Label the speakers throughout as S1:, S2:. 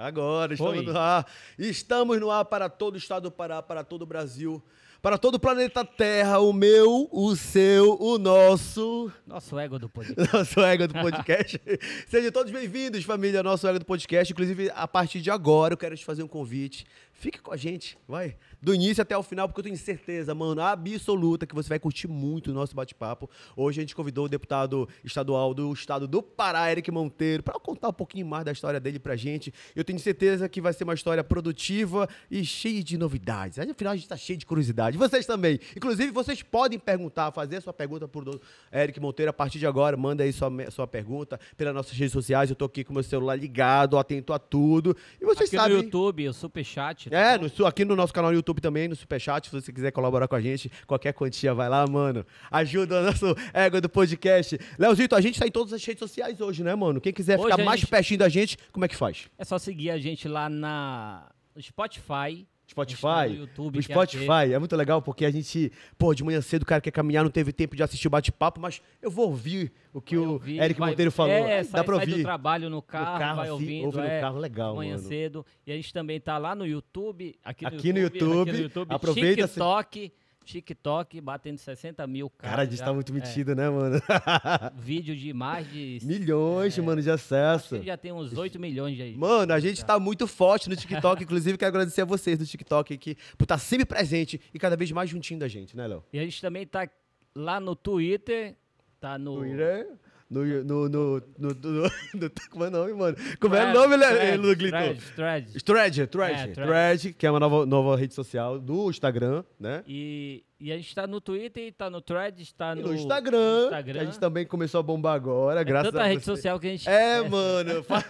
S1: Agora, estamos
S2: Oi.
S1: no ar. Estamos no ar para todo o estado do Pará, para todo o Brasil, para todo o planeta Terra, o meu, o seu, o nosso.
S2: Nosso ego do podcast.
S1: Nosso ego do podcast. Sejam todos bem-vindos, família, ao nosso ego do podcast. Inclusive, a partir de agora, eu quero te fazer um convite. Fique com a gente, vai. Do início até o final, porque eu tenho certeza, mano, absoluta, que você vai curtir muito o nosso bate-papo. Hoje a gente convidou o deputado estadual do estado do Pará, Eric Monteiro, para contar um pouquinho mais da história dele pra gente. Eu tenho certeza que vai ser uma história produtiva e cheia de novidades. Afinal, a gente tá cheio de curiosidade. Vocês também. Inclusive, vocês podem perguntar, fazer a sua pergunta por do- Eric Monteiro a partir de agora. Manda aí sua, me- sua pergunta pelas nossas redes sociais. Eu tô aqui com meu celular ligado, atento a tudo. E vocês
S2: Aqui
S1: sabem.
S2: no YouTube, o Superchat. tá
S1: É,
S2: bom?
S1: no su- aqui no nosso canal no YouTube também, no Superchat, se você quiser colaborar com a gente, qualquer quantia, vai lá, mano. Ajuda o nosso ego do podcast. Leozito, a gente tá em todas as redes sociais hoje, né, mano? Quem quiser
S2: Hoje
S1: ficar
S2: a
S1: mais
S2: gente-
S1: pertinho da gente, como é que faz?
S2: É só seguir a gente lá na no Spotify.
S1: Spotify.
S2: No YouTube,
S1: o
S2: que é
S1: Spotify é muito legal porque a gente, pô, de manhã cedo o cara quer caminhar, não teve tempo de assistir o bate-papo, mas eu vou ouvir o que
S2: Vai
S1: o
S2: ouvir,
S1: Eric
S2: vai-
S1: Monteiro falou.
S2: É,
S1: Ai,
S2: sai,
S1: Dá pra
S2: sai do
S1: ouvir.
S2: trabalho no carro, vai
S1: assim,
S2: ouvindo.
S1: ouve
S2: é,
S1: no carro, legal,
S2: manhã
S1: mano.
S2: cedo. E a gente também tá lá no YouTube, aqui no
S1: Aqui no
S2: YouTube,
S1: YouTube,
S2: aqui no YouTube,
S1: aproveita-
S2: TikTok, TikTok, batendo 60 mil caras.
S1: Cara, a gente
S2: já,
S1: tá muito
S2: é,
S1: metido, né, mano?
S2: vídeo de mais de... É.
S1: Milhões, mano, de
S2: acho
S1: acesso.
S2: que já tem uns 8 milhões aí.
S1: Mano, a gente tá muito forte no TikTok. Inclusive, quero agradecer a vocês do TikTok aqui por estar sempre presente e cada vez mais juntinho da gente, né, Léo?
S2: E a gente também tá lá no Twitter, tá no...
S1: Twitter, No, no, no, no, no, no, no- Como é o nome, mano? Como é o
S2: Threads,
S1: nome,
S2: threads,
S1: Léo? Glitor?
S2: threads, threads.
S1: Thread, Thread,
S2: É, Thread.
S1: Thread, que é uma nova, nova rede social do Instagram, né?
S2: E, e a gente tá no Twitter, tá no Thread, tá
S1: E
S2: no,
S1: no Instagram,
S2: no
S1: que a gente também começou a bombar agora,
S2: É
S1: graças
S2: tanta
S1: a você.
S2: rede social que a gente...
S1: É, mano, faz,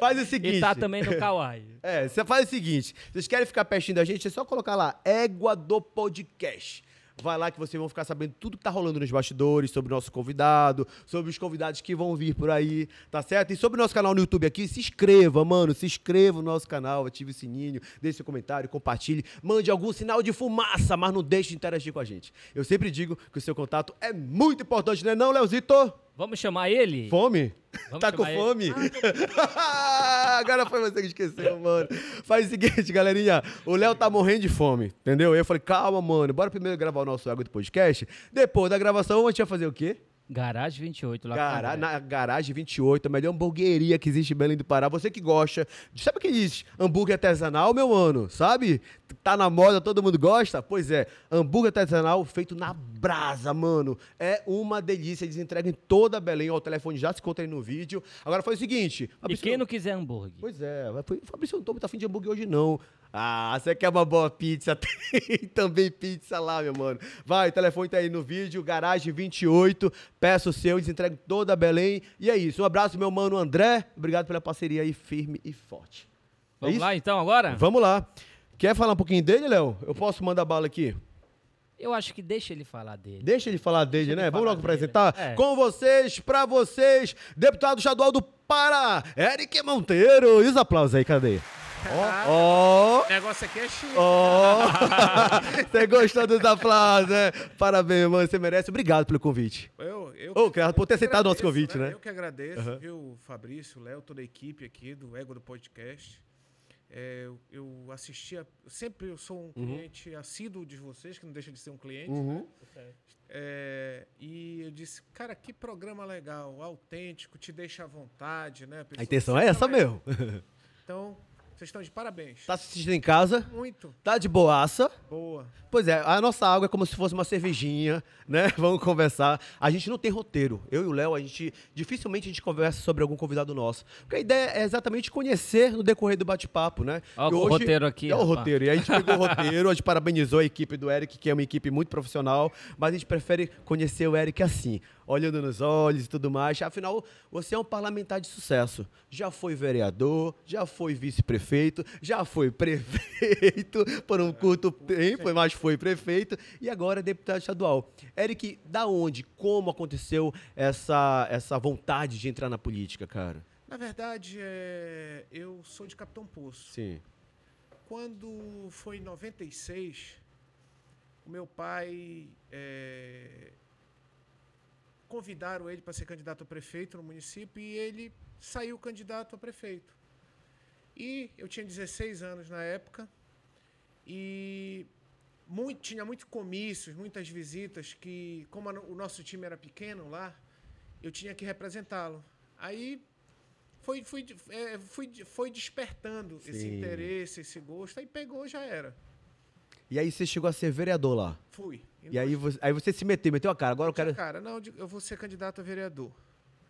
S1: faz o seguinte.
S2: E tá também no Kawaii.
S1: É, você faz o seguinte: vocês querem ficar pertinho da gente, é só colocar lá Égua do Podcast. Vai lá que vocês vão ficar sabendo tudo que tá rolando nos bastidores, sobre o nosso convidado, sobre os convidados que vão vir por aí, tá certo? E sobre o nosso canal no YouTube aqui, se inscreva, mano, se inscreva no nosso canal, ative o sininho, deixe seu comentário, compartilhe, mande algum sinal de fumaça, mas não deixe de interagir com a gente. Eu sempre digo que o seu contato é muito importante, né não, Leozito?
S2: Vamos chamar ele?
S1: Fome?
S2: Vamos
S1: tá com
S2: chamar ele. Ah,
S1: fome? Agora foi você que esqueceu, mano. Faz o seguinte, galerinha. O Léo tá morrendo de fome, entendeu? Eu falei, calma, mano. Bora primeiro gravar o nosso Água do Podcast. Depois da gravação, a gente vai fazer o quê?
S2: Garage 28 lá com o
S1: Gara-
S2: André.
S1: na Garagem 28, a melhor hamburgueria que existe em Belém do Pará. Você que gosta. de- Sabe aqueles hambúrguer artesanal, meu mano? Sabe? Tá na moda, todo mundo gosta? Pois é, hambúrguer artesanal feito na brasa, mano. É uma delícia. Eles entregam em toda Belém. Ó, o telefone já se conta aí no vídeo. Agora foi o seguinte.
S2: E
S1: Fabrício,
S2: quem não quiser hambúrguer?
S1: Pois é, mas, pô, Fabrício, eu não tô muito afim de hambúrguer hoje, não. Ah, você quer uma boa pizza? Tem também pizza lá, meu mano. Vai, o telefone tá aí no vídeo, garagem 28. Peça o seu, eles entregam toda a Belém. E é isso. Um abraço, meu mano André. Obrigado pela parceria aí, firme e forte. É
S2: Vamos
S1: isso?
S2: lá então agora?
S1: Vamos lá. Quer falar um pouquinho dele, Léo? Eu posso mandar bala aqui?
S2: Eu acho que deixa ele falar dele.
S1: Deixa ele falar dele,
S2: Deixa ele
S1: né? Vamos
S2: falar
S1: logo
S2: dele.
S1: apresentar.
S2: É.
S1: Com vocês, pra vocês, deputado estadual do Pará, Eric Monteiro. E os aplausos aí, cadê? Ó, ó,
S3: O negócio aqui é chique.
S1: ó. Você gostou dos aplausos, né? Parabéns, mano. Você merece. Obrigado pelo convite.
S3: Eu, eu
S1: Ô, Cleado, por ter
S3: eu
S1: aceitado o nosso
S3: agradeço,
S1: convite, né?
S3: Eu que agradeço, viu, Fabrício, Léo, toda a equipe aqui do Ego do Podcast. É, eu, eu assistia, eu sempre eu sou
S1: Uhum.
S3: um cliente assíduo de vocês, que não deixa de ser um cliente. né? É, e eu disse, cara, que programa legal, autêntico, te deixa à vontade, né?
S1: A
S3: pessoa
S1: intenção
S3: se
S1: é essa
S3: conecta.
S1: mesmo.
S3: Então, vocês estão de parabéns.
S1: Tá assistindo em casa,
S3: Muito
S1: tá de boaça.
S3: boa.
S1: Pois é, a nossa água é como se fosse uma cervejinha, né? Vamos conversar. A gente não tem roteiro. Eu e o Léo, a gente dificilmente a gente conversa sobre algum convidado nosso. Porque a ideia é exatamente conhecer no decorrer do bate-papo, né?
S2: Ó,
S1: E
S2: o roteiro aqui,
S1: É o
S2: rapaz.
S1: roteiro. E a gente pegou o roteiro, a gente parabenizou a equipe do Eric, que é uma equipe muito profissional, mas a gente prefere conhecer o Eric assim, olhando nos olhos e tudo mais. Afinal, você é um parlamentar de sucesso. Já foi vereador, já foi vice-prefeito, já foi prefeito por um curto tempo, mas foi prefeito, e agora é deputado estadual. Eric, da onde, como aconteceu essa, essa vontade de entrar na política, cara?
S3: Na verdade, é, eu sou de Capitão Poço.
S1: Sim.
S3: Quando foi em 96, o meu pai eh, convidaram ele para ser candidato a prefeito no município e ele saiu candidato a prefeito. E eu tinha 16 anos na época e muito, tinha muitos comícios, muitas visitas que, como a no- o nosso time era pequeno lá, eu tinha que representá-lo. Aí foi, fui, de- é, fui, de- foi despertando esse
S1: Sim.
S3: interesse, esse gosto, aí pegou, já era.
S1: E aí você chegou a ser vereador lá.
S3: Fui.
S1: E aí você, aí você se meteu, meteu a cara. Agora eu quero.
S3: Cara, não, eu digo, eu vou ser candidato a vereador.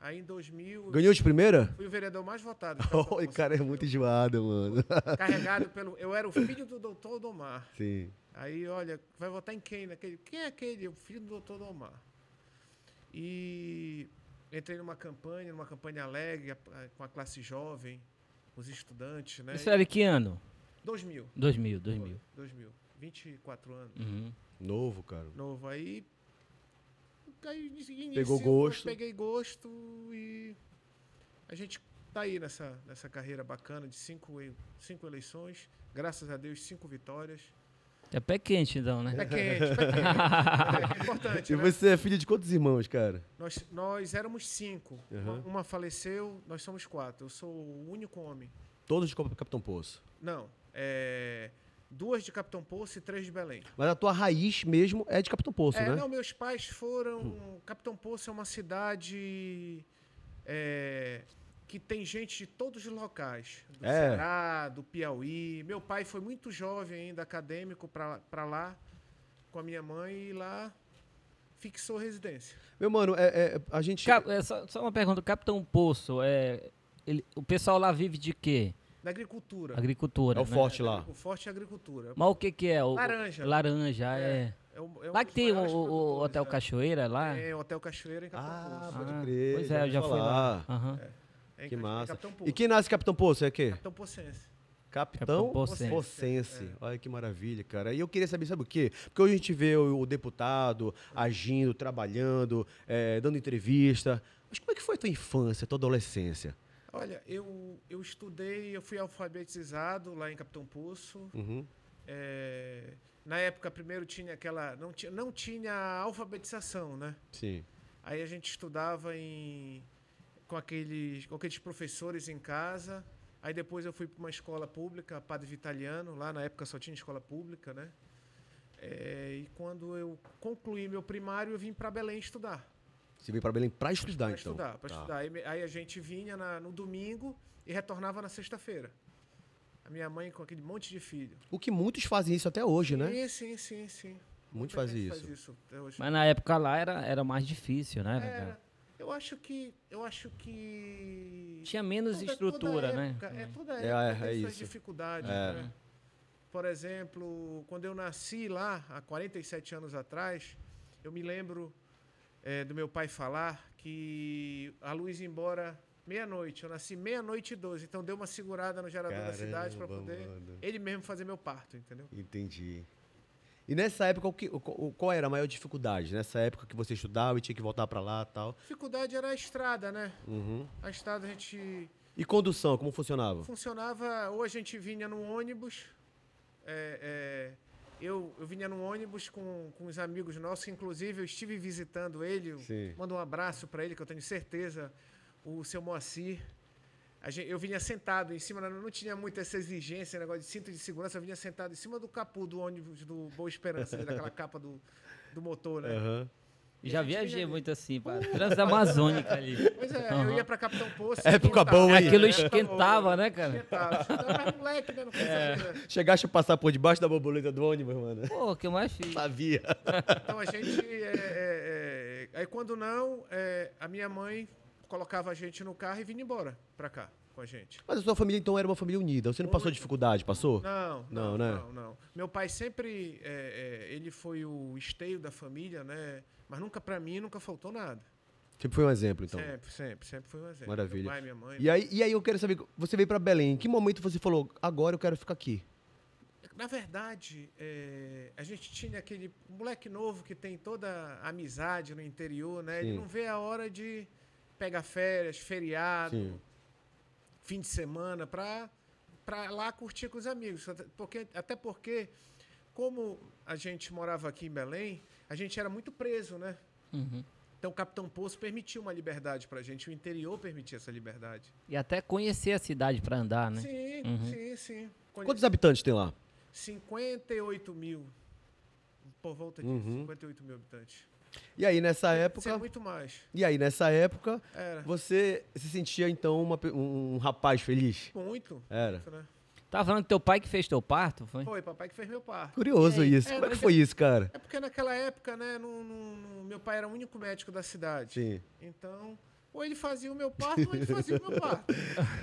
S3: Aí em 2000, eu
S1: Ganhou de primeira?
S3: fui o vereador mais votado.
S1: Oi, cara, é muito enjoado, mano.
S3: Carregado pelo... Eu era o filho do doutor Domar.
S1: Sim.
S3: Aí, olha, vai votar em quem? Naquele? Quem é aquele? O filho do doutor Domar. E entrei numa campanha, numa campanha alegre, a- a- com a classe jovem, os estudantes,
S1: É.
S3: né?
S2: Isso era de que ano?
S3: 2000.
S2: 2000,
S3: foi,
S2: 2000.
S3: 2000. 24 anos.
S2: Uhum.
S1: Novo, cara.
S3: Novo. Aí. aí inicio-
S1: Pegou gosto.
S3: Peguei gosto e. A gente tá aí nessa, nessa carreira bacana de cinco, e- cinco eleições. Graças a Deus, cinco vitórias.
S2: É pé quente, então, né?
S3: Pé quente, pé quente. É importante.
S1: E
S3: né?
S1: você é filho de quantos irmãos, cara?
S3: Nós, nós éramos cinco. Uma,
S1: Aham.
S3: uma faleceu, nós somos quatro. Eu sou o único homem.
S1: Todos de Copa Capitão Poço.
S3: Não. é, duas de Capitão Poço e três de Belém.
S1: Mas a tua raiz mesmo é de Capitão Poço,
S3: é,
S1: né? Hum.
S3: não, meus pais foram. Capitão Poço é uma cidade é, que tem gente de todos os locais. Do
S1: É.
S3: Ceará, do Piauí. Meu pai foi muito jovem ainda, acadêmico, para lá com a minha mãe e lá fixou residência.
S1: Meu mano, é, é- a gente.
S2: Cap- é, só, só uma pergunta, Capitão Poço, é, ele- o pessoal lá vive de quê?
S3: Na agricultura.
S2: Agricultura,
S1: É o
S2: né?
S1: forte lá.
S3: O forte é a agricultura.
S2: Mas o que que é? O-
S3: Laranja.
S2: Laranja, é.
S3: É um- é um
S2: Lá que
S3: dos
S2: tem o,
S3: maiores
S2: o- o
S3: produtores,
S2: Hotel
S3: né?
S2: Cachoeira lá?
S3: É, o Hotel Cachoeira em Capitão
S1: Ah,
S3: Poço.
S1: pode crer.
S2: Pois é, eu
S1: ouvi
S2: já fui lá.
S1: falar.
S2: Aham.
S3: É em
S1: Que
S3: Ca- em
S1: massa.
S3: Capitão Poço.
S1: E quem nasce Capitão Poço é o quê?
S3: Capitão Pocense.
S1: Capitão
S2: Capitão Pocense.
S1: Pocense. Olha que maravilha, cara. E eu queria saber, sabe o quê? Porque hoje a gente vê o, o deputado agindo, trabalhando, eh, dando entrevista. Mas como é que foi a tua infância, tua adolescência?
S3: Olha, eu, eu estudei, eu fui alfabetizado lá em Capitão Poço.
S1: Uhum.
S3: É, na época, primeiro tinha aquela... Não, ti- não tinha alfabetização, né?
S1: Sim.
S3: Aí a gente estudava em, com, aqueles, com aqueles professores em casa. Aí depois eu fui para uma escola pública, Padre Vitaliano. Lá na época só tinha escola pública, né? É, e quando eu concluí meu primário, eu vim para Belém estudar.
S1: Você veio pra Belém pra estudar,
S3: Para
S1: então?
S3: estudar, para
S1: Tá.
S3: estudar. Aí, me- aí a gente vinha na- no domingo e retornava na sexta-feira. A minha mãe com aquele monte de filho.
S1: O que muitos fazem isso até hoje, né?
S3: Sim, sim, sim, sim.
S1: Muitos
S3: Muita
S1: fazem
S3: gente
S1: isso.
S3: Faz isso até hoje.
S2: Mas na época lá era, era mais difícil, né?
S3: Era. Eu acho que. Eu acho que.
S2: Tinha menos
S3: toda-
S2: estrutura,
S3: toda
S2: né?
S3: época- É, toda
S1: É,
S3: época
S1: é
S3: tem suas
S1: isso. É.
S3: dificuldades, né? Por exemplo, quando eu nasci lá, há 47 anos atrás, eu me lembro eh, do meu pai falar que a luz ia embora meia-noite. Eu nasci meia-noite e 12, então deu uma segurada no gerador da cidade para
S1: Caramba,
S3: poder
S1: mano.
S3: ele mesmo fazer meu parto, entendeu?
S1: Entendi. E nessa época, o que- o- o- qual era a maior dificuldade? Nessa época que você estudava e tinha que voltar pra lá e tal.
S3: Dificuldade era a estrada, né?
S1: Uhum.
S3: A estrada a gente
S1: E condução, como funcionava?
S3: Funcionava, ou a gente vinha num ônibus, é, é, eu, eu vinha num ônibus com, com os amigos nossos, que inclusive eu estive visitando ele, eu
S1: Sim.
S3: mando um abraço para ele, que eu tenho certeza, o seu Moacir. A gen- eu vinha sentado em cima, não, não tinha muita essa exigência, negócio de cinto de segurança, eu vinha sentado em cima do capu do ônibus do Boa Esperança, daquela capa do, do motor, né?
S1: Aham.
S2: Já
S3: A gente
S2: viajei
S3: vinha ali.
S2: muito assim, pra Transamazônica ali.
S3: Pois é, eu
S2: Aham.
S3: ia pra Capitão Poço.
S1: Época
S3: esquentava,
S1: boa, hein?
S2: Aquilo
S3: né? Época boa.
S2: esquentava, né, É. cara?
S3: Esquentava, esquentava, mas moleque, né? Não quer saber, né?
S1: Chegaste a passar por debaixo da borboleta do ônibus, mano?
S2: Pô, o que eu mais fiz?
S1: Sabia.
S3: Então a gente. é, é, é, aí quando não, é, a minha mãe colocava a gente no carro e vinha embora pra cá com a gente.
S1: Mas a sua família, então, era uma família unida. Você não passou dificuldade, passou?
S3: Não,
S1: Não,
S3: não, não,
S1: né?
S3: não, Meu pai sempre. é, é, ele foi o esteio da família, né? Mas nunca pra mim, nunca faltou nada.
S1: Sempre foi um exemplo, então.
S3: Sempre, sempre, sempre foi um exemplo.
S1: Maravilha.
S3: Meu pai, minha mãe. né?
S1: E aí, e aí eu quero saber, você veio pra Belém, em que momento você falou, agora eu quero ficar aqui?
S3: Na verdade, é, a gente tinha aquele moleque novo que tem toda a amizade no interior, né?
S1: Sim.
S3: Ele não vê a hora de pegar férias, feriado,
S1: Sim.
S3: fim de semana, pra, pra lá curtir com os amigos. Até porque, até porque, como a gente morava aqui em Belém, a gente era muito preso, né?
S2: Uhum.
S3: Então, o Capitão Poço permitiu uma liberdade pra gente, o interior permitia essa liberdade.
S2: E até conhecer a cidade pra andar, né?
S3: Sim, sim, sim. Conhe-
S1: Quantos habitantes tem lá?
S3: 58 mil. Por volta de 58 mil habitantes.
S1: E aí, nessa
S3: Isso é
S1: Uhum. época.
S3: muito mais.
S1: E aí, nessa época,
S3: Era.
S1: você se sentia, então, uma pe- um um rapaz feliz?
S3: Muito.
S1: Era.
S3: Muito, né?
S2: Tava falando que teu pai que fez teu parto, foi?
S3: Foi, papai que fez meu par.
S1: Curioso
S2: E aí?
S1: isso.
S2: É,
S1: Como é que
S2: mas
S1: foi isso, cara?
S3: É porque naquela época, né, não- não- não- meu pai era o único médico da cidade.
S1: Sim.
S3: Então, ou ele fazia o meu parto, ou ele fazia o meu parto.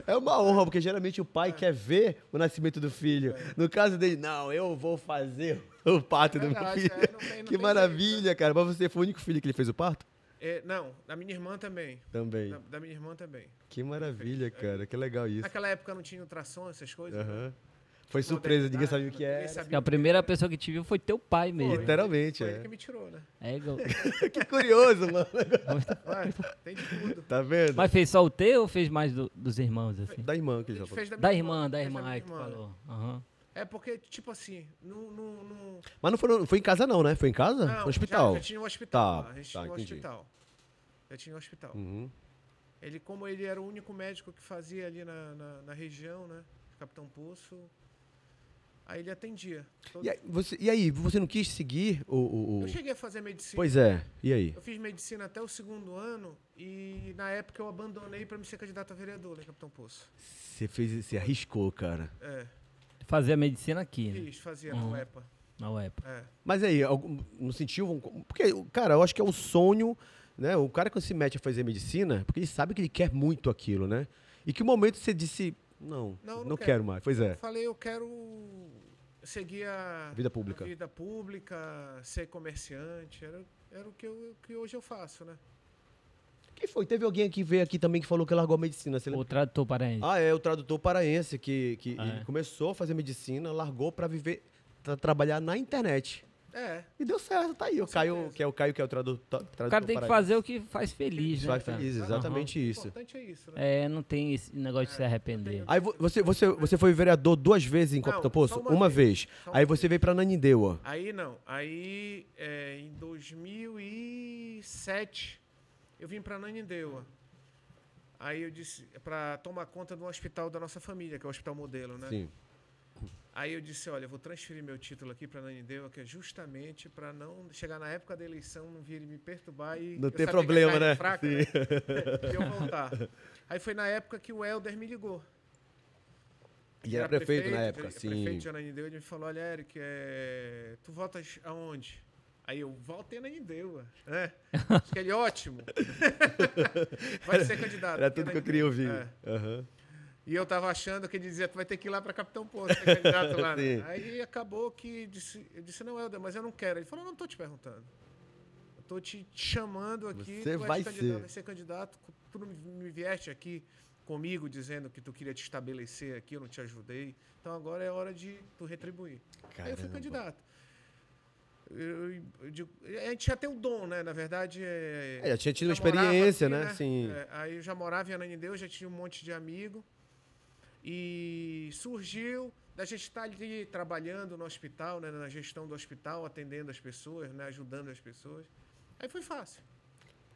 S1: É uma honra, porque geralmente o
S3: É.
S1: pai quer ver o nascimento do filho. No caso dele, não, eu vou fazer o parto do meu
S3: Verdade,
S1: filho.
S3: É. é, não tem- não
S1: que
S3: tem
S1: maravilha,
S3: jeito, né?
S1: cara. Mas você foi o único filho que ele fez o parto?
S3: É, não, da minha irmã também. é.
S1: Também.
S3: Da, da minha irmã também.
S1: Que maravilha, cara. Que legal isso.
S3: Naquela época não tinha ultrassom, essas coisas. né?
S1: Aham. Foi surpresa, ninguém sabia o que
S3: Ninguém
S1: era.
S3: sabia.
S2: Que a primeira pessoa que te viu foi teu pai mesmo.
S3: Foi.
S1: Literalmente,
S3: Foi ele que
S1: é.
S3: me tirou, né?
S2: É, igual-
S1: Que curioso, mano.
S3: Vai, tem de tudo.
S1: Tá vendo?
S2: Mas fez só o teu ou fez mais do- dos irmãos, assim?
S1: Da irmã que
S3: A
S1: ele já
S3: gente
S1: falou.
S3: fez
S2: Da
S3: minha
S2: irmã, da
S3: fez
S2: irmã,
S3: minha né?
S2: aí que tu falou. Aham.
S3: É porque, tipo assim, não. não, não-
S1: Mas não foi, no- foi em casa, não, né? Foi em casa?
S3: não,
S1: no hospital.
S3: Já, já tinha um hospital.
S1: Tá,
S3: lá, a gente
S1: tá,
S3: tinha um
S1: entendi.
S3: hospital. Já tinha um hospital.
S1: Uhum.
S3: Ele, como ele era o único médico que fazia ali na, na, na região, né? Capitão Poço. Aí ele atendia. Todo-
S1: E, aí, você, e aí, você não quis seguir o. o- o-
S3: Eu cheguei a fazer medicina.
S1: Pois é, e aí?
S3: Eu fiz medicina até o segundo ano e na época eu abandonei para me ser candidato a vereador, né, Capitão Poço?
S1: Você fez, você arriscou, cara.
S3: É,
S2: Fazer a medicina aqui, né?
S3: fiz, fazia
S2: Uhum.
S3: na UEPA.
S2: Na UEP.
S3: É.
S1: Mas aí, algum- não sentiu? um- Porque, cara, eu acho que é um sonho, né? O cara que se mete a fazer medicina, porque ele sabe que ele quer muito aquilo, né? E que momento você disse, não, não,
S3: Não, não
S1: quero.
S3: quero.
S1: mais. Pois é.
S3: Falei, eu quero seguir a
S1: Vida pública.
S3: a vida pública, ser comerciante, era, era o que, eu, que hoje eu faço, né?
S1: Quem foi? Teve alguém que veio aqui também que falou que largou a medicina. Você lembra?
S2: O tradutor paraense.
S1: Ah, é, o tradutor paraense que, que
S2: Ah,
S1: ele
S2: é.
S1: começou a fazer medicina, largou pra viver, pra trabalhar na internet.
S3: É,
S1: E deu certo, tá aí. O
S3: Com
S1: Caio,
S3: certeza.
S1: que é o Caio que é o tradu- ta- tradutor
S2: O cara tem que
S1: paraense.
S2: fazer o que faz feliz, né?
S1: Vai
S2: cara?
S1: feliz,
S2: Aham.
S1: exatamente
S3: o
S1: isso.
S3: importante é isso, né?
S2: É, não tem esse negócio de se arrepender.
S1: Aí vo- você, você, você foi vereador duas vezes em
S3: Não,
S1: Capitão Poço?
S3: só
S1: Uma,
S3: uma
S1: vez.
S3: vez. Só uma
S1: Aí você veio pra Nanindeua.
S3: Aí não, aí é, em 2007 eu vim para Nanindeua. Aí eu disse, para tomar conta do hospital da nossa família, que é o Hospital Modelo, né?
S1: Sim.
S3: Aí eu disse, olha, eu vou transferir meu título aqui para Nanindeua, que é justamente para não chegar na época da eleição, não vir me perturbar e
S1: Não
S3: eu
S1: tem
S3: saber que
S1: problema,
S3: carne
S1: né?
S3: fraca, né? E eu voltar. Aí foi na época que o Helder me ligou.
S1: E era prefeito, na
S3: ele-
S1: época, sim.
S3: Prefeito de Ananindeua, ele me falou, olha, Eric, é, tu votas aonde? Aí eu, voto em Ananindeua. É. Acho que ele, ótimo. vai ser candidato.
S1: Era
S3: aqui em
S1: tudo que eu
S3: Ananindeua."
S1: queria ouvir.
S3: É.
S1: Aham.
S3: E eu tava achando que ele dizia, tu vai ter que ir lá pra Capitão Poço, ser candidato lá. né?
S1: Sim.
S3: Aí acabou que disse, eu disse, não, Helder, mas eu não quero. Ele falou, não tô te perguntando. Eu tô te chamando aqui,
S1: Você
S3: tu
S1: vai
S3: te candidatar,
S1: ser.
S3: vai ser candidato. Tu não me vieste aqui comigo dizendo que tu queria te estabelecer aqui, eu não te ajudei. Então agora é hora de tu retribuir. Aí eu fui
S1: Caramba.
S3: candidato. Eu- eu digo, a gente já tem o dom, né? Na verdade, é.
S1: É, já tinha tido
S3: eu
S1: uma
S3: já morava
S1: experiência,
S3: aqui,
S1: né? Sim.
S3: É, aí eu já morava em Ananindeus, já tinha um monte de amigo. E surgiu da gente estar ali trabalhando no hospital, né, na gestão do hospital, atendendo as pessoas, né, ajudando as pessoas. Aí foi fácil.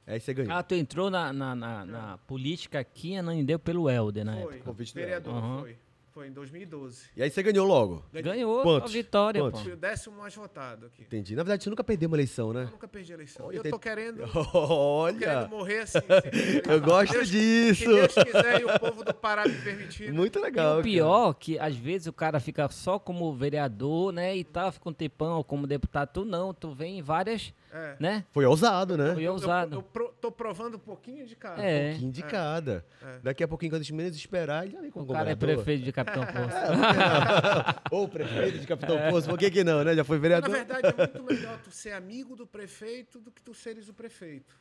S1: Aí você ganhou.
S2: Ah, tu entrou na, na, na- na política aqui em Ananindeu pelo Helder, na
S3: foi.
S2: época.
S1: Convite do
S3: Vereador
S2: Elder.
S3: foi. Foi em 2012.
S1: E aí você ganhou logo.
S2: Ganhou
S1: Quantos?
S2: a vitória,
S1: Quantos?
S2: pô.
S3: Fui o décimo mais votado aqui.
S1: Entendi. Na verdade, você nunca perdeu uma eleição,
S3: Eu
S1: né?
S3: nunca perdi a eleição.
S1: Olha,
S3: eu
S1: tem-
S3: tô querendo, querendo
S1: Olha!
S3: morrer assim. sem perder a
S1: Ah. Eu
S3: eleição.
S1: gosto
S3: Deus- Se
S1: disso!
S3: Deus quiser e o povo do Pará me permitir. né?
S1: Muito legal.
S2: E o
S1: cara.
S2: pior é que às vezes o cara fica só como vereador, né, e tal, fica um tempão como deputado. Tu não, tu vem em várias,
S3: É.
S2: né,
S1: Foi ousado,
S2: foi
S1: né?
S3: Eu-
S2: ousado.
S3: Eu, pro- tô provando um pouquinho de cara.
S2: É.
S1: Que indicada.
S3: É,
S1: Daqui a pouquinho, quando a gente menos esperar, ele já vem com
S2: O cara é
S1: governador. É.
S2: prefeito de Capitão Poço.
S1: Ou prefeito de Capitão Poço, por que que não, né? Já foi
S3: Na
S1: vereador.
S3: verdade, é muito melhor tu ser amigo do prefeito do que tu seres o prefeito.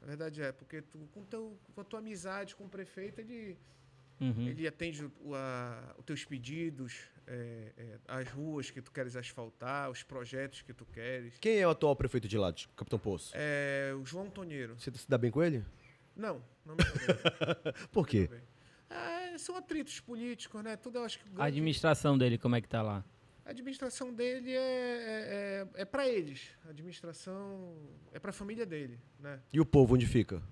S3: Na verdade é, porque tu, com, teu, com a tua amizade com o prefeito, ele,
S2: Uhum.
S3: ele atende o- a- os teus pedidos, é, é, as ruas que tu queres asfaltar, os projetos que tu queres.
S1: Quem é o atual prefeito de lá, de Capitão Poço?
S3: É, o João Tonheiro.
S1: Você se dá bem com ele?
S3: Não, não me lembro.
S1: Por quê?
S3: Ah, são É, atritos políticos, né? Tudo eu acho que. o
S2: A
S3: grande-
S2: administração dele, como é que tá lá?
S3: A administração dele é, é, é, para eles. A administração é para a família dele, né?
S1: E o povo onde fica?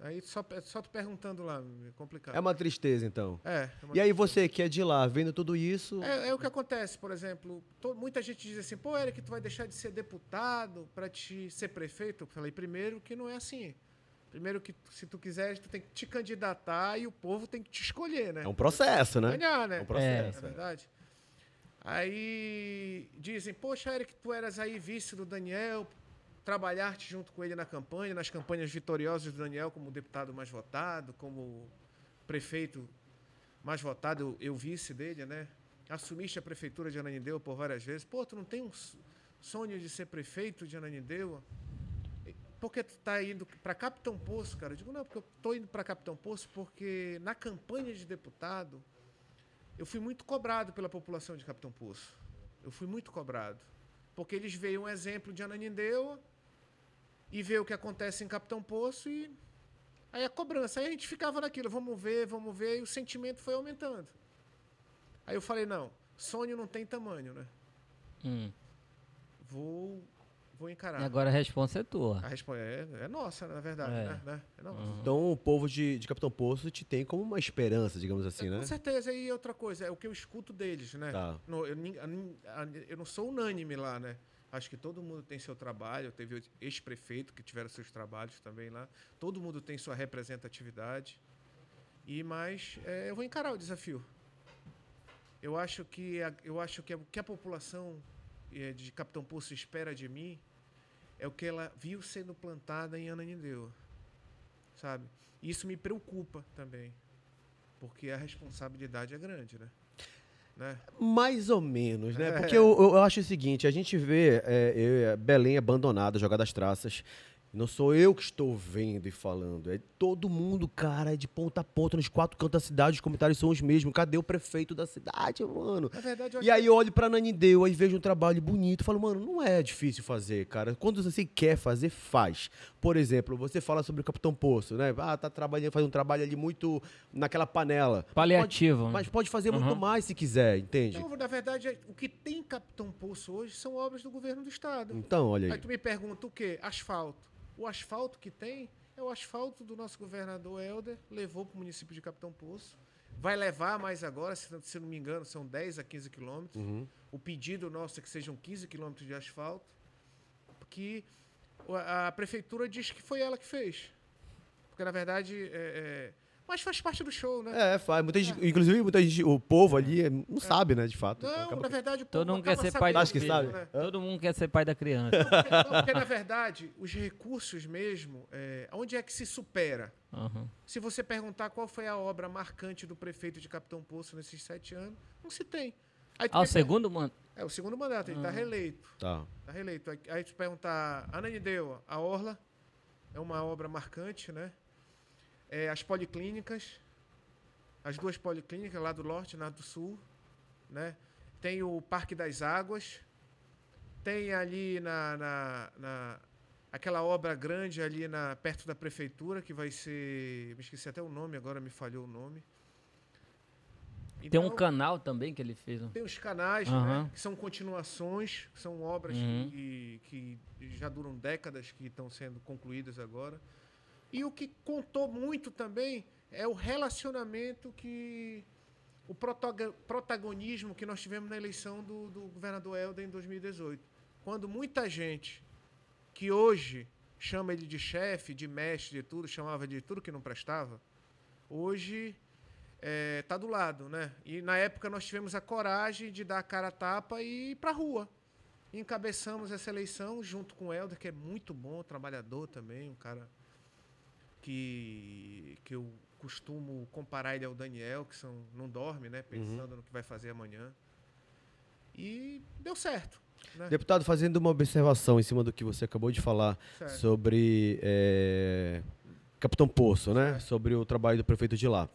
S3: Aí só, é só tu perguntando lá, é complicado.
S1: É uma tristeza, então.
S3: É, é uma-
S1: E aí você que é de lá, vendo tudo isso...
S3: É, é o que acontece, por exemplo, to- muita gente diz assim, pô, Eric, tu vai deixar de ser deputado para te ser prefeito? Eu falei, primeiro que não é assim. Primeiro que se tu quiseres, tu tem que te candidatar e o povo tem que te escolher, né?
S1: É um processo, né?
S3: Ganhar, né?
S1: É um processo.
S3: Na verdade. Aí dizem, poxa, Eric, tu eras aí vice do Daniel, trabalhaste junto com ele na campanha, nas campanhas vitoriosas do Daniel como deputado mais votado, como prefeito mais votado, eu vice dele, né? Assumiste a prefeitura de Ananindeua por várias vezes. Pô, tu não tem um s- sonho de ser prefeito de Ananindeua? Por que tu tá indo para Capitão Poço, cara? Eu digo, não, porque eu tô indo para Capitão Poço porque na campanha de deputado eu fui muito cobrado pela população de Capitão Poço. Eu fui muito cobrado. Porque eles veem um exemplo de Ananindeua e vê o que acontece em Capitão Poço e aí a cobrança. Aí a gente ficava naquilo, vamos ver, vamos ver, e o sentimento foi aumentando. Aí eu falei, não, sonho não tem tamanho, né?
S2: Hum.
S3: Vou, vou encarar.
S2: E agora a resposta é tua.
S3: A resposta é, é nossa, na verdade,
S2: É.
S3: né? né? É nossa.
S1: Então o povo de, de Capitão Poço te tem como uma esperança, digamos assim, né?
S3: Com certeza. E outra coisa, é o que eu escuto deles, né?
S1: Tá.
S3: No- eu, nin- a nin- a- eu não sou unânime lá, né? Acho que todo mundo tem seu trabalho. Teve ex-prefeito que tiveram seus trabalhos também lá. Todo mundo tem sua representatividade. E mas é, eu vou encarar o desafio. Eu acho que a, eu acho que a- o que a população eh, de Capitão Poço espera de mim é o que ela viu sendo plantada em Ananindeua, sabe? E isso me preocupa também, porque a responsabilidade é grande, né? Né?
S1: Mais ou menos, né? Porque eu, eu- eu acho o seguinte, a gente vê é, eu e a Belém abandonada, jogada às traças. Não sou eu que estou vendo e falando. É todo mundo, cara, é de ponta a ponta, nos quatro cantos da cidade, os comentários são os mesmos. Cadê o prefeito da cidade, mano?
S3: Na verdade, eu acho
S1: E aí eu olho pra Nanindeu, aí vejo um trabalho bonito, falo, mano, não é difícil fazer, cara. Quando você quer fazer, faz. Por exemplo, você fala sobre o Capitão Poço, né? Ah, tá trabalhando, faz um trabalho ali muito naquela panela.
S2: Paliativo. né?
S1: Mas pode fazer
S2: Uhum.
S1: muito mais se quiser, entende?
S3: Não, na verdade, é- o que tem em Capitão Poço hoje são obras do governo do estado.
S1: Então, olha
S3: Aí
S1: aí.
S3: tu me pergunta o quê? Asfalto. O asfalto que tem é o asfalto do nosso governador Helder, levou para o município de Capitão Poço. Vai levar mais agora, se, não- se não me engano, são 10 a 15 quilômetros.
S1: Uhum.
S3: O pedido nosso é que sejam 15 quilômetros de asfalto, que o- a prefeitura diz que foi ela que fez. Porque, na verdade, é- é- mas faz parte do show, né?
S1: É, faz. Muita gente, inclusive, muita gente, o povo ali é, não sabe, né, de fato.
S3: Não,
S1: Acaba-
S3: Então, na verdade, o
S2: Todo
S3: povo
S2: mundo então quer
S3: acaba
S2: ser pai do
S3: sabendo,
S1: Acho que sabe.
S3: né?
S2: Todo mundo quer ser pai da criança.
S3: Não, porque, na verdade, os recursos mesmo, é, onde é que se supera?
S2: Uhum.
S3: Se você perguntar qual foi a obra marcante do prefeito de Capitão Poço nesses sete anos, não se tem. Aí tu
S2: Ah, o
S3: me per-
S2: segundo Ah. mano.
S3: É, o segundo mandato, ele está reeleito.
S1: Tá.
S3: Tá reeleito. Aí, aí tu perguntar, Ananideu, a Orla é uma obra marcante, né? É, as policlínicas, as duas policlínicas, lá do norte e lá do sul, né? Tem o Parque das Águas, tem ali na, na, na- aquela obra grande ali na perto da prefeitura que vai ser, me esqueci até o nome agora, me falhou o nome.
S2: Tem um
S3: Então-
S2: canal também que ele fez. um-
S3: tem os canais,
S2: Aham.
S3: né, que são continuações, que são obras
S2: Uhum.
S3: que, que já duram décadas, que estão sendo concluídas agora. E o que contou muito também é o relacionamento que. o protoga- protagonismo que nós tivemos na eleição do, do governador Helder em 2018. Quando muita gente que hoje chama ele de chefe, de mestre, de tudo, chamava de tudo que não prestava, hoje é, tá do lado, né? E na época nós tivemos a coragem de dar a cara a tapa e ir pra rua. Encabeçamos essa eleição junto com o Helder, que é muito bom, trabalhador também, um cara que, que eu costumo comparar ele ao Daniel, que são, não dorme,
S1: Uhum.
S3: né? Pensando no que vai fazer amanhã. E deu certo. Né?
S1: Deputado, fazendo uma observação em cima do que você acabou de falar
S3: Certo.
S1: sobre é, Capitão Poço, né? Sobre o trabalho do prefeito de lá.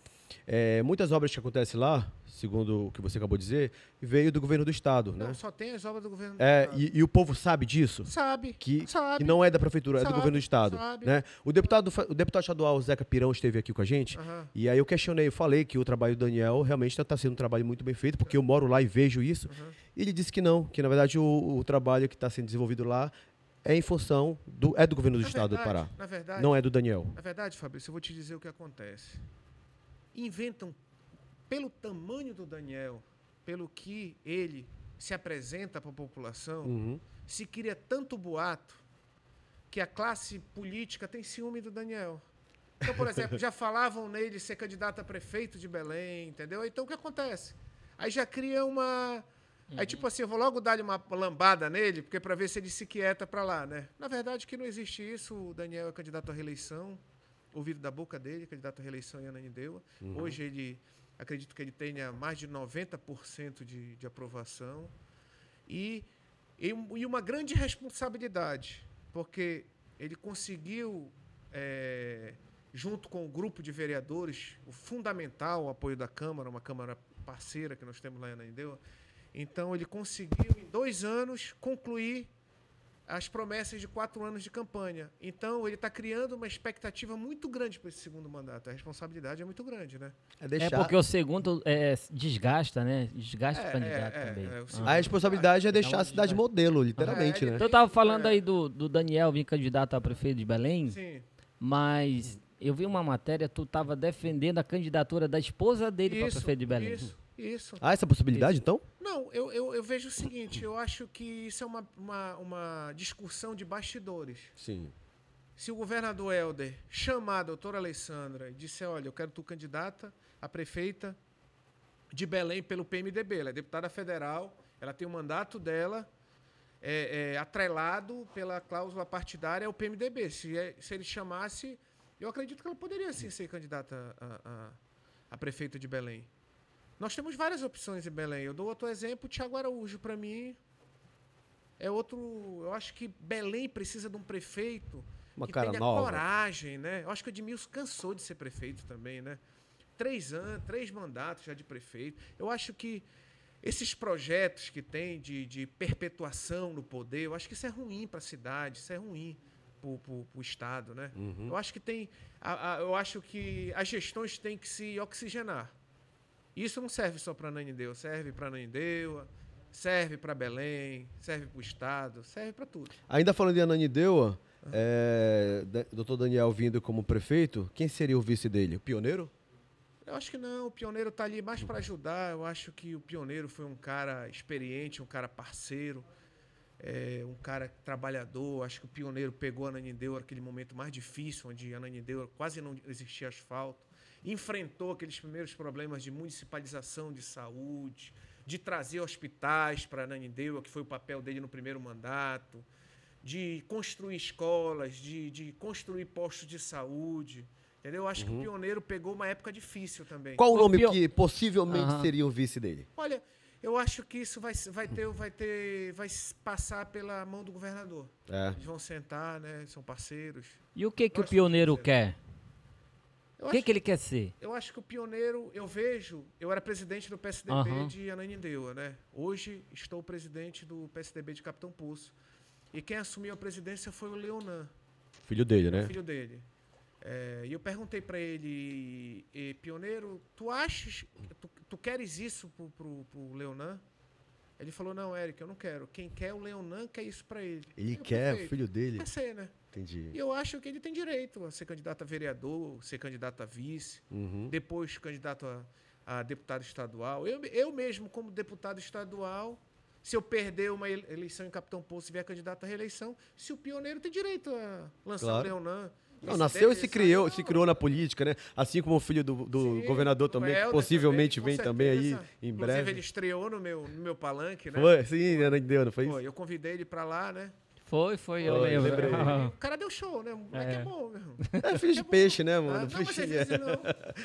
S1: É, muitas obras que acontecem lá, segundo o que você acabou de dizer, veio do governo do estado,
S3: Não,
S1: né?
S3: só tem as obras do governo.
S1: É,
S3: do Estado.
S1: e, e o povo sabe disso?
S3: Sabe.
S1: Que,
S3: sabe.
S1: que não é da prefeitura, é do
S3: Sabe,
S1: governo do estado.
S3: sabe.
S1: Né? O, deputado, fa- o deputado estadual Zeca Pirão esteve aqui com a gente.
S3: Aham.
S1: E aí eu questionei, eu falei que o trabalho do Daniel realmente está sendo um trabalho muito bem feito, porque eu moro lá e vejo isso. E ele disse que não, que na verdade o, o trabalho que está sendo desenvolvido lá é em função do. é do governo do
S3: Na
S1: estado do Pará.
S3: verdade- Na verdade,
S1: Não é do Daniel.
S3: Na verdade, Fabrício, eu vou te dizer o que acontece. Inventam, pelo tamanho do Daniel, pelo que ele se apresenta para a população,
S1: Uhum.
S3: se cria tanto boato que a classe política tem ciúme do Daniel. Então, por exemplo, já falavam nele ser candidato a prefeito de Belém, entendeu? Então, o que acontece? Aí já cria uma... Aí, tipo assim, eu vou logo dar-lhe uma lambada nele, porque para ver se ele se quieta para lá, né? Na verdade, que não existe isso. O Daniel é candidato à reeleição, ouvido da boca dele, candidato à reeleição em Ananindeua. Hoje ele... Acredito que ele tenha mais de 90% de, de aprovação. E e, um- e uma grande responsabilidade, porque ele conseguiu, eh, junto com o grupo de vereadores, o fundamental apoio da Câmara, uma Câmara parceira que nós temos lá em Ananindeua, então ele conseguiu, em dois anos, concluir as promessas de quatro anos de campanha. Então ele está criando uma expectativa muito grande para esse segundo mandato. A responsabilidade é muito grande, né?
S1: É
S2: É
S1: deixar.
S2: porque o segundo é, desgasta, né? Desgasta
S3: É,
S2: o candidato
S3: é, é,
S2: também.
S3: é, o
S2: Ah.
S3: segundo-
S1: A responsabilidade é deixar a
S2: onde
S1: cidade
S2: vai?
S1: modelo, literalmente,
S3: É,
S1: né?
S2: Então eu tava falando aí do, do Daniel vir candidato a prefeito de Belém,
S3: Sim.
S2: mas eu vi uma matéria, tu tava defendendo a candidatura da esposa dele para
S3: Isso,
S2: prefeito de Belém.
S3: Isso, isso.
S1: Há essa possibilidade, então?
S3: Não, eu, eu, eu vejo o seguinte, eu acho que isso é uma, uma, uma discussão de bastidores.
S1: Sim.
S3: Se o governador Helder chamar a doutora Alessandra e disser, olha, eu quero tu candidata a prefeita de Belém pelo PMDB, ela é deputada federal, ela tem o mandato dela é, é, atrelado pela cláusula partidária ao PMDB. Se, é- se ele chamasse, eu acredito que ela poderia sim ser candidata a, a, a prefeita de Belém. Nós temos várias opções em Belém. Eu dou outro exemplo, Tiago Araújo, para mim, é outro. Eu acho que Belém precisa de um prefeito
S1: Uma
S3: que
S1: cara
S3: tenha
S1: nova.
S3: coragem, né? Eu acho que o Edmilson cansou de ser prefeito também, né? Três anos, três mandatos já de prefeito. Eu acho que esses projetos que tem de, de perpetuação no poder, eu acho que isso é ruim para a cidade, isso é ruim para o Estado, né?
S1: Uhum.
S3: Eu acho que tem, a- a- eu acho que as gestões têm que se oxigenar. Isso não serve só para Nanindeua, serve para Nanindeua, serve para Belém, serve para o Estado, serve para tudo.
S1: Ainda falando de Ananindeua, é, da- doutor Daniel vindo como prefeito, quem seria o vice dele? O pioneiro?
S3: Eu acho que não, o pioneiro tá ali mais para ajudar. Eu acho que o pioneiro foi um cara experiente, um cara parceiro, é, um cara trabalhador. Acho que o pioneiro pegou a Ananindeua naquele momento mais difícil, onde a Ananindeua quase não existia asfalto. Enfrentou aqueles primeiros problemas de municipalização de saúde, de trazer hospitais para Ananindeua, que foi o papel dele no primeiro mandato, de construir escolas, de, de construir postos de saúde. Entendeu? Eu Acho que o pioneiro pegou uma época difícil também.
S1: Qual o
S2: O
S1: nome
S2: pio-
S1: que possivelmente
S2: Aham.
S1: seria o vice dele?
S3: Olha, eu acho que isso vai, vai ter, vai ter, vai s- passar pela mão do governador.
S1: É.
S3: Eles vão sentar, né? São parceiros.
S2: E o que que o
S3: Eu acho que
S2: pioneiro
S3: sim.
S2: quer?
S3: Eu
S2: O que
S3: acho
S2: que ele quer ser?
S3: eu acho que o pioneiro, eu vejo, eu era presidente do PSDB
S2: Aham.
S3: de Ananindeua, né? Hoje estou presidente do PSDB de Capitão Pulso. E quem assumiu a presidência foi o Leonan.
S1: Filho dele, né?
S3: filho dele. É, e eu perguntei pra ele, e, pioneiro, tu achas, tu, tu queres isso pro, pro, pro Leonan? Ele falou, não, Eric, eu não quero. Quem quer o Leonan quer isso pra ele.
S1: Ele
S3: Eu,
S1: quer o
S3: perfeito.
S1: filho dele.
S3: Quer ser, né? E
S1: Entendi.
S3: eu acho que ele tem direito a ser candidato a vereador, ser candidato a vice,
S1: Uhum.
S3: depois candidato a, a deputado estadual. Eu, eu mesmo, como deputado estadual, se eu perder uma ele- eleição em Capitão Poço e vier candidato à reeleição, se o pioneiro tem direito a lançar
S1: Claro.
S3: o Leonan.
S1: Não,
S3: Esse
S1: nasceu e
S3: deve
S1: se
S3: sair,
S1: criou,
S3: não.
S1: se criou na política, né? Assim como o filho do, do
S3: Sim, é,
S1: governador
S3: o
S1: também, que
S3: Helder
S1: possivelmente
S3: também, com
S1: vem também aí
S3: certeza.
S1: em
S3: Inclusive, ele
S1: breve.
S3: estreou no meu, no meu palanque, né?
S1: Foi, sim, Ananindeua, não foi
S3: Pô,
S1: isso?
S3: eu convidei ele pra lá, né?
S2: Foi, foi, eu
S1: Foi,
S2: lembro.
S1: lembrei.
S3: O cara deu show, né? O moleque é,
S2: É.
S3: bom, meu irmão.
S1: É filho de peixe, né, mano?
S3: Ah, não, mas às
S1: Peixinho,
S3: vezes
S1: é.
S3: não.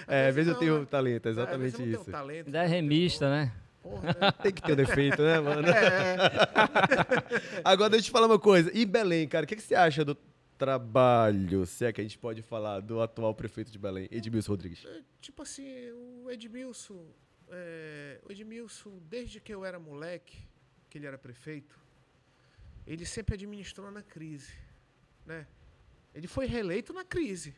S1: É, às vezes eu
S3: não,
S1: tenho
S3: né?
S1: talento, é
S3: Às vezes
S1: exatamente
S3: eu não tenho um
S1: isso.
S3: talento,
S2: Da
S3: não tenho
S2: remista, né?
S3: porra, né?
S1: Tem que ter um defeito, né, mano?
S3: É, é.
S1: Agora deixa eu te falar uma coisa. E Belém, cara, o que, que você acha do trabalho, se é que a gente pode falar, do atual prefeito de Belém, Edmilson Rodrigues?
S3: Tipo assim, o Edmilson, é, o Edmilson, desde que eu era moleque, que ele era prefeito, ele sempre administrou na crise, né? Ele foi reeleito na crise,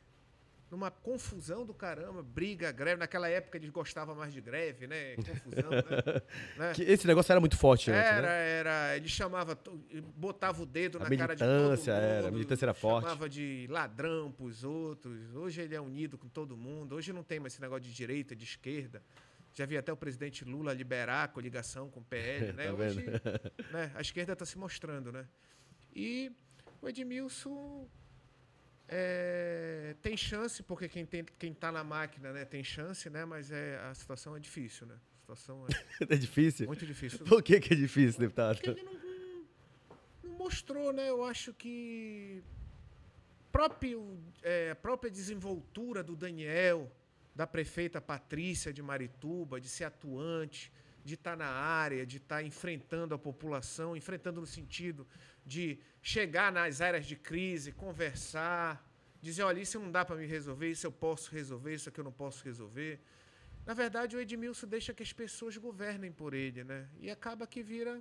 S3: numa confusão do caramba, briga, greve. Naquela época ele gostava mais de greve, né? Confusão, né? né?
S1: Que esse negócio era muito forte antes,
S3: Era,
S1: né?
S3: era. Ele chamava, to- ele botava o dedo
S1: A
S3: na cara de todo mundo.
S1: militância era, a militância era forte.
S3: Chamava de ladrão pros outros. Hoje ele é unido com todo mundo. Hoje não tem mais esse negócio de direita, de esquerda. Já vi até o presidente Lula liberar a coligação com o PL, né?
S1: Tá
S3: Hoje,
S1: vendo?
S3: né? A esquerda está se mostrando, né? E o Edmilson é, tem chance, porque quem tem, quem tá na máquina, né, tem chance, né? Mas é, a situação é difícil, né? A situação é
S1: É difícil?
S3: muito difícil.
S1: Por que, que é difícil, deputado?
S3: Porque ele não, não mostrou, né? Eu acho que próprio, é, a própria desenvoltura do Daniel, da prefeita Patrícia de Marituba, de ser atuante, de estar na área, de estar enfrentando a população, enfrentando no sentido de chegar nas áreas de crise, conversar, dizer, olha, isso não dá para me resolver, isso eu posso resolver, isso aqui eu não posso resolver. Na verdade, o Edmilson deixa que as pessoas governem por ele, né? E acaba que vira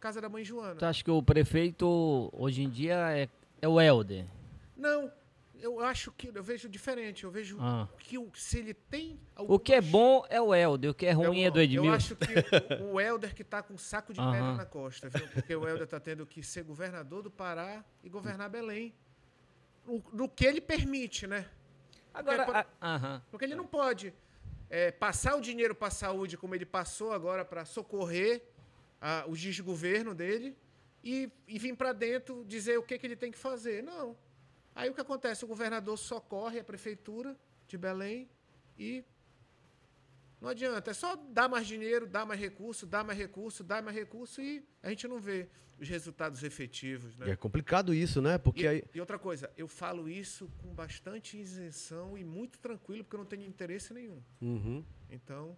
S3: casa da mãe Joana.
S2: Tu acha que o prefeito hoje em dia é, é o Helder?
S3: Não, eu acho que eu vejo diferente. Eu vejo
S2: Ah.
S3: que o- se ele tem
S2: O que é
S3: algumas-
S2: bom é o Helder, o que é
S3: Eu-
S2: ruim é do
S3: Eu
S2: Edmilson.
S3: acho que o, o Helder que tá com um saco de pedra
S2: Aham.
S3: na costa, viu? Porque o Helder tá tendo que ser governador do Pará e governar Belém. No, no que ele permite, né?
S2: Agora,
S3: Porque-
S2: a- aham.
S3: Porque ele não pode é, passar o dinheiro para a saúde, como ele passou agora, para socorrer a, o desgoverno dele e, e vir para dentro dizer o que, que ele tem que fazer. Não. Aí o que acontece? O governador socorre a prefeitura de Belém e. Não adianta, é só dar mais dinheiro, dar mais recurso, dar mais recurso, dar mais recurso e a gente não vê os resultados efetivos. Né?
S1: É complicado isso, né? Porque
S3: E,
S1: aí.
S3: e outra coisa, eu falo isso com bastante isenção e muito tranquilo, porque eu não tenho interesse nenhum.
S1: Uhum.
S3: Então,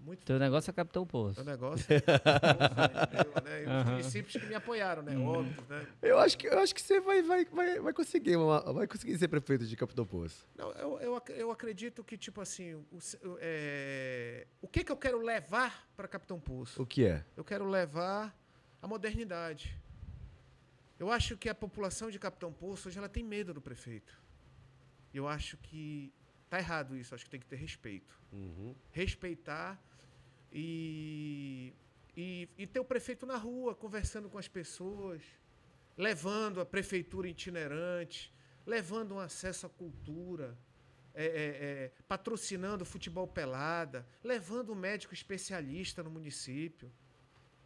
S3: muito
S1: Tá.
S2: Teu negócio é Capitão Poço.
S3: meu negócio. é eu, né, e os
S2: Aham.
S3: municípios que me apoiaram,
S1: Uhum.
S3: né? Óbvio, né?
S1: Eu acho que, eu acho que você vai, vai, vai, vai conseguir, uma- vai conseguir ser prefeito de Capitão Poço.
S3: Não, eu, eu, ac- eu acredito que, tipo assim, o, se- o- é, o que, que eu quero levar para Capitão Poço?
S1: O que é?
S3: Eu quero levar a modernidade. Eu acho que a população de Capitão Poço hoje ela tem medo do prefeito. Eu acho que tá errado isso. Acho que tem que ter respeito.
S1: Uhum.
S3: respeitar e, e, e ter o prefeito na rua, conversando com as pessoas, levando a prefeitura itinerante, levando um acesso à cultura, é, é, é, patrocinando o futebol pelada, levando um médico especialista no município,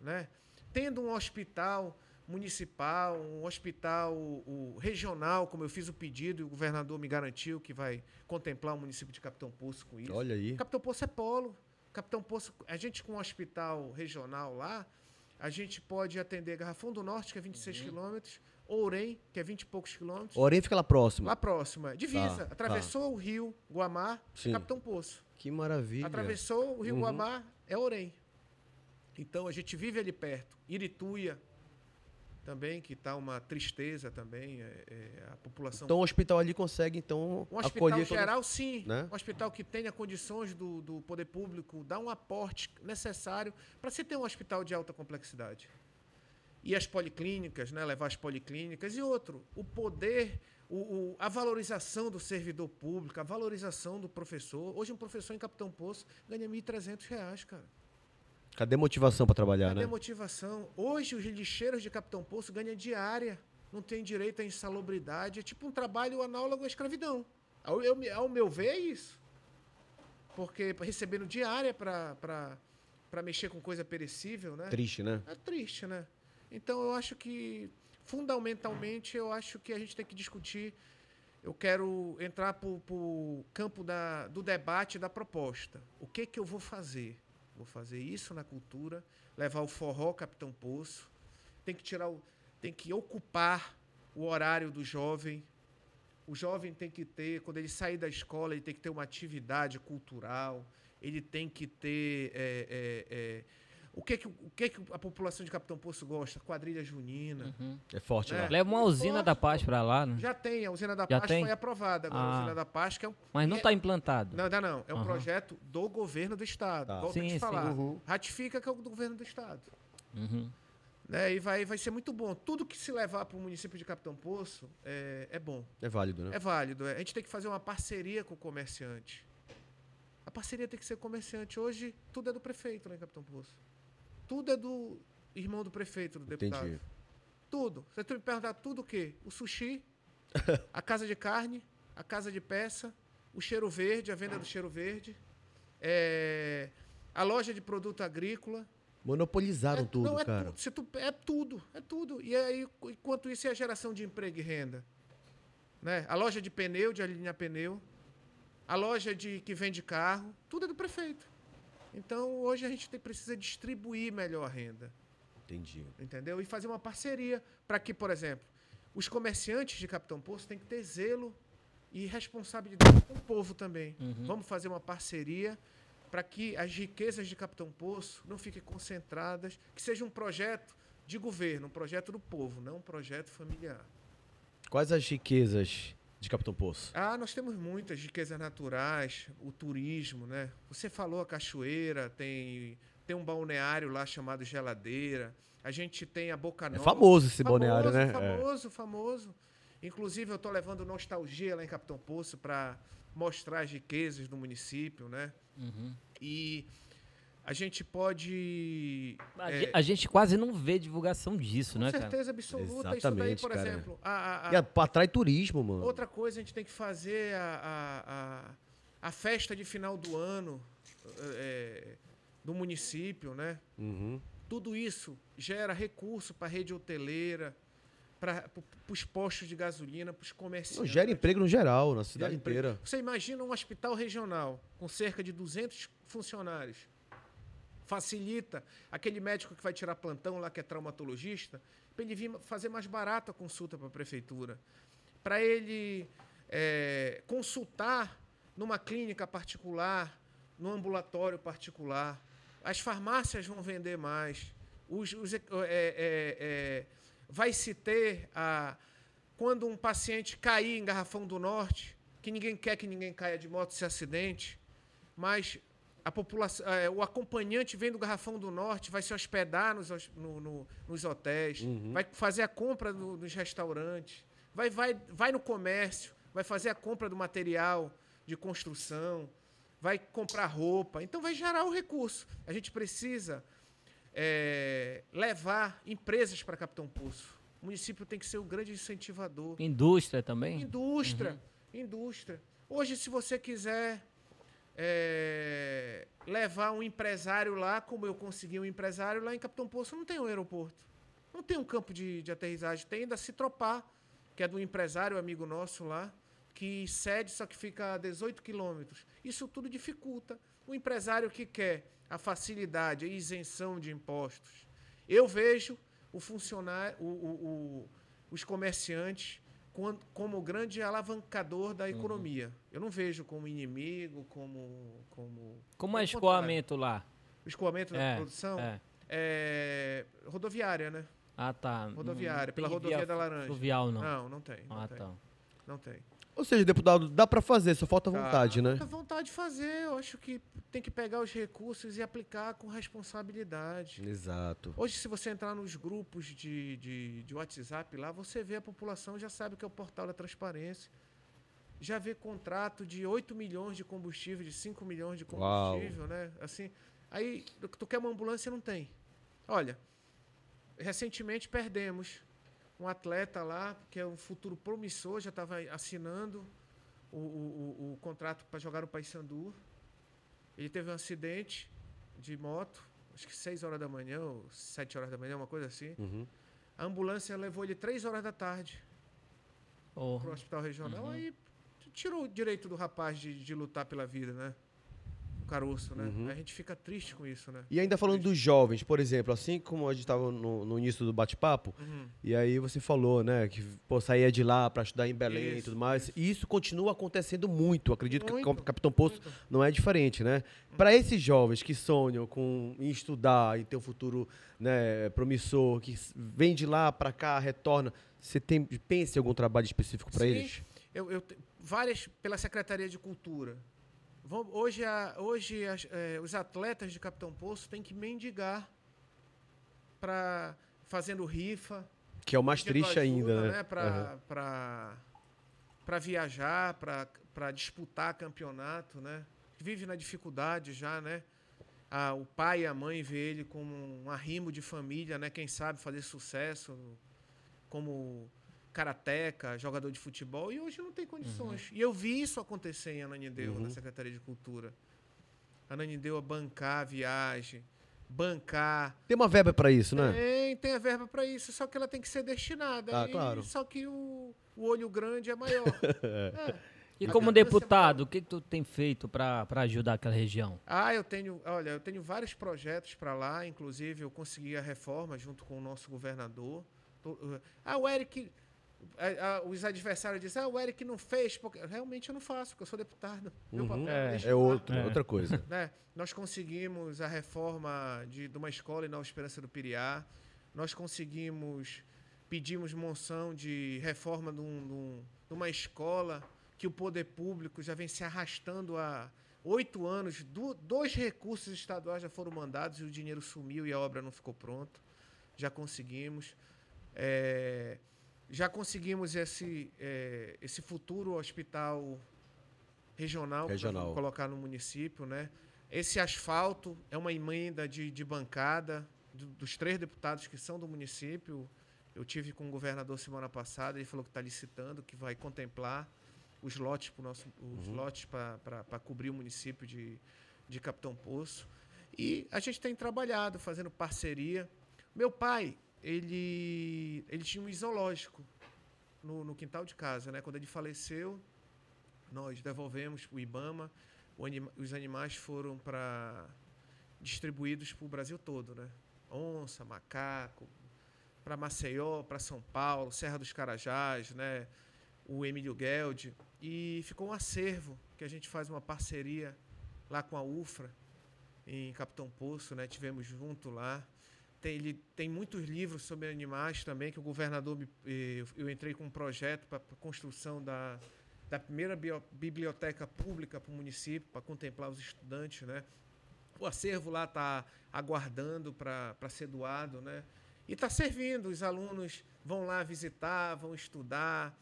S3: né? tendo um hospital municipal, um hospital o, regional, como eu fiz o pedido e o governador me garantiu que vai contemplar o município de Capitão Poço com isso.
S1: Olha aí.
S3: Capitão Poço é polo. Capitão Poço, a gente com um hospital regional lá, a gente pode atender Garrafão do Norte, que é 26
S1: Uhum.
S3: quilômetros, Ourém, que é 20 e poucos quilômetros.
S1: Orem fica lá próximo.
S3: Lá próxima, divisa.
S1: Tá, tá.
S3: atravessou o rio Guamá,
S1: Sim.
S3: Capitão Poço.
S1: Que maravilha.
S3: Atravessou o rio
S1: Uhum.
S3: Guamá, é Ourém. Então a gente vive ali perto. Irituia também, que está uma tristeza também. é- é, a população
S1: Então o hospital ali consegue, então,
S3: um hospital
S1: acolher
S3: geral, sim.
S1: né?
S3: Um hospital que tenha condições do, do poder público, dá um aporte necessário para se ter um hospital de alta complexidade. E as policlínicas, né? levar as policlínicas. E outro, o poder, o, o- a valorização do servidor público, a valorização do professor. Hoje, um professor em Capitão Poço ganha R$ 1.300, reais, cara.
S1: Todo... Cadê motivação pra trabalhar,
S3: Cadê
S1: né?
S3: a motivação? Hoje os lixeiros de Capitão Poço ganham diária, não tem direito à insalubridade, é tipo um trabalho análogo à escravidão. Ao, eu me- ao meu ver, é isso. Porque recebendo diária para mexer com coisa perecível, né?
S1: Triste, né?
S3: É triste, né? Então eu acho que, fundamentalmente, eu acho que a gente tem que discutir. Eu quero entrar para o campo da, do debate da proposta. O que, que eu vou fazer? Vou fazer isso na cultura, levar o forró ao Capitão Poço, tem que tirar o, tem que ocupar o horário do jovem. O jovem tem que ter, quando ele sair da escola, ele tem que eh, ter uma atividade cultural, ele tem que ter é, é, é, O que é que, o que, é que a população de Capitão Poço gosta? Quadrilha junina.
S2: Uhum.
S1: É forte
S3: É.
S1: lá.
S2: Leva uma usina
S3: Posso?
S2: da paz pra lá, né?
S3: Já tem, a usina da
S2: Já
S3: Paz
S2: tem?
S3: foi aprovada. Agora,
S2: Ah.
S3: a usina da Paz, que é um.
S2: Mas não
S3: é-
S2: tá implantado.
S3: Não, ainda não. É um
S2: Aham.
S3: projeto do governo do Estado.
S1: Tá.
S3: Volto a
S2: Sim,
S3: te
S2: sim.
S3: falar.
S1: Uhum.
S3: Ratifica que é o do governo do Estado.
S2: Uhum.
S3: Né? E vai, vai ser muito bom. Tudo que se levar para o município de Capitão Poço é, é bom.
S1: É válido, né?
S3: É válido. é. A gente tem que fazer uma parceria com o comerciante. A parceria tem que ser comerciante. Hoje, tudo é do prefeito, né, Capitão Poço? Tudo é do irmão do prefeito, do deputado.
S1: Entendi.
S3: Tudo. Você tem que perguntar tudo o quê? O sushi, a casa de carne, a casa de peça, o cheiro verde, a venda do cheiro verde, é, a loja de produto agrícola.
S1: Monopolizaram
S3: É-
S1: tudo,
S3: não, é
S1: cara.
S3: Tudo, se tu, é tudo, é tudo. E aí, enquanto isso, é a geração de emprego e renda. Né? A loja de pneu, de alinhar pneu, a loja de que vende carro, tudo é do prefeito. Então, hoje a gente tem- precisa distribuir melhor a renda,
S1: Entendi.
S3: entendeu? E fazer uma parceria para que, por exemplo, os comerciantes de Capitão Poço têm que ter zelo e responsabilidade com o povo também.
S1: Uhum.
S3: Vamos fazer uma parceria para que as riquezas de Capitão Poço não fiquem concentradas, que seja um projeto de governo, um projeto do povo, não um projeto familiar.
S1: Quais as riquezas de Capitão Poço?
S3: Ah, nós temos muitas riquezas naturais, o turismo, né? Você falou a cachoeira, tem, tem um balneário lá chamado Geladeira, a gente tem a Boca
S1: É
S3: Nova.
S1: famoso esse
S3: Famoso,
S1: balneário, né? É.
S3: Famoso, famoso. Inclusive, eu tô levando nostalgia lá em Capitão Poço para mostrar as riquezas do município, né?
S2: Uhum.
S3: E a gente pode.
S2: A,
S3: é,
S2: ge- a gente quase não vê divulgação disso,
S3: com
S2: né, cara?
S3: certeza absoluta. Isso daí,
S1: Exatamente,
S3: por
S1: cara.
S3: exemplo, a- a- a-
S1: É. E a- atrai turismo, mano.
S3: outra coisa a gente tem que fazer a, a, a, a festa de final do ano é, do município, né?
S1: Uhum.
S3: Tudo isso gera recurso para a rede hoteleira, para os postos de gasolina, para os comerciantes.
S1: Não, gera emprego no geral, na
S3: né? Gera
S1: cidade
S3: emprego.
S1: inteira.
S3: Você imagina um hospital regional com cerca de 200 funcionários. Facilita aquele médico que vai tirar plantão lá, que é traumatologista, para ele vir fazer mais barato a consulta para a prefeitura. Para ele eh, consultar numa clínica particular, num ambulatório particular. As farmácias vão vender mais. Os, os, eh, eh, eh, vai se ter a, quando um paciente cair em Garrafão do Norte, que ninguém quer que ninguém caia de moto, se acidente, mas a população, eh, o acompanhante vem do Garrafão do Norte, vai se hospedar nos, hos- no- no- nos hotéis, vai fazer a compra do- nos restaurantes, vai, vai, vai no comércio, vai fazer a compra do material de construção, vai comprar roupa. Então vai gerar o recurso. A gente precisa eh, levar empresas para Capitão Poço. O município tem que ser o grande incentivador.
S2: Indústria também?
S3: Indústria. Indústria. Hoje, se você quiser é, levar um empresário lá, como eu consegui um empresário lá em Capitão Poço, não tem um aeroporto. Não tem um campo de, de aterrissagem. Tem ainda Citropá, que é do empresário amigo nosso lá, que cede, só que fica a 18 quilômetros. Isso tudo dificulta. O empresário que quer a facilidade, a isenção de impostos. Eu vejo o funcionário, o- o- o- os comerciantes quan- como o grande alavancador
S2: Uhum.
S3: da economia. Eu não vejo como inimigo, como. como
S2: Como é
S3: Pelo contrário.
S2: escoamento lá?
S3: O escoamento da
S2: É,
S3: produção é.
S2: é.
S3: rodoviária, né?
S2: Ah, tá. Não-
S3: Rodoviária,
S2: não
S3: pela
S2: tem
S3: rodovia
S2: via
S3: da Laranja.
S2: Fluvial, não.
S3: Não, não tem. Não
S2: ah,
S3: tem.
S2: tá.
S3: Não tem.
S1: Ou seja, deputado, dá pra fazer, só falta vontade,
S3: Tá,
S1: né?
S3: tá vontade de fazer. Eu acho que tem que pegar os recursos e aplicar com responsabilidade.
S1: Exato.
S3: Hoje, se você entrar nos grupos de, de, de WhatsApp lá, você vê a população, já sabe o que é o portal da transparência. Já vê contrato de 8 milhões de combustível, de 5 milhões de
S1: Uau.
S3: combustível, né? Assim, aí tu- tu quer uma ambulância não tem. Olha, recentemente perdemos um atleta lá, que é um futuro promissor, já estava assinando o, o- o- o contrato para jogar no Paysandu. Ele teve um acidente de moto, acho que 6 horas da manhã, ou 7 horas da manhã, uma coisa assim.
S1: Uhum.
S3: A ambulância levou ele 3 horas da tarde
S2: Oh,
S3: para o hospital regional. Aí t- tirou o direito do rapaz de, de lutar pela vida, né? O caroço, né? A gente fica triste com isso, né?
S1: E ainda falando dos jovens, por exemplo, assim como a gente estava no, no início do bate-papo,
S3: Uhum.
S1: e aí você falou, né, que pô, saía de lá para estudar em Belém e
S3: Isso,
S1: tudo mais, e isso continua acontecendo muito. Acredito que
S3: Muito, Uhum.
S1: o Capitão Poço não é diferente, né? Para esses jovens que sonham com em estudar e ter um futuro né, promissor, que s- vem de lá para cá, retorna, você tem pensa em algum trabalho específico para
S3: Sim.
S1: eles?
S3: Eu, eu te- várias pela Secretaria de Cultura. Vam- Hoje, a- hoje as- eh, os atletas de Capitão Poço têm que mendigar para fazendo rifa.
S1: Que é o mais triste ainda, né?
S3: Para viajar, para disputar campeonato, né? Vive na dificuldade já, né? Ah, o pai e a mãe vê ele como um arrimo de família, né? Quem sabe fazer sucesso como karateca, jogador de futebol, e hoje não tem condições.
S1: Uhum.
S3: E eu vi isso acontecer em Ananindeua, na Secretaria de Cultura. Ananindeua bancar a viagem, bancar
S1: Tem uma verba para isso, né?
S3: tem, tem a verba para isso, só que ela tem que ser destinada.
S1: Ah,
S3: e-
S1: claro.
S3: Só que o, o olho grande é maior. É.
S2: E
S3: Ah,
S2: como
S3: cara.
S2: deputado, o que, que tu tem feito pra, pra ajudar aquela região?
S3: Ah, eu tenho, olha, eu tenho vários projetos para lá, inclusive eu consegui a reforma junto com o nosso governador. Tô- eh, Ah, o Eric, eh, ah, os adversários dizem, ah, o Eric não fez, porque realmente eu não faço, porque eu sou deputado. Meu papel
S2: É.
S3: legislar.
S1: É outro,
S2: É.
S1: outra coisa.
S3: né? Nós conseguimos a reforma de, de uma escola em Nova Esperança do Piriá. Nós conseguimos, pedimos monção de reforma de, um- de um- de uma escola que o poder público já vem se arrastando há oito anos. Du- dois recursos estaduais já foram mandados e o dinheiro sumiu e a obra não ficou pronta. Já conseguimos. É, já conseguimos esse, é, esse futuro hospital regional, que nós vamos
S1: Regional.
S3: colocar no município, né? Esse asfalto é uma emenda de, de bancada do- dos três deputados que são do município. Eu tive com o governador semana passada, ele falou que está licitando, que vai contemplar os lotes para nosso, os lotes para cobrir o município de, de Capitão Poço. E a gente tem trabalhado, fazendo parceria. Meu pai, ele, ele tinha um zoológico no, no quintal de casa, né? Quando ele faleceu, nós devolvemos para o IBAMA. O anima- os animais foram para distribuídos para o Brasil todo, né? Onça, macaco, para Maceió, para São Paulo, Serra dos Carajás, né? O Emílio Gueld e ficou um acervo que a gente faz uma parceria lá com a UFRA em Capitão Poço, né? Tivemos junto lá. Tem, ele tem muitos livros sobre animais também que o governador me, eh, eu entrei com um projeto para construção da da primeira bio- biblioteca pública para o município, para contemplar os estudantes, né? O acervo lá está aguardando para ser doado, né? E está servindo, os alunos vão lá visitar, vão estudar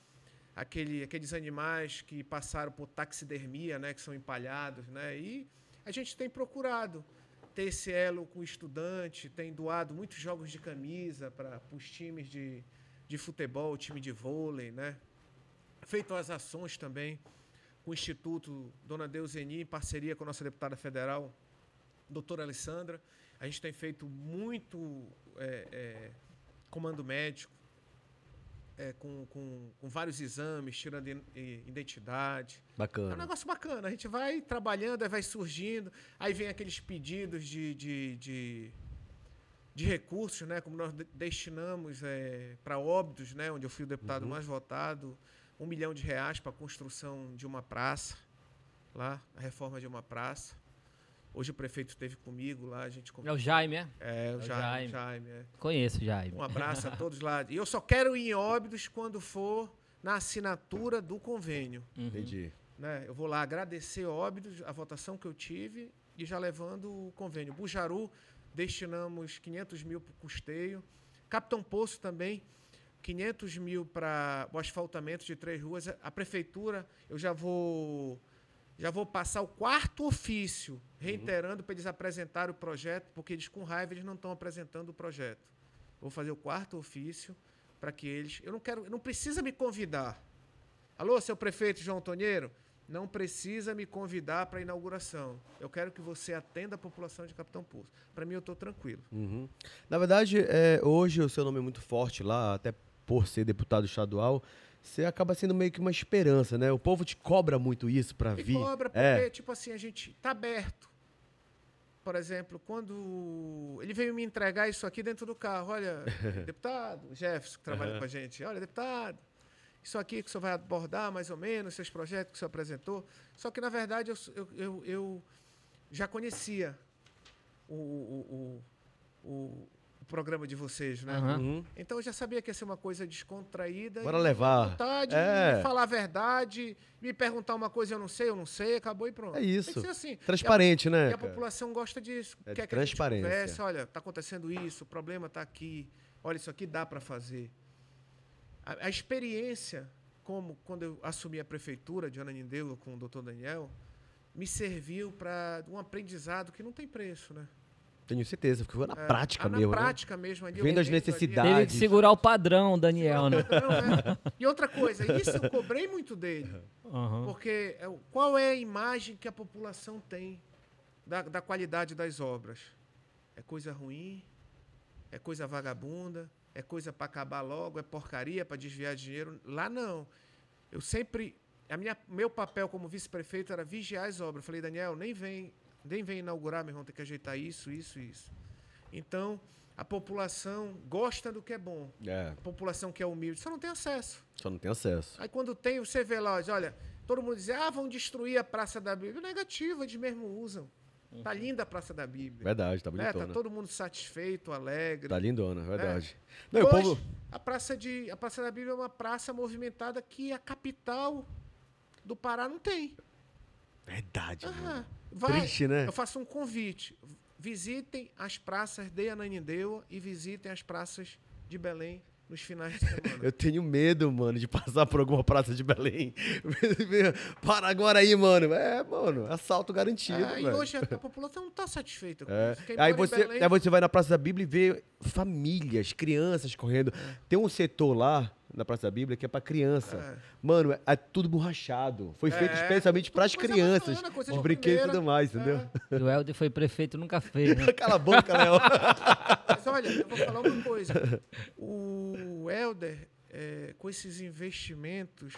S3: aquele, aqueles animais que passaram por taxidermia, né? Que são empalhados, né? E a gente tem procurado ter esse elo com o estudante, tem doado muitos jogos de camisa para os times de, de futebol, time de vôlei, né? feito as ações também com o Instituto Dona Deuseni, em parceria com a nossa deputada federal, doutora Alessandra. A gente tem feito muito é, é, comando médico, é, com, com- com vários exames, tirando i- i- identidade. É um
S1: Bacana.
S3: negócio bacana. A gente vai trabalhando, aí vai surgindo, aí vem aqueles pedidos de, de, de, de recursos, né? Como nós de- destinamos para óbidos, né? Onde eu fui o deputado mais votado, um milhão de reais para a construção de uma praça, lá, a reforma de uma praça. Hoje o prefeito esteve comigo lá, a gente
S2: É
S3: conversou.
S2: o Jaime, é?
S3: É,
S2: é o
S3: o
S2: Jaime.
S3: Jaime. Jaime é.
S2: Conheço o Jaime.
S3: Um abraço a todos lá. E eu só quero ir em óbidos quando for na assinatura do convênio
S2: Uhum.
S1: Entendi.
S3: né? Eu vou lá agradecer Óbidos a votação que eu tive e já levando o convênio. Bujaru, destinamos 500 mil para o custeio. Capitão Poço também, 500 mil para o asfaltamento de três ruas. A- A prefeitura, eu já vou já vou passar o quarto ofício, reiterando para eles apresentarem o projeto, porque eles com raiva eles não estão apresentando o projeto. Vou fazer o quarto ofício para que eles. Eu não quero, não precisa me convidar. Alô, seu prefeito João Tonheiro, não precisa me convidar para a inauguração. Eu quero que você atenda a população de Capitão Poço. Para mim, eu estou tranquilo.
S1: Uhum. Na verdade, é, hoje o seu nome é muito forte lá, até por ser deputado estadual, você acaba sendo meio que uma esperança, né? O povo te cobra muito isso pra
S3: E
S1: vir.
S3: cobra, porque,
S1: é,
S3: tipo assim, a gente tá aberto. por exemplo, quando ele veio me entregar isso aqui dentro do carro, olha, deputado, Jefferson, que trabalha com a gente, olha, deputado, isso aqui que o senhor vai abordar mais ou menos, seus projetos que o senhor apresentou. Só que, na verdade, eu, eu, eu- eu já conhecia o, o- o- o- o programa de vocês, né?
S2: Aham.
S1: Uhum.
S3: Então eu já sabia que ia ser uma coisa descontraída.
S1: Bora
S3: e à
S1: levar.
S3: vontade,
S1: É.
S3: e falar a verdade, me perguntar uma coisa eu não sei, eu não sei, acabou e pronto.
S1: É
S3: Tem que
S1: isso.
S3: ser assim.
S1: Transparente,
S3: E a,
S1: né?
S3: e a
S1: cara?
S3: população gosta disso.
S1: É de
S3: quer que
S1: transparência.
S3: A gente converse, olha, tá acontecendo isso, o problema tá aqui. Olha, isso aqui dá para fazer. A, a experiência, como quando eu assumi a prefeitura de Ananindelo com o doutor Daniel, me serviu para um aprendizado que não tem preço, né?
S1: Tenho certeza, porque foi na prática
S3: Ah, na
S1: mesmo. né?
S3: prática mesmo. Ali, eu
S1: Vendo as
S3: vendo ali, né?
S1: necessidades.
S2: Teve que segurar o padrão, Daniel, né?
S3: Não, é. E outra coisa, isso eu cobrei muito dele.
S2: Aham.
S3: Porque é, o- qual é a imagem que a população tem da, da qualidade das obras? É coisa ruim? É coisa vagabunda? É coisa para acabar logo? É porcaria para desviar dinheiro? Lá não. Eu sempre. A minha, meu papel como vice-prefeito era vigiar as obras. Eu falei, Daniel, nem vem, nem vem inaugurar, meu irmão, tem que ajeitar isso, isso, isso. Então, a população gosta do que é bom.
S1: É,
S3: A população que é humilde só não tem acesso.
S1: só não tem acesso.
S3: Aí quando tem, você vê lá, olha, todo mundo diz, ah, vão destruir a Praça da Bíblia. Negativo, eles mesmo usam. Tá linda a Praça da Bíblia.
S1: Verdade, tá
S3: né? Tá
S1: Uhum. bonitona.
S3: todo mundo satisfeito, alegre.
S1: Tá lindona, verdade. Não, e o
S3: Dois,
S1: povo.
S3: a, praça de, a Praça da Bíblia é uma praça movimentada que a capital do Pará não tem.
S1: Verdade,
S3: Ah,
S1: mano.
S3: vai.
S1: Tá Triste, né?
S3: Eu faço um convite. Visitem as praças de Ananindeua e visitem as praças de Belém nos finais de semana.
S1: Eu tenho medo, mano, de passar por alguma praça de Belém. Para agora aí, mano. É, mano, assalto garantido,
S3: Ah, e
S1: velho.
S3: hoje a, a população não está satisfeita com
S1: É.
S3: isso. Quem
S1: Aí,
S3: mora em
S1: você,
S3: Belém-
S1: aí você vai na Praça da Bíblia e vê famílias, crianças correndo.
S3: É.
S1: Tem um setor lá, na Praça da Bíblia, que é pra criança. Mano, é, é tudo borrachado. Foi feito
S3: É.
S1: especialmente pras
S3: Coisa
S1: crianças.
S3: bacana, coisa
S1: Os
S3: de É.
S1: brinquedos e
S3: primeira.
S1: tudo mais, entendeu?
S2: E O Helder foi prefeito, nunca fez, né?
S1: Cala a boca, Léo.
S3: Mas olha, eu vou falar uma coisa. O Helder, é, com esses investimentos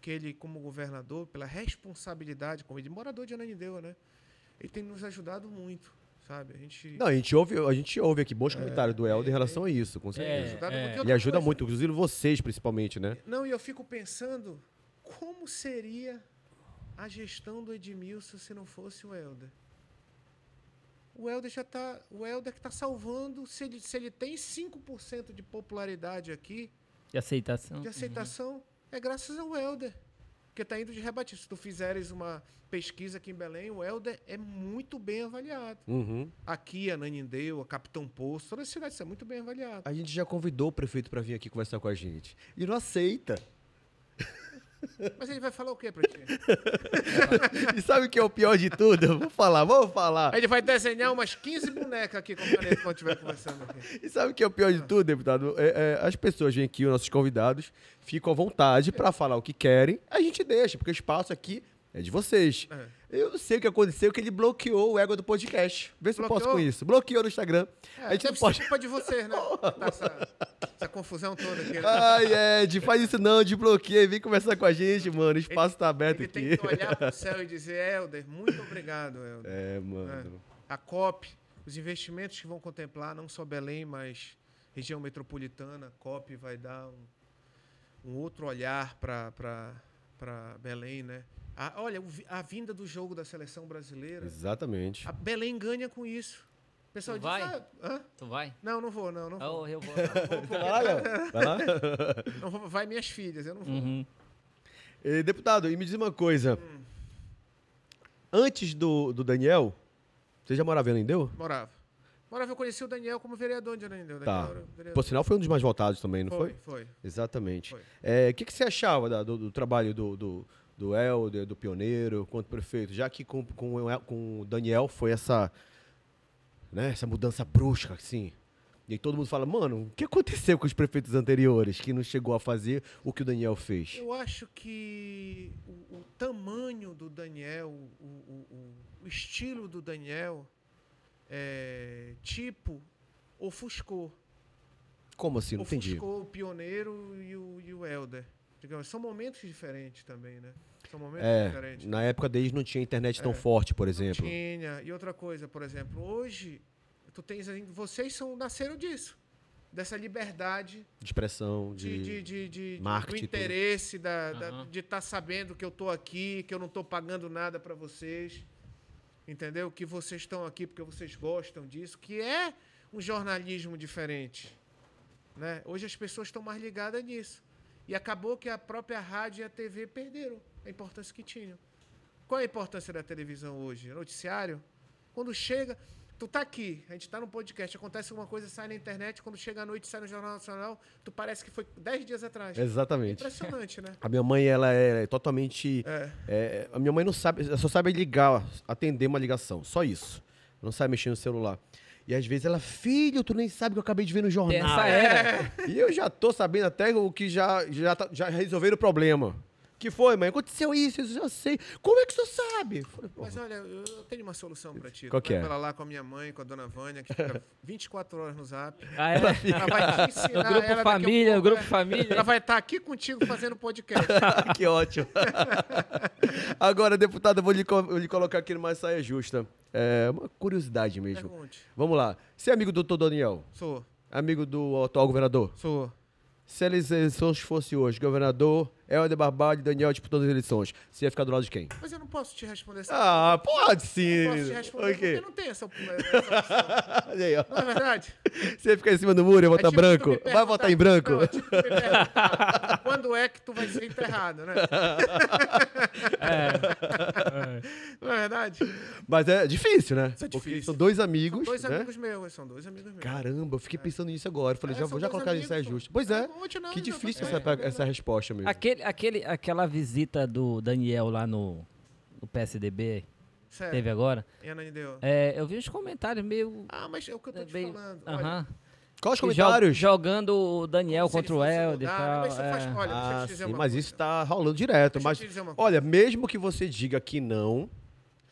S3: que ele, como governador, pela responsabilidade, como ele morador de Ananindeua, né? Ele tem nos ajudado muito, sabe? A gente...
S1: Não, a gente ouve, a gente ouve aqui bons comentários do Helder em relação a isso, com certeza.
S3: ajudado muito. É. E
S1: Ele
S3: outra
S1: ajuda
S3: coisa,
S1: muito, inclusive vocês, principalmente, né?
S3: Não, e eu fico pensando como seria a gestão do Edmilson se não fosse o Helder. O Helder já tá. O Helder que está salvando, se ele, se ele tem 5% de popularidade aqui,
S2: De aceitação.
S3: de aceitação, é graças ao Helder. Porque tá indo de rebatido. Se tu fizeres uma pesquisa aqui em Belém, o Helder é muito bem avaliado.
S1: Uhum.
S3: Aqui, Ananindeu, Capitão Poço, todas as cidades são muito bem avaliadas.
S1: A gente já convidou o prefeito pra vir aqui conversar com a gente. E não aceita.
S3: Mas ele vai falar o quê pra ti?
S1: E sabe o que é o pior de tudo? Eu Vou falar, vou falar.
S3: Aí Ele vai desenhar umas 15 bonecas aqui com o caneta quando estiver conversando aqui.
S1: E sabe o que é o pior de tudo, deputado? É, é, as pessoas vêm aqui, os nossos convidados, ficam à vontade pra falar o que querem, a gente deixa, porque o espaço aqui é de vocês.
S3: É.
S1: Eu sei o que aconteceu, que ele bloqueou o ego do podcast. Vê se eu posso
S3: Bloqueou?
S1: com isso. Bloqueou no Instagram.
S3: É,
S1: a gente não
S3: deve
S1: pode...
S3: ser culpa de vocês, né? Tá essa, essa confusão toda aqui. né?
S1: Ai, Ed, faz isso não, desbloqueia, vem conversar com a gente, mano. O espaço tá aberto
S3: Ele
S1: aqui.
S3: tem que olhar pro céu e dizer, "É, Helder, muito obrigado, Helder.
S1: É, mano.
S3: A COP, os investimentos que vão contemplar, não só Belém, mas região metropolitana, a COP vai dar um, um outro olhar para Belém, né? A- olha, o vi- a vinda do jogo da seleção brasileira,
S1: Exatamente.
S3: a Belém ganha com isso. O pessoal
S2: Tu
S3: diz,
S2: vai?
S3: ah, hã?
S2: Tu vai?
S3: Não, não vou, não, não vou.
S2: Oh, eu vou.
S1: Vai lá, Léo. Vai lá.
S3: Não vou- vai minhas filhas, eu não vou.
S2: Uhum.
S1: Eh, Deputado, e me diz uma coisa.
S3: Hum.
S1: Antes do, do Daniel, você já morava em Anendeu?
S3: Morava. Morava, eu conheci o Daniel como vereador de Ananindeu.
S1: Tá.
S3: Daniel era o vereador.
S1: Por sinal, foi um dos mais votados também, não foi?
S3: né? Foi, foi.
S1: Exatamente.
S3: Foi.
S1: Eh, O que, que você achava da- do, do trabalho do, do, do Helder, do Pioneiro, quanto prefeito? Já que com, com, o El- com o Daniel foi essa, né, essa mudança brusca, assim. E aí todo mundo fala, mano, o que aconteceu com os prefeitos anteriores que não chegou a fazer o que o Daniel fez?
S3: Eu acho que o, o tamanho do Daniel, o, o- o- o estilo do Daniel, é, tipo, ofuscou.
S1: Como assim? Não entendi.
S3: ofuscou o pioneiro e o, e o Helder. Digamos, são momentos diferentes também, né? É um momento
S1: É,
S3: diferente. É.
S1: na época deles não tinha internet tão forte, por exemplo.
S3: Tinha. E outra coisa, por exemplo, hoje, tu tens ainda. Vocês são, nasceram disso. Dessa liberdade
S1: De expressão,
S3: de, de,
S1: de...
S3: de, de- de- do
S1: marketing e tudo.
S3: interesse, da, da-
S2: Aham.
S3: de estar sabendo que eu tô aqui, que eu não tô pagando nada para vocês. Entendeu? Que vocês estão aqui porque vocês gostam disso, que é um jornalismo diferente. Né? Hoje as pessoas estão mais ligadas nisso. E acabou que a própria rádio e a TV perderam a importância que tinham. Qual é a importância da televisão hoje? Noticiário? Quando chega. Tu tá aqui, a gente tá num podcast, acontece alguma coisa, sai na internet, quando chega à noite, sai no Jornal Nacional, tu parece que foi 10 dias atrás.
S1: Exatamente.
S3: Impressionante, né?
S1: A minha mãe, ela é totalmente...
S3: É.
S1: É, a minha mãe não sabe, ela só sabe ligar, atender uma ligação, só isso. Não sabe mexer no celular. E às vezes ela, filho, tu nem sabe o que eu acabei de ver no jornal.
S2: Tem essa era.
S1: E eu já tô sabendo até o que já, já, tá- já resolveram o problema. Que foi, mãe? Aconteceu isso, isso eu já sei. Como é que você sabe? Eu Falei, "Pô,
S3: Mas olha, eu eu tenho uma solução pra ti.
S1: Qual
S3: Tu
S1: que
S3: vai
S1: é?
S3: pra lá com a minha mãe, com a dona Vânia, que fica 24 horas no zap.
S2: Ah, é?
S3: Ela vai te ensinar.
S2: No grupo
S3: ela daqui a
S2: família, no
S3: pouco,
S2: grupo
S3: é.
S2: família.
S3: Ela vai estar aqui contigo fazendo podcast.
S1: que ótimo. Agora, deputado, eu vou lhe, co- eu lhe colocar aqui numa saia justa. É uma curiosidade mesmo.
S3: Pergunte.
S1: Vamos lá. Você é amigo do doutor Daniel?
S3: Sou,
S1: Amigo do atual governador?
S3: sou.
S1: Se as eleições fossem hoje, governador, Helder Barbalho e Daniel disputando as eleições, você ia ficar do lado de quem?
S3: Mas eu não posso te responder essa
S1: Ah, pode
S3: Eu
S1: sim.
S3: não posso te responder porque
S1: Ok.
S3: não tem essa, essa opção.
S1: Olha aí, ó.
S3: Não é verdade?
S1: Você ia ficar em cima do muro e ia
S3: É
S1: votar
S3: tipo tu
S1: branco?
S3: me
S1: Vai
S3: perguntar-
S1: votar em branco?
S3: Não, é tipo tu me perguntar, quando é que tu vai ser enterrado, né? Não é verdade?
S1: Mas é difícil, né?
S3: Isso é
S1: Porque
S3: difícil.
S1: são dois amigos,
S3: São dois
S1: né?
S3: amigos meus, são dois amigos meus.
S1: Caramba, eu fiquei pensando nisso agora. Falei,
S3: É,
S1: já
S3: são
S1: vou já
S3: dois
S1: colocar
S3: amigos,
S1: isso aí
S3: pô.
S1: justo. Pois
S3: Não,
S1: é.
S3: não, não,
S1: que
S3: não,
S1: difícil
S3: não,
S1: essa,
S3: não, não.
S1: essa resposta mesmo.
S2: Aquele, aquele, aquela visita do Daniel lá no, no PSDB,
S3: Sério.
S2: teve agora,
S3: E a Nani deu.
S2: é, eu vi uns comentários meio...
S3: Ah, mas é o que eu tô te
S2: meio
S3: falando. Olha,
S2: Aham.
S1: Qual os
S2: Que jo-
S1: comentários?
S2: Jogando o Daniel
S3: se ele
S2: contra o
S3: fosse
S2: Helder e
S3: mudar,
S2: tal.
S3: Mas isso
S2: é.
S3: faz, olha, deixa eu
S1: ah,
S3: te dizer
S1: sim,
S3: uma
S1: mas
S3: coisa.
S1: isso tá rolando direto.
S3: Deixa eu
S1: Mas,
S3: te dizer uma coisa.
S1: olha, mesmo que você diga que não,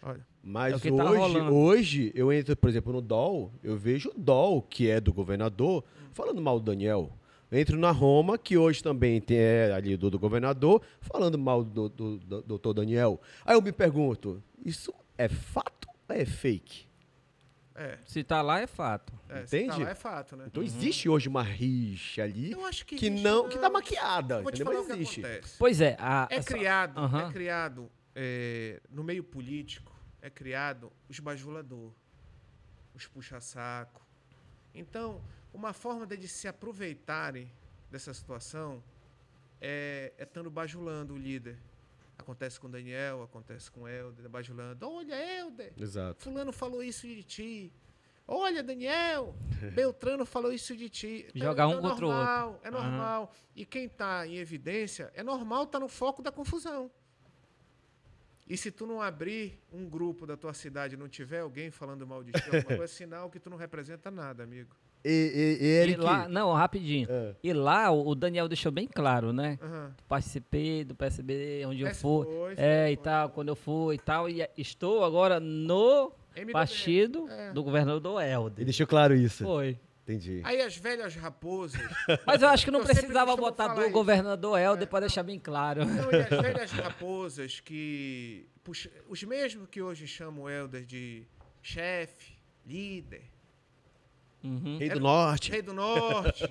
S3: Olha.
S1: Mas
S2: É o que
S1: hoje,
S2: tá rolando.
S1: hoje, eu entro, por exemplo, no DOL, eu vejo o DOL, que é do governador, falando mal do Daniel. Eu entro na Roma, que hoje também tem, é ali do, do governador, falando mal do, do, do doutor Daniel. Aí eu me pergunto, isso é fato ou é fake?
S3: É,
S2: Se tá lá é fato.
S3: é, se
S1: Entende?
S3: tá lá é fato, né?
S2: Uhum.
S1: Então existe hoje uma rixa ali
S3: Eu acho que
S1: que,
S3: existe,
S1: não, que tá
S3: não.
S1: maquiada,
S3: Eu vou te
S1: entendeu?
S3: falar o
S1: Mas
S3: que
S1: existe.
S3: acontece.
S2: Pois é. A,
S3: É
S2: essa-
S3: criado,
S2: Aham.
S3: é criado é, no meio político, é criado os bajulador, os puxa-saco. Então, uma forma deles se aproveitarem dessa situação é é estando bajulando o líder. Acontece com o Daniel, acontece com o Helder, bajulando. Olha, Helder,
S1: Exato.
S3: fulano falou isso de ti. Olha, Daniel, Beltrano falou isso de ti.
S2: Jogar um
S3: é
S2: contra o
S3: normal, É
S2: Aham.
S3: normal. E quem está em evidência, é normal estar no foco da confusão. E se tu não abrir um grupo da tua cidade e não tiver alguém falando mal de ti, alguma coisa, é sinal que tu não representa nada, amigo.
S1: E, e, e,
S2: E
S1: Eric,
S2: lá, não, rapidinho.
S1: É.
S2: E lá o o Daniel deixou bem claro, né?
S3: Aham.
S2: Participei do PSB, onde eu
S3: Esse
S2: for.
S3: foi, foi,
S2: É, e
S3: foi.
S2: tal, quando eu for e tal. E é, estou agora no
S3: MDB.
S2: partido
S3: É.
S2: do governador
S1: ele
S2: Helder.
S1: deixou claro isso.
S2: Foi.
S1: Entendi.
S3: Aí as velhas raposas.
S2: Mas eu acho que não
S3: Eu sempre
S2: precisava
S3: costumo
S2: botar
S3: falar
S2: do
S3: isso. É.
S2: governador Helder pra deixar bem claro.
S3: Não, e as velhas raposas que. puxa- os mesmos que hoje chamam o Helder de chefe, líder,
S2: Uhum.
S1: Rei do Norte.
S3: Rei do Norte.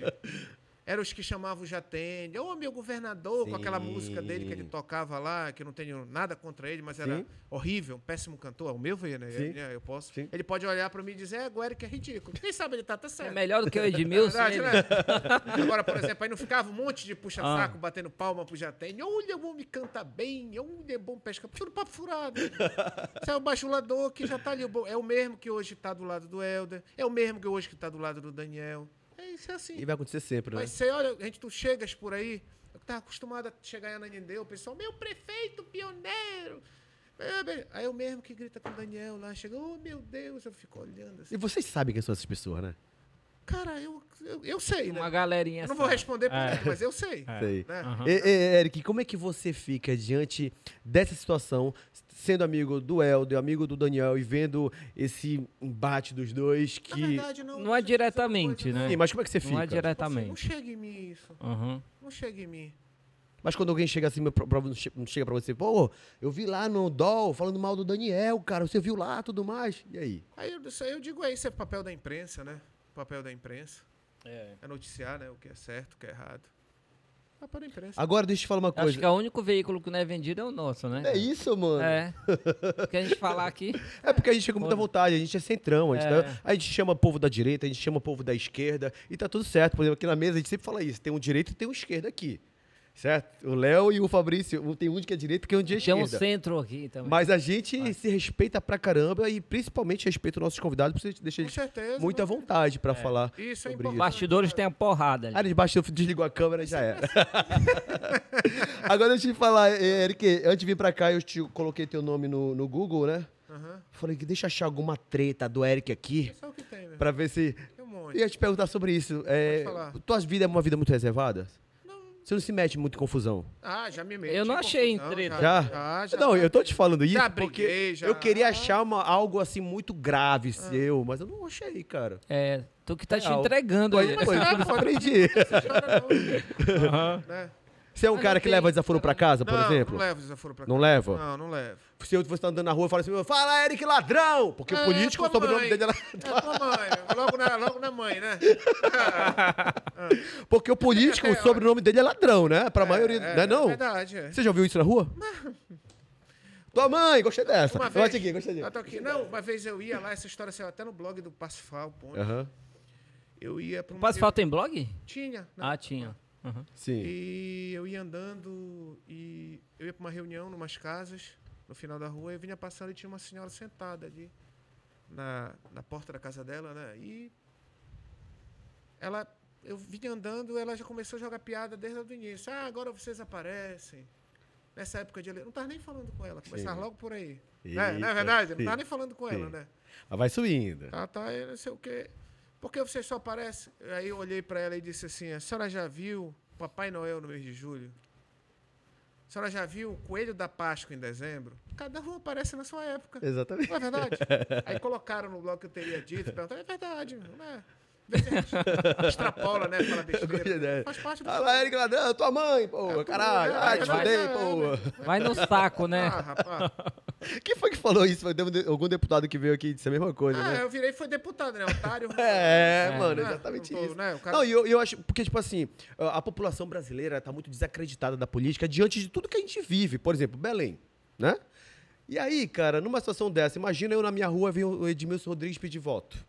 S3: Eram os que chamavam o Jatende. Ô, meu governador, com aquela
S1: Sim.
S3: música dele que ele tocava lá, que eu não tenho nada contra ele, mas era
S1: Sim.
S3: horrível, um péssimo cantor, ao meu ver, né?
S1: Sim.
S3: Ele- né, eu posso.
S1: Sim.
S3: Ele pode olhar pra mim e dizer, é, o Eric é ridículo. Quem sabe ele tá, tá
S2: É
S3: certo.
S2: melhor do que o
S3: É
S2: Edmilson.
S3: verdade,
S2: ele-
S3: né? Agora, por exemplo, aí não ficava um monte de puxa-saco
S1: Ah.
S3: batendo palma pro Jatene. Olha, o homem canta bem, olha, é bom pesca. Tudo papo furado. Isso é o bajulador que já tá ali. o bo- É o mesmo que hoje tá do lado do Helder. É o mesmo que hoje que tá do lado do Daniel. É isso, é assim.
S1: E vai acontecer sempre, né?
S3: Mas você olha, gente, tu chegas por aí, eu tava acostumado a chegar em Ananindeu, o pessoal, meu prefeito pioneiro. meu be-". Aí eu mesmo que grita com o Daniel lá, chega, oh meu Deus, eu fico olhando assim.
S1: E vocês sabem quem são essas pessoas, né?
S3: Cara, eu, eu, eu sei, né?
S2: Uma galerinha.
S3: Eu não vou
S2: só.
S3: responder pra
S2: É.
S3: ele, mas eu sei.
S1: Sei.
S3: Né?
S2: Aham.
S1: E- e- Eric, como é que você fica diante dessa situação, sendo amigo do Helder, amigo do Daniel e vendo esse embate dos dois
S3: Na
S1: que.
S3: verdade,
S2: Não é
S3: não. deixa eu dizer uma
S2: diretamente,
S3: coisa,
S2: né?
S1: Sim, mas como é que você
S2: Não é Uhum.
S1: fica?
S3: Assim, não
S2: diretamente.
S3: chega em mim isso.
S2: Aham.
S3: Não chega em mim.
S1: Mas quando alguém chega assim, pra- pra- chega pra você, pô, eu vi lá no Dol falando mal do Daniel, cara, você viu lá tudo mais. E aí?
S3: Aí eu, isso aí eu digo aí, isso é papel da imprensa, né? Papel da imprensa. É noticiar, né? O que é certo, o que é errado. Papel da imprensa.
S1: Agora deixa eu te falar uma
S2: Acho
S1: coisa.
S2: que é o único veículo que não é vendido é o nosso, né?
S1: É isso, mano. É.
S2: É. O que a gente falar aqui.
S1: porque a gente fica com muita vontade, a gente é centrão, a gente,
S2: É.
S1: tá- a gente chama o povo da direita, a gente chama o povo da esquerda, e tá tudo certo. Por exemplo, aqui na mesa a gente sempre fala isso: tem um direito e tem um esquerda aqui. Certo? O Léo e o Fabrício, um- tem um que é direito e tem um de
S2: Tem um
S1: esquerda.
S2: centro aqui
S3: né?
S2: também.
S1: Mas a gente
S3: Ah.
S1: se respeita pra caramba e principalmente respeita os nossos convidados, porque a gente deixa
S3: Com
S1: eles
S3: certeza.
S1: muita
S3: né?
S1: vontade pra falar
S3: Isso é
S1: sobre isso.
S3: importante.
S2: Bastidores tem a porrada
S1: Ah,
S2: ali.
S1: eles baixou, desligou a câmera já era. Agora deixa eu te falar, eh, Eric, antes de vir pra cá, eu te coloquei teu nome no, no Google, né?
S3: Aham.
S1: Falei que deixa eu achar alguma treta do Eric aqui,
S3: Isso é o que tem, né?
S1: pra ver se...
S3: Tem um monte.
S1: Eu ia te perguntar sobre isso. É,
S3: falar.
S1: tua vida é uma vida muito reservada? Você não se mete muito em confusão?
S3: Ah, já me meto.
S2: Eu não
S3: em
S2: achei em
S3: confusão,
S2: treta.
S1: Já?
S3: Já, já.
S1: não, eu tô te falando isso
S3: Já
S1: porque
S3: briguei, já. Ah.
S1: eu queria achar uma- algo assim muito grave seu, mas eu não achei, cara.
S2: É, tu que tá te
S1: Real.
S2: entregando.
S1: Foi,
S2: aí.
S1: foi, eu aprendi.
S3: Chora não.
S1: Você é um
S2: Ah,
S1: cara
S2: não
S1: que
S2: tem-
S1: leva desaforo pra casa, por
S3: né? Não,
S1: exemplo?
S3: não levo desaforo pra cá.
S1: Não leva?
S3: Não, não levo.
S1: Se eu fosse andando na rua e falasse assim, fala Eric Ladrão! Porque o
S3: É,
S1: político,
S3: tua
S1: o sobrenome
S3: mãe.
S1: dele era...
S3: É tua mãe. né? Logo na, logo na mãe, né?
S1: Porque o político, o
S3: até-
S1: sobrenome dele é ladrão, né? Pra maioria,
S3: É,
S1: né não?
S3: verdade, é.
S1: Você já ouviu isso na rua? Tua mãe, gostei dessa.
S3: Uma
S1: Gosta
S3: vez, Tá,
S1: aqui, gostei
S3: eu
S1: dele.
S3: tô aqui. Não, uma vez eu ia lá, essa história saiu até no blog do Passifal, ponto.
S1: Aham,
S3: Eu ia pra uma...
S2: Posso falar, tem blog?
S3: Tinha. né?
S2: Ah, tinha. Uhum.
S1: sim.
S3: E eu ia andando e eu ia pra uma reunião numas casas, no final da rua, eu vinha passando e tinha uma senhora sentada ali na, na porta da casa dela, né? E ela, eu vinha andando, ela já começou a jogar piada desde o início. Ah, agora vocês aparecem. Nessa época de ele não tava nem falando com ela, começava
S1: Sim.
S3: logo por aí. Né? Não
S1: Eita,
S3: é verdade? Eu
S1: sim.
S3: Não tava nem falando com ela,
S1: Sim.
S3: né?
S1: Mas Ah, vai subindo.
S3: Ela tá, eu não sei o quê. Por que você só aparece? Aí eu olhei pra ela e disse assim: a senhora já viu Papai Noel no mês de julho? A senhora já viu o Coelho da Páscoa em dezembro? Cada um aparece na sua época.
S1: Exatamente.
S3: Não é verdade? Aí colocaram no blog que eu teria dito, perguntaram: é verdade, não é? Vê se a gente extrapola, né? Fala
S1: Eu gostei
S3: besteira.
S1: dessa.
S3: Faz parte do.
S1: Fala Eric Ladrão, tua mãe, pô, caralho.
S3: é,
S1: Ai, te
S2: vai,
S1: fudei,
S3: é, é.
S1: pô.
S2: Vai no saco, né?
S3: Ah, rapaz.
S1: Quem foi que falou isso? Foi um de- algum deputado que veio aqui e disse a mesma coisa,
S3: Ah,
S1: né?
S3: eu virei e foi deputado, né? Otário.
S1: É,
S2: É,
S1: mano,
S3: né?
S1: exatamente
S3: Não tô,
S1: isso.
S3: né? O cara-
S1: Não, e eu, eu acho, porque, tipo assim, a a população brasileira tá muito desacreditada da política diante de tudo que a gente vive. Por exemplo, Belém, né? E aí, cara, numa situação dessa, imagina eu na minha rua ver o Edmilson Rodrigues pedir voto.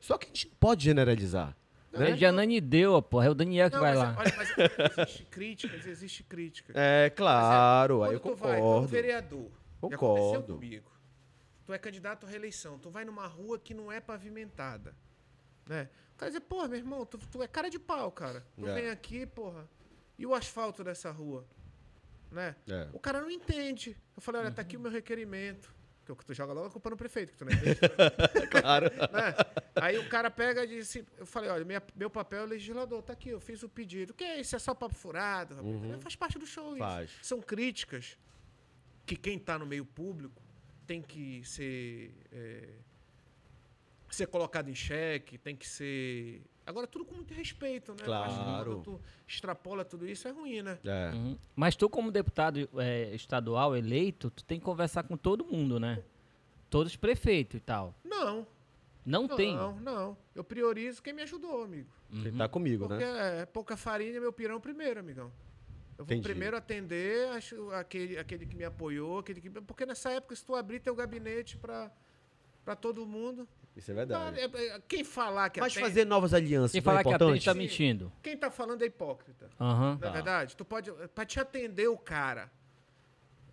S1: Só que a gente não pode generalizar.
S2: Né? Janane deu, porra. É o Daniel que
S3: Não,
S2: vai
S3: mas,
S2: lá.
S3: Olha, mas existe críticas, existe crítica.
S1: É, claro,
S3: Quando
S1: aí eu
S3: tu vai como
S1: concordo.
S3: vereador, já
S1: Concordo.
S3: aconteceu comigo. Tu é candidato à reeleição, tu vai numa rua que não é pavimentada, né? O cara diz, porra, meu irmão, tu, tu é cara de pau, cara. Tu
S1: É.
S3: vem aqui, porra, e o asfalto dessa rua, né?
S1: É.
S3: O cara não entende. Eu falei, olha, tá aqui o meu requerimento. Que eu- que tu joga logo a culpa no prefeito, que tu não entende.
S1: Claro.
S3: né? Aí o cara pega e disse, eu falei, olha, minha- meu papel é legislador, tá aqui, eu fiz o pedido. Que é isso? É só papo furado? rapaz? É, Faz parte do show isso.
S1: Faz.
S3: São críticas que quem tá no meio público tem que ser, é, ser colocado em xeque, tem que ser... Agora, tudo com muito respeito, né? Eu acho que
S1: Claro.
S3: Quando tu extrapola tudo isso, é ruim, né?
S1: É.
S2: Uhum. Mas tu, como deputado é, estadual eleito, tu tem que conversar com todo mundo, né? Todos os prefeitos e tal.
S3: Não,
S2: Não,
S3: não,
S2: tem.
S3: não, Eu priorizo quem me ajudou, amigo.
S2: uhum.
S1: Você tá comigo,
S3: Porque
S1: né?
S3: é pouca farinha, meu pirão primeiro, amigão. Eu vou
S1: Entendi.
S3: primeiro atender acho, aquele, aquele que me apoiou, aquele que. Porque nessa época, se tu abrir teu gabinete pra, pra todo mundo.
S1: Isso é verdade.
S3: tá, é- é- quem falar que
S1: Mas
S3: atende-
S1: fazer novas alianças
S2: Sem
S1: não é
S2: falar que a
S1: importante?
S2: gente tá mentindo.
S3: Quem tá falando é hipócrita.
S2: Aham.
S1: Tá.
S3: Na verdade, tu pode. Pra te atender o cara,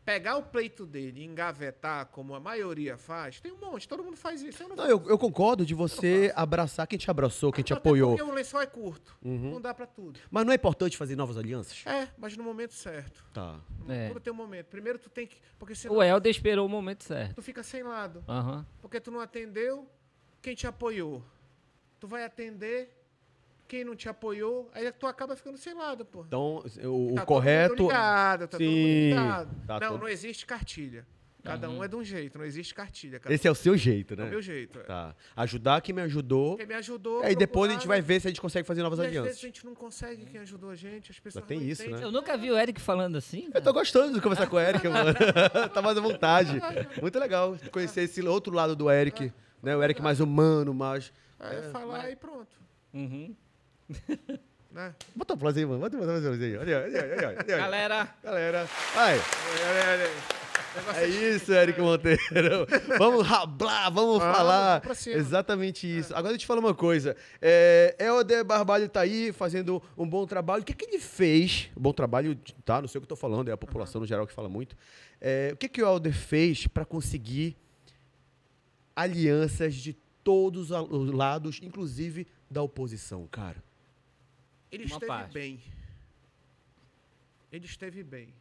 S3: pegar o pleito dele e engavetar, como a maioria faz, tem um monte, todo mundo faz isso. Eu não,
S1: Não, eu, eu concordo de você abraçar quem te abraçou, quem te
S3: Até
S1: apoiou. Uhum.
S3: Porque o lençol é curto. Não dá pra tudo.
S1: Mas não é importante fazer novas alianças?
S3: É, mas no momento certo.
S1: Tá.
S2: É.
S3: Tudo tem um momento. Primeiro tu tem que. Porque senão
S2: O Helder esperou o momento certo.
S3: tu fica sem lado.
S2: Aham.
S3: Porque tu não atendeu quem te apoiou. Tu vai atender quem não te apoiou, aí tu acaba ficando sem lado, pô.
S1: Então, o, o
S3: Tá todo mundo
S1: correto.
S3: ligado, tá todo mundo
S1: Sim.
S3: ligado.
S1: Tá
S3: não,
S1: todo-
S3: não existe cartilha. Cada
S2: Uhum.
S3: um é de um jeito, não existe cartilha. Cada
S1: Esse é o seu jeito,
S3: um é o
S1: né?
S3: meu jeito. é.
S1: Tá. Ajudar quem me ajudou.
S3: Quem me ajudou.
S1: Aí depois a
S3: procuraram,
S1: gente vai ver se a gente consegue fazer novas
S3: e Às vezes
S1: alianças.
S3: a gente não consegue quem ajudou a gente, as pessoas
S1: tem
S3: não
S1: isso,
S3: entendem.
S1: né?
S2: Eu nunca vi o Eric falando assim.
S1: Eu
S2: cara.
S1: tô gostando de conversar com o Eric, mano. tá mais à vontade. Muito legal conhecer esse outro lado do Eric, né? O Eric mais humano, mais.
S3: Aí é, falar e pronto.
S2: Uhum.
S3: Né?
S1: Bota um aplauso aí, mano. Bota um aplauso aí. Olha, olha, olha, olha, olha.
S2: Galera,
S1: Galera. Vai. É isso, Eric Monteiro. Vamos rablar, vamos
S3: Vamos
S1: falar.
S3: pra cima. É.
S1: Exatamente isso. Agora eu te falo uma coisa. É, Helder Barbalho tá aí fazendo um bom trabalho. O que, que ele fez? Bom trabalho, tá? Não sei o que eu tô falando, é a população no geral que fala muito. É, o que, que o Helder fez para conseguir alianças de todos os lados, inclusive da oposição, cara?
S3: Ele
S2: Uma
S3: esteve
S2: parte.
S3: bem. Ele esteve bem.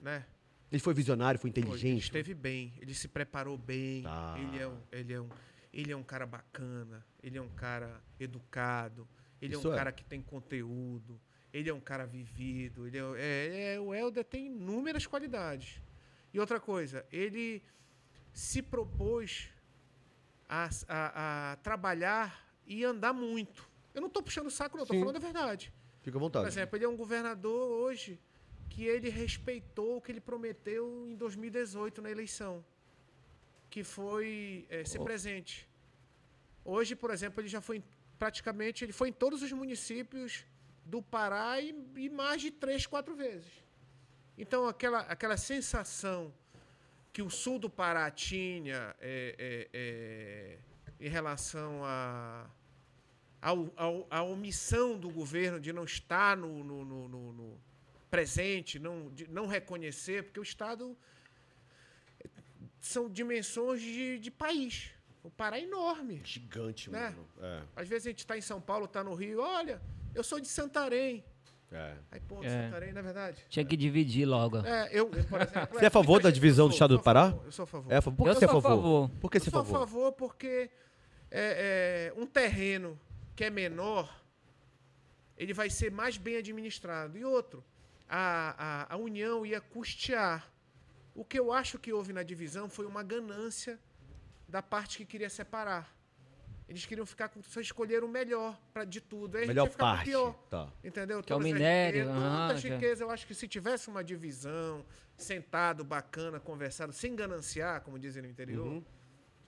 S3: Né?
S1: Ele foi visionário, foi
S3: Pô, Ele
S1: inteligente. né?
S3: esteve bem, ele se preparou bem.
S1: Tá.
S3: Ele, é um, ele, é um, ele é um cara bacana, ele é um cara educado, ele
S1: Isso
S3: é um
S1: é.
S3: cara que tem conteúdo, ele é um cara vivido. Ele é, é- é- o Helder tem inúmeras qualidades. E outra coisa, ele se propôs a, a- a trabalhar e andar muito. Eu não estou puxando o saco, não, estou
S1: Sim.
S3: falando a verdade.
S1: Fica à
S3: Por
S1: vontade.
S3: exemplo, ele é um governador hoje que ele respeitou o que ele prometeu em 2018 na eleição, que foi eh, ser presente. Hoje, por exemplo, ele já foi em- praticamente ele foi em todos os municípios do Pará e, e mais de três, quatro vezes. Então, aquela, aquela sensação que o sul do Pará tinha eh, eh, eh, em relação a ao- ao- à omissão do governo de não estar no, no- no- no- no presente, não, de não reconhecer, porque o Estado são dimensões de, de país. O Pará é enorme.
S1: Gigante,
S3: Né?
S1: mano. É,
S3: Às vezes a gente está em São Paulo, está no Rio, olha, eu sou de Santarém.
S1: é.
S3: Aí, pô,
S2: É.
S3: Santarém, não é verdade?
S2: tinha que dividir logo.
S3: É, eu, eu, por exemplo,
S1: Você é a favor da divisão do
S3: Eu sou-
S1: estado
S3: eu
S1: do
S3: sou a
S1: Pará?
S3: favor, Eu sou a favor.
S1: É, a favor- por que
S2: Eu
S1: você é a
S2: sou a
S1: favor?
S2: favor.
S1: Por que
S3: Eu
S1: você é a
S3: sou a
S1: favor?
S3: favor porque é, é, um terreno que é menor, ele vai ser mais bem administrado. E outro, a, a, a União ia custear. O que eu acho que houve na divisão foi uma ganância da parte que queria separar. Eles queriam ficar com. Só escolher o melhor pra, de tudo. Aí a gente
S1: Melhor
S3: ia ficar com o
S1: parte.
S3: pior.
S1: Tá.
S3: Entendeu?
S2: Que é o
S3: Todas as
S2: minério,
S3: riquezas, todas as
S2: aham, que é.
S3: riquezas, eu acho que se tivesse uma divisão, sentado, bacana, conversado, sem gananciar, como dizem no interior,
S1: Uhum.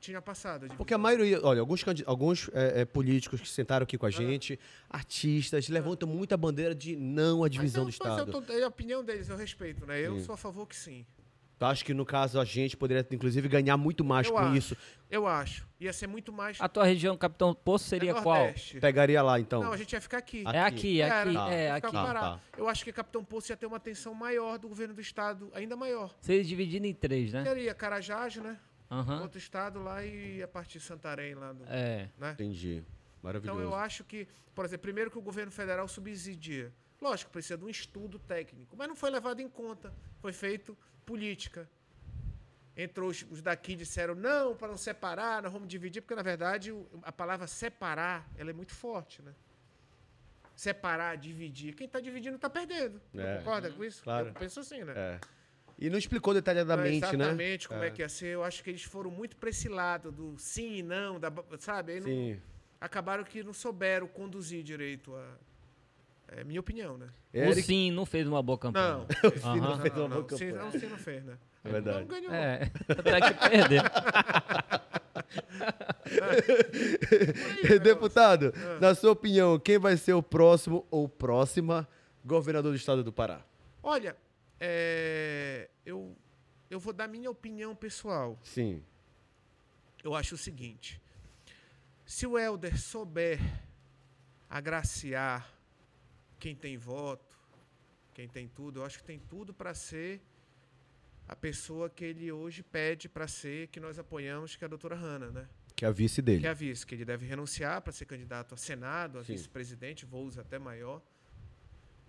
S3: tinha passado. a
S1: Porque a
S2: é
S3: divisão.
S1: maioria, olha, alguns, candi- alguns é, é, políticos que sentaram aqui com
S3: Ah.
S1: a gente, artistas, levantam muito a bandeira de não à divisão do
S3: Mas eu- mas
S1: Estado.
S3: eu tô- é a opinião deles, eu respeito, né? Eu sou a favor que sim.
S1: Tá, Acho que no caso a gente poderia, inclusive, ganhar muito mais
S3: Eu
S1: com
S3: acho.
S1: isso.
S3: Eu acho. Ia ser muito mais.
S2: A tua região, Capitão Poço, seria
S3: é
S2: qual?
S3: Nordeste.
S1: Pegaria lá, então.
S3: Não, a gente ia ficar aqui.
S1: Aqui.
S2: É aqui, é
S3: Era,
S2: aqui,
S1: Tá.
S2: é
S3: ia ficar
S2: aqui.
S3: com o Pará.
S1: Tá,
S3: Eu acho que Capitão Poço ia ter uma atenção maior do governo do estado, ainda maior.
S2: Vocês dividindo em três, né?
S3: Teria Carajás, né?
S2: Aham.
S3: Outro estado lá e a parte de Santarém lá do.
S2: É.
S3: Né?
S1: Entendi.
S3: Então
S1: Maravilhoso.
S3: eu acho que, por exemplo, primeiro que o governo federal subsidia. Lógico, precisa de um estudo técnico, mas não foi levado em conta. Foi feito política. Entrou os, os daqui disseram não, para não separar, nós vamos dividir, porque na verdade o- a palavra separar ela é muito forte, né? Separar, dividir. Quem está dividindo está perdendo.
S1: É.
S3: Não concorda com isso?
S1: Claro.
S3: Eu penso assim, né?
S1: É. E não explicou
S3: Não,
S1: detalhadamente, né?
S3: exatamente como é. que ia ser. Eu acho que eles foram muito para esse lado do sim e não, da, ba- sabe? Aí não-
S1: Sim.
S3: acabaram que não souberam conduzir direito a. É minha opinião, né?
S2: O
S1: Eric,
S2: Sim não fez uma boa campanha.
S3: Não.
S2: Sim não
S1: fez uma
S3: não,
S1: boa
S3: Sim,
S1: campanha.
S3: não, sim não fez, né?
S1: É verdade.
S3: Não ganhou.
S2: É, até que perdeu.
S1: Deputado,
S3: É.
S1: na sua opinião, quem vai ser o próximo ou próxima governador do Estado do Pará?
S3: Olha, é, eu, eu vou dar minha opinião pessoal.
S1: Sim.
S3: Eu acho o seguinte: se o Helder souber agraciar quem tem voto, quem tem tudo, eu acho que tem tudo para ser a pessoa que ele hoje pede para ser, que nós apoiamos, que é a doutora Hanna, né?
S1: Que é a vice dele.
S3: que é a vice, que ele deve renunciar para ser candidato a Senado, a
S1: Sim.
S3: vice-presidente, voos até maior.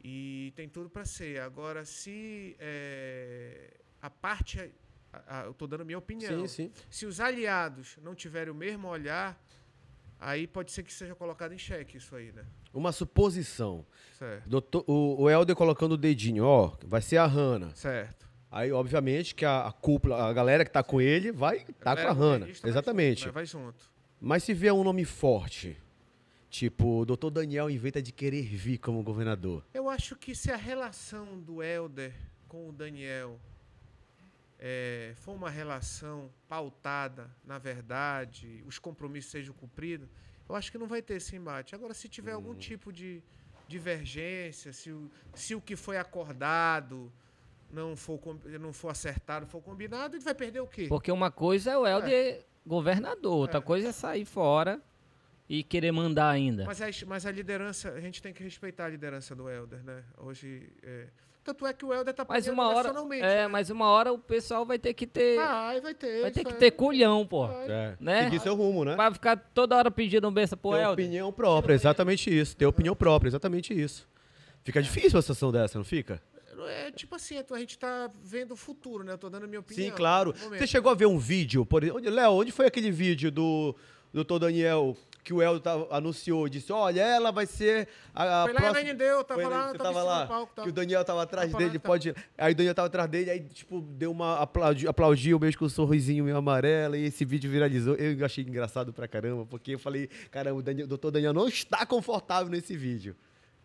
S3: E tem tudo para ser. Agora, se eh, a parte. a- a- eu estou dando minha opinião.
S1: sim.
S3: Se os aliados não tiverem o mesmo olhar, aí pode ser que seja colocado em xeque isso aí, né?
S1: Uma suposição.
S3: Certo.
S1: Doutor- o, o Helder colocando o dedinho, ó, vai ser a Hanna.
S3: Certo.
S1: Aí, obviamente, que a, a cúpula, a galera que tá com ele, vai tá com a Hanna.
S3: É, Isso também né?
S1: Exatamente.
S3: Vai junto.
S1: Mas se vier um nome forte, tipo, o doutor Daniel inventa de querer vir como governador.
S3: Eu acho que se a relação do Helder com o Daniel eh, for uma relação pautada na verdade, os compromissos sejam cumpridos, eu acho que não vai ter esse embate. Agora, se tiver
S2: Hum.
S3: algum tipo de divergência, se o, se o que foi acordado não for, com- não for acertado, for combinado, ele vai perder o quê?
S2: Porque uma coisa é o Helder governador, outra coisa é sair fora e querer mandar ainda.
S3: Mas, as- mas a liderança, a gente tem que respeitar a liderança do Helder, né? Hoje. eh, Tanto é que o Helder tá
S2: Mas
S3: apanhando
S2: uma hora,
S3: nacionalmente,
S2: é,
S3: né?
S2: mas uma hora o pessoal vai ter que ter,
S3: Ah, aí vai ter.
S2: vai
S3: isso
S2: ter que
S3: é.
S2: ter culhão, pô.
S1: É.
S2: Né?
S1: Seguir seu rumo, né?
S2: Vai ficar toda hora pedindo um benção pro
S1: Ter
S2: Helder.
S1: opinião própria, exatamente isso. Ter opinião própria, exatamente isso. Fica difícil uma situação dessa, não fica?
S3: É tipo assim, a gente tá vendo o futuro, né? Eu tô dando a minha opinião.
S1: Sim, claro.
S3: no momento.
S1: Você chegou a ver um vídeo, por exemplo. onde- Léo, onde foi aquele vídeo do doutor Daniel que o Helder tava- anunciou? Disse: olha, ela vai ser a, a
S3: Foi lá em
S1: próxima.
S3: Anendê, eu tava
S1: Foi lá,
S3: lá,
S1: você
S3: eu tava,
S1: tava
S3: em cima
S1: lá,
S3: do palco, tava.
S1: que o Daniel tava atrás
S3: Tava lá,
S1: dele,
S3: tava.
S1: pode... Aí o Daniel tava atrás dele, aí, tipo, deu uma... Aplaudi, aplaudiu mesmo com um sorrisinho meio amarelo, e esse vídeo viralizou. Eu achei engraçado pra caramba, porque eu falei, caramba, o Daniel, doutor Daniel não está confortável nesse vídeo.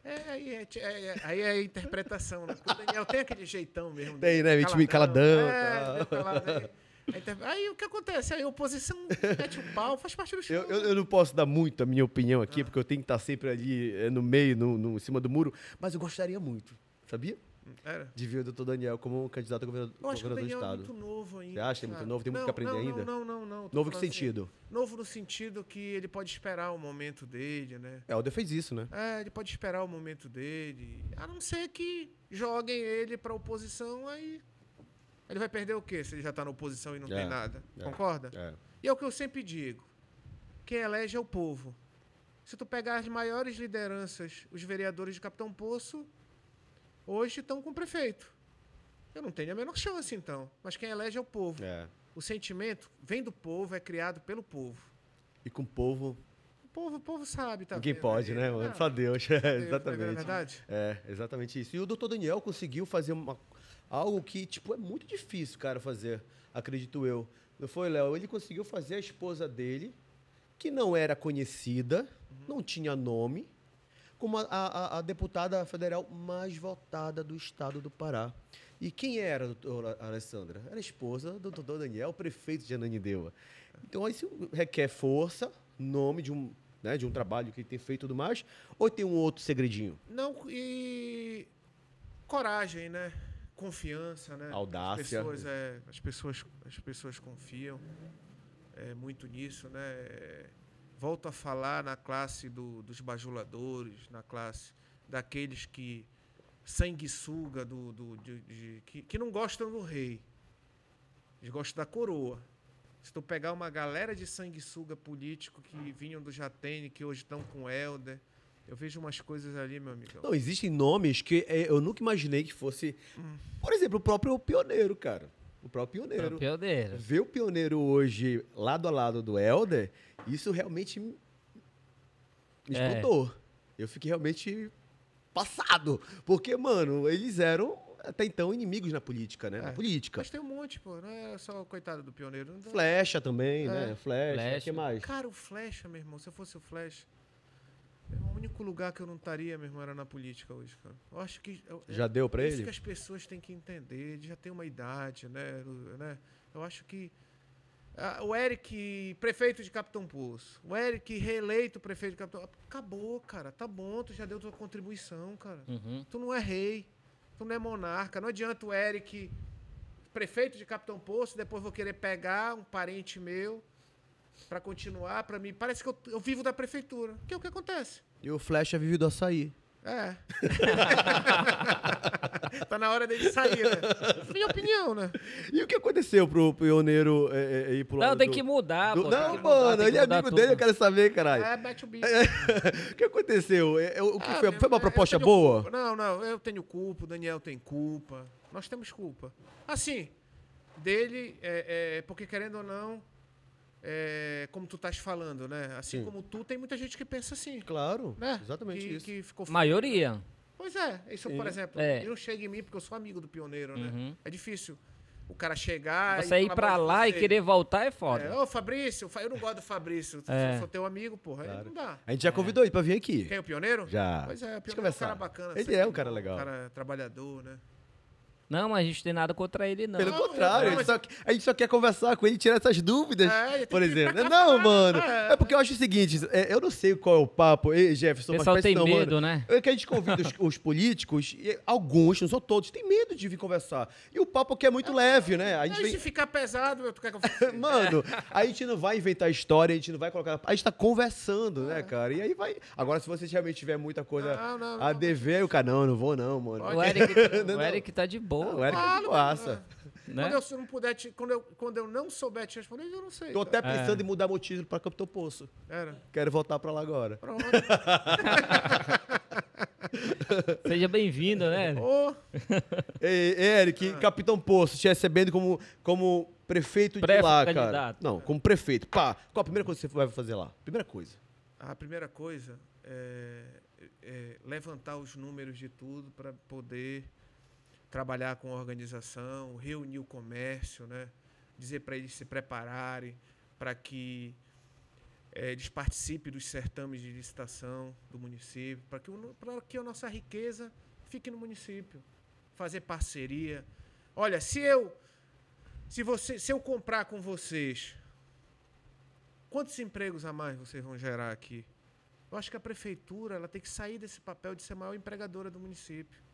S3: É, aí é, é, é- aí é a interpretação, né? Porque o Daniel tem aquele jeitão mesmo.
S1: Tem, né? Meio time caladão,
S3: É,
S1: tal.
S3: caladão. aí- aí inter- Aí o que acontece? Aí a oposição mete o pau, faz parte do show.
S1: Eu, eu, eu não posso dar muito a minha opinião aqui, porque eu tenho que estar sempre ali eh, no meio, no, no- em cima do muro, mas eu gostaria muito, sabia?
S3: Era.
S1: De ver o doutor Daniel como um candidato a governador,
S3: Eu acho que o
S1: governador do
S3: Daniel é
S1: Estado.
S3: muito novo ainda.
S1: Você acha que é muito
S3: sabe?
S1: novo? Tem muito
S3: Não,
S1: que aprender
S3: não,
S1: ainda?
S3: Não, não, não. tô
S1: Novo em que
S3: falando assim,
S1: sentido?
S3: novo no sentido que ele pode esperar o momento dele, né?
S1: É, o Helder fez isso, né?
S3: É, ele pode esperar o momento dele. A não ser que joguem ele pra oposição, aí. Ele vai perder o quê se ele já tá na oposição e não
S1: É,
S3: tem nada?
S1: é.
S3: Concorda?
S1: É.
S3: E é o que eu sempre digo: quem elege é o povo. Se tu pegar as maiores lideranças, os vereadores de Capitão Poço, hoje estão com o prefeito. Eu não tenho a menor chance, então. Mas quem elege é o povo.
S1: é.
S3: O sentimento vem do povo, é criado pelo povo.
S1: E com o povo,
S3: O povo, o povo sabe, tá?
S1: ninguém
S3: vendo
S1: pode,
S3: aí?
S1: né, mano?
S3: Não,
S1: Só Deus.
S3: não
S1: É,
S3: é
S1: exatamente.
S3: verdade?
S1: É, exatamente isso. E o doutor Daniel conseguiu fazer uma- algo que, tipo, é muito difícil, cara, fazer, acredito eu. Não foi, Léo? Ele conseguiu fazer a esposa dele, que não era conhecida, não tinha nome, como a, a- a deputada federal mais votada do estado do Pará. E quem era a doutora Alessandra? Era a esposa do doutor Daniel, prefeito de Ananindeua. Então, isso requer força, nome de um, né, de um trabalho que ele tem feito e tudo mais, ou tem um outro segredinho?
S3: Não, e coragem, né? Confiança, né? As
S1: Audácia.
S3: pessoas, é, as pessoas, as pessoas confiam é, muito nisso, né? É, Volto a falar na classe do- dos bajuladores, na classe daqueles que sanguessuga do, do- de- de- que, que não gostam do rei. Eles gostam da coroa. Se tu pegar uma galera de sanguessuga político que vinham do Jatene, que hoje estão com o Helder, eu vejo umas coisas ali, meu amigo.
S1: Não, existem nomes que eh, eu nunca imaginei que fosse.
S3: Hum.
S1: Por exemplo, o próprio pioneiro, cara. O próprio pioneiro.
S2: Pioneiro.
S1: Ver o pioneiro hoje lado a lado do Elder, isso realmente me me
S2: É.
S1: espantou. Eu fiquei realmente passado. Porque, mano, eles eram até então inimigos na política, né? Na
S3: É.
S1: política.
S3: Mas tem um monte, pô. Não é só o coitado do pioneiro. Não dá-
S1: Flecha também,
S3: É.
S1: né? Flecha. O que
S2: Flecha.
S1: mais?
S3: Cara, o Flecha, meu irmão, se eu fosse o Flecha, é o único lugar que eu não estaria, meu irmão, era na política hoje, cara. Eu acho que. eu-
S1: Já deu pra
S3: é isso
S1: ele?
S3: que as pessoas têm que entender. Ele já tem uma idade, né? Eu- né? Eu acho que. ah, o Eric, prefeito de Capitão Poço. O Eric, reeleito prefeito de Capitão Acabou, cara. Tá bom, tu já deu tua contribuição, cara.
S2: Uhum.
S3: Tu não é rei, tu não é monarca. Não adianta o Eric, prefeito de Capitão Poço, depois vou querer pegar um parente meu pra continuar, pra mim. Parece que eu, eu vivo da prefeitura, que é o que acontece.
S1: E o Flecha vive do açaí.
S3: É. tá na hora dele sair, né? Minha opinião, né?
S1: E o que aconteceu pro pioneiro eh, eh, ir pro lado
S2: Não, tem
S1: do-
S2: que mudar,
S1: do-
S2: Ah, pô. tem
S1: Não,
S2: que mudar,
S1: mano,
S2: tem que
S1: ele é
S2: mudar
S1: amigo
S2: tudo. né?
S1: dele, eu quero saber, caralho.
S3: É, mete o bico.
S1: o que aconteceu? É, é, o que
S3: Ah,
S1: foi,
S3: meu,
S1: foi uma
S3: eu
S1: proposta
S3: tenho
S1: boa?
S3: culpa. Não, não, eu tenho culpa, o Daniel tem culpa. Nós temos culpa. Assim, dele, é, é, porque querendo ou não, é, como tu estás falando, né? Assim
S1: Sim.
S3: como tu, tem muita gente que pensa assim.
S1: Claro,
S3: Né?
S1: exatamente
S3: que,
S1: isso.
S3: Que ficou
S2: Maioria.
S3: Pois é, isso, por exemplo,
S2: É.
S3: ele não chega em mim porque eu sou amigo do pioneiro,
S2: Uhum.
S3: né? É difícil o cara chegar.
S2: Você ir
S3: falar
S2: pra
S3: mal de
S2: lá e
S3: você.
S2: querer voltar é foda.
S3: É, Ô, Fabrício, fa- eu não gosto do Fabrício.
S2: É.
S3: Sou, sou teu um amigo, porra. Aí
S1: Claro.
S3: Não dá.
S1: A gente já convidou ele pra vir aqui.
S3: Quem é o pioneiro?
S1: Já.
S3: Pois é, o
S1: Deixa eu
S3: pioneiro é um
S1: conversar.
S3: cara bacana.
S1: Ele
S3: sangue
S1: é um cara
S3: bom,
S1: legal.
S3: Um cara trabalhador, né?
S2: Não, mas a gente tem nada contra ele, não.
S1: Pelo
S3: Não,
S1: contrário,
S3: não,
S1: a, gente só, a gente só quer conversar com ele e tirar essas dúvidas,
S3: É, ele tem
S1: por
S3: que vir
S1: exemplo.
S3: pra cá,
S1: Não,
S3: pra cá,
S1: mano,
S3: é.
S1: é porque eu acho o seguinte, é, eu não sei qual é o papo, Ei, Jefferson,
S2: O pessoal
S1: mas parece
S2: tem
S1: não,
S2: medo,
S1: mano.
S2: né?
S1: É que a gente convida os, os políticos, e alguns, não são todos, tem medo de vir conversar. E o papo aqui é muito leve, né? A gente
S3: Aí se
S1: vem...
S3: ficar pesado, tu quer que eu faça?
S1: Mano, a gente não vai inventar história, a gente não vai colocar. A gente tá conversando, né, cara? E aí vai. Agora, se você realmente tiver muita coisa
S3: É. Não, não,
S1: a
S3: não.
S1: dever, o cara, não, não vou, não, mano.
S2: O Eric,
S1: Não,
S2: o
S1: não.
S2: Eric tá de
S1: Ah, o
S2: boa,
S1: Eric é de
S3: Fala,
S1: boaça.
S2: né?
S3: Quando eu se não puder te, quando eu, quando eu não souber te responder, eu não sei.
S1: Tô até
S3: cara.
S1: pensando em mudar meu título pra Capitão Poço.
S3: Era.
S1: Quero voltar pra lá agora.
S3: Pronto.
S2: Seja bem-vindo, né?
S3: Ô,
S1: Ei, Eric,
S3: Ah.
S1: Capitão Poço, te recebendo como, como prefeito de
S2: Prefo-
S1: lá, cara.
S2: candidato.
S1: Não, como prefeito. Pá, qual a primeira coisa que você vai fazer lá? Primeira coisa.
S3: a primeira coisa é, é levantar os números de tudo para poder trabalhar com a organização, reunir o comércio, né? dizer para eles se prepararem, para que eh, eles participem dos certames de licitação do município, para que, o no- pra que a nossa riqueza fique no município. Fazer parceria. Olha, se eu se, você, se eu comprar com vocês, quantos empregos a mais vocês vão gerar aqui? Eu acho que a prefeitura ela tem que sair desse papel de ser a maior empregadora do município.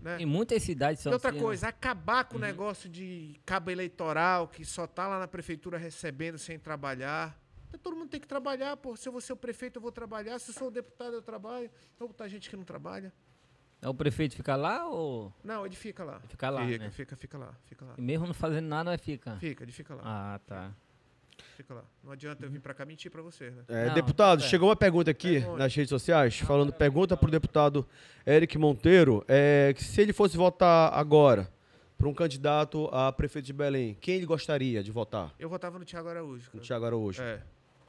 S3: Né?
S2: Em muitas cidades são
S3: E outra
S2: assim, né?
S3: coisa, acabar com o negócio de cabo eleitoral que só tá lá na prefeitura recebendo sem trabalhar. Então, Todo mundo tem que trabalhar, pô. Se eu vou ser o prefeito, eu vou trabalhar. Se eu sou o deputado, eu trabalho. Então tá gente que não trabalha.
S2: É O prefeito fica lá ou
S3: Não, ele fica lá.
S2: fica lá,
S3: fica,
S2: né?
S3: fica, fica lá, fica lá.
S2: E mesmo não fazendo nada, vai ficar.
S3: Fica, ele fica lá,
S2: Ah, Uhum. tá.
S3: fica lá. Não adianta eu vir pra cá mentir pra vocês, né?
S1: É,
S2: Não,
S1: deputado,
S2: tá certo.
S1: chegou uma pergunta aqui
S3: Pergunte.
S1: nas redes sociais, falando, pergunta pro deputado Eric Monteiro, é, que se ele fosse votar agora para um candidato a prefeito de Belém, quem ele gostaria de votar?
S3: Eu votava no Tiago Araújo.
S1: No
S3: Cara.
S1: Tiago Araújo.
S3: É.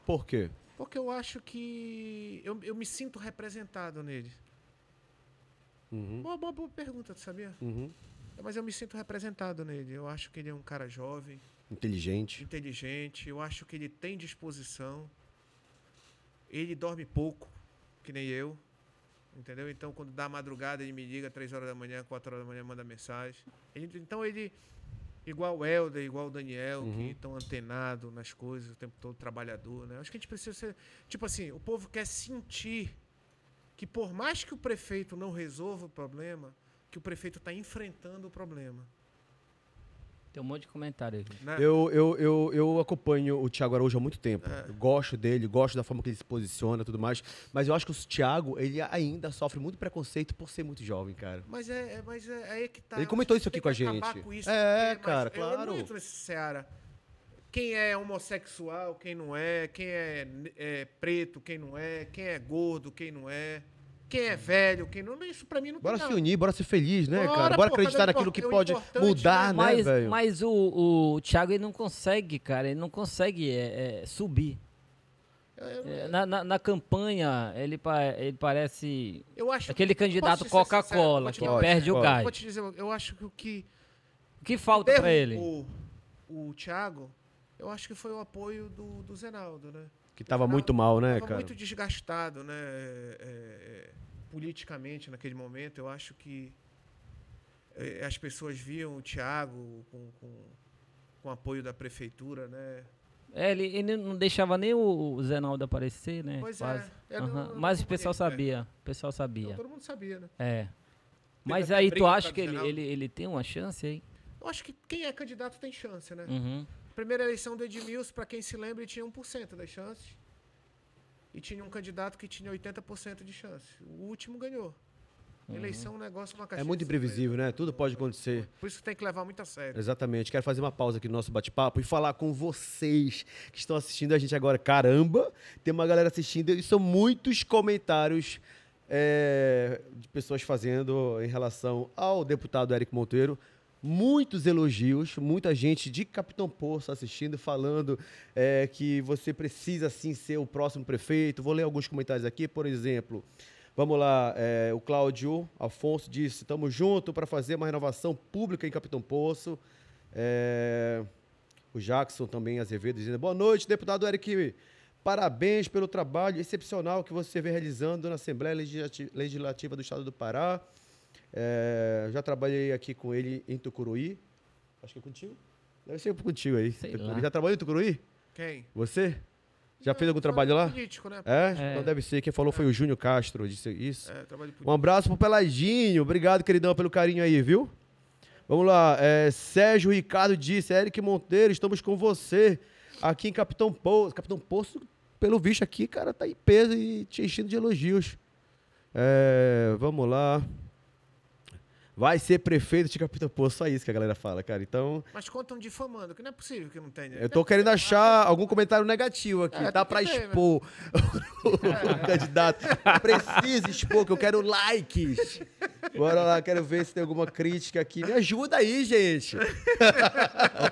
S1: Por quê?
S3: Porque eu acho que eu, eu me sinto representado nele.
S1: Uhum,
S3: Boa, boa, boa pergunta, tu sabia?
S1: uhum.
S3: Mas eu me sinto representado nele. Eu acho que ele é um cara jovem.
S1: Inteligente.
S3: inteligente, eu acho que ele tem disposição. Ele dorme pouco, que nem eu. Entendeu? Então, quando dá madrugada, ele me liga, 3 horas da manhã, 4 horas da manhã, manda mensagem. Ele- então, ele, igual o Helder, igual o Daniel, que estão antenado nas coisas o tempo todo, trabalhador, né? Acho que a gente precisa ser. Tipo assim, o povo quer sentir que, por mais que o prefeito não resolva o problema, que o prefeito está enfrentando o problema.
S2: Tem um monte de comentário aqui.
S3: Né?
S1: Eu, eu, eu, eu acompanho o Thiago Araújo há muito tempo.
S3: É.
S1: Eu gosto dele, gosto da forma que ele se posiciona e tudo mais. Mas eu acho que o Thiago, ele ainda sofre muito preconceito por ser muito jovem, cara.
S3: Mas é, é- mas é, aí é que tá.
S1: Ele
S3: Eu
S1: comentou isso
S3: acho que
S1: aqui
S3: tem
S1: com a
S3: que acabar
S1: gente.
S3: com isso,
S1: É,
S3: porque-
S1: cara,
S3: mas eu- Eu
S1: claro.
S3: não entro nesse Ceará. Quem é homossexual, quem não é, quem é, ne- é preto, quem não é, quem é gordo, quem não é, quem é velho, quem não. Isso pra mim não
S1: Bora
S3: tem
S1: se
S3: nada.
S1: unir, bora ser feliz, né,
S3: Então, Bora,
S1: cara?
S3: pô,
S1: Bora acreditar
S3: cadê o
S1: naquilo que
S3: impor- o
S1: pode
S3: importante,
S1: mudar,
S3: né?
S1: né,
S2: Mas,
S1: velho?
S2: mas o, o Thiago ele não consegue, cara. Ele não consegue é, é, subir.
S3: Eu,
S2: É, na, na- na campanha, ele, pa- ele parece
S3: eu acho
S2: aquele candidato
S3: posso ser sincero,
S2: Coca-Cola
S3: vou te
S2: que é
S1: falar,
S2: perde o
S1: Coca.
S3: Eu vou
S2: gás.
S3: te dizer, eu acho que o que
S2: O que falta pra ele?
S3: derrubou o Thiago, eu acho que foi o apoio do, do Zenaldo, né?
S1: Que tava muito mal, né,
S3: Tava
S1: cara?
S3: muito desgastado, né? é, é, é, politicamente naquele momento. Eu acho que é, as pessoas viam o Thiago com, com, com apoio da prefeitura, né?
S2: É, ele, ele não deixava nem o, o Zenaldo aparecer, né?
S3: Pois é,
S2: Quase.
S3: eu não-
S2: Aham. Mas
S3: eu não
S2: o
S3: acompanhei,
S2: pessoal
S3: né?
S2: sabia. O pessoal
S3: Então,
S2: sabia.
S3: todo mundo sabia, né?
S2: É. Mas
S3: até
S2: aí
S3: briga
S2: tu
S3: por
S2: acha
S3: causa
S2: que
S3: do
S2: ele,
S3: Zenaldo.
S2: ele, ele tem uma chance aí?
S3: Eu acho que quem é candidato tem chance, né?
S2: Uhum.
S3: Primeira eleição do Edmilson, para quem se lembra, ele tinha 1% das chances. E tinha um candidato que tinha 80% de chance. O último ganhou. Eleição é um negócio, uma
S1: É
S3: caixinha
S1: muito
S3: de surpresa.
S1: imprevisível, né? Tudo pode acontecer.
S3: Por isso que tem que levar muito a sério.
S1: Exatamente. Quero fazer uma pausa aqui no nosso bate-papo e falar com vocês que estão assistindo a gente agora. Caramba, tem uma galera assistindo e são muitos comentários é, de pessoas fazendo em relação ao deputado Eric Monteiro. Muitos elogios, muita gente de Capitão Poço assistindo, falando eh, é, que você precisa sim ser o próximo prefeito. Vou ler alguns comentários aqui, por exemplo. Vamos lá, é, o Cláudio Afonso disse: estamos junto para fazer uma renovação pública em Capitão Poço. É, o Jackson também, Azevedo, dizendo: boa noite, deputado Eric. Parabéns pelo trabalho excepcional que você vem realizando na Assembleia Legislati- Legislativa do Estado do Pará. É, já trabalhei aqui com ele em Tucuruí. Acho que é contigo? Deve ser contigo aí.
S2: Sei
S1: Tucuruí.
S2: lá.
S1: Já trabalhou em Tucuruí?
S3: Quem?
S1: Você? Já fez algum trabalho lá?
S3: Político, né?
S1: É?
S2: É.
S1: Então deve ser. Quem falou foi o Júnior Castro, disse isso.
S3: É, trabalho de
S1: Um
S3: político.
S1: abraço pro Peladinho. Obrigado, queridão, pelo carinho aí, viu? Vamos lá. é, Sérgio Ricardo disse, Eric Monteiro, estamos com você aqui em Capitão Poço. Capitão Poço, pelo visto aqui, cara, tá em peso e te enchendo de elogios. É, vamos lá. Vai ser prefeito de Capitão Poço, só isso que a galera fala, cara. Então,
S3: Mas contam difamando, que não é possível que não tenha.
S1: eu tô querendo achar algum comentário negativo aqui.
S3: É,
S1: tá
S3: tem que
S1: pra
S3: ter, né?
S1: expor o candidato. Precisa expor, que eu quero likes. Bora lá, quero ver se tem alguma crítica aqui. Me ajuda aí, gente.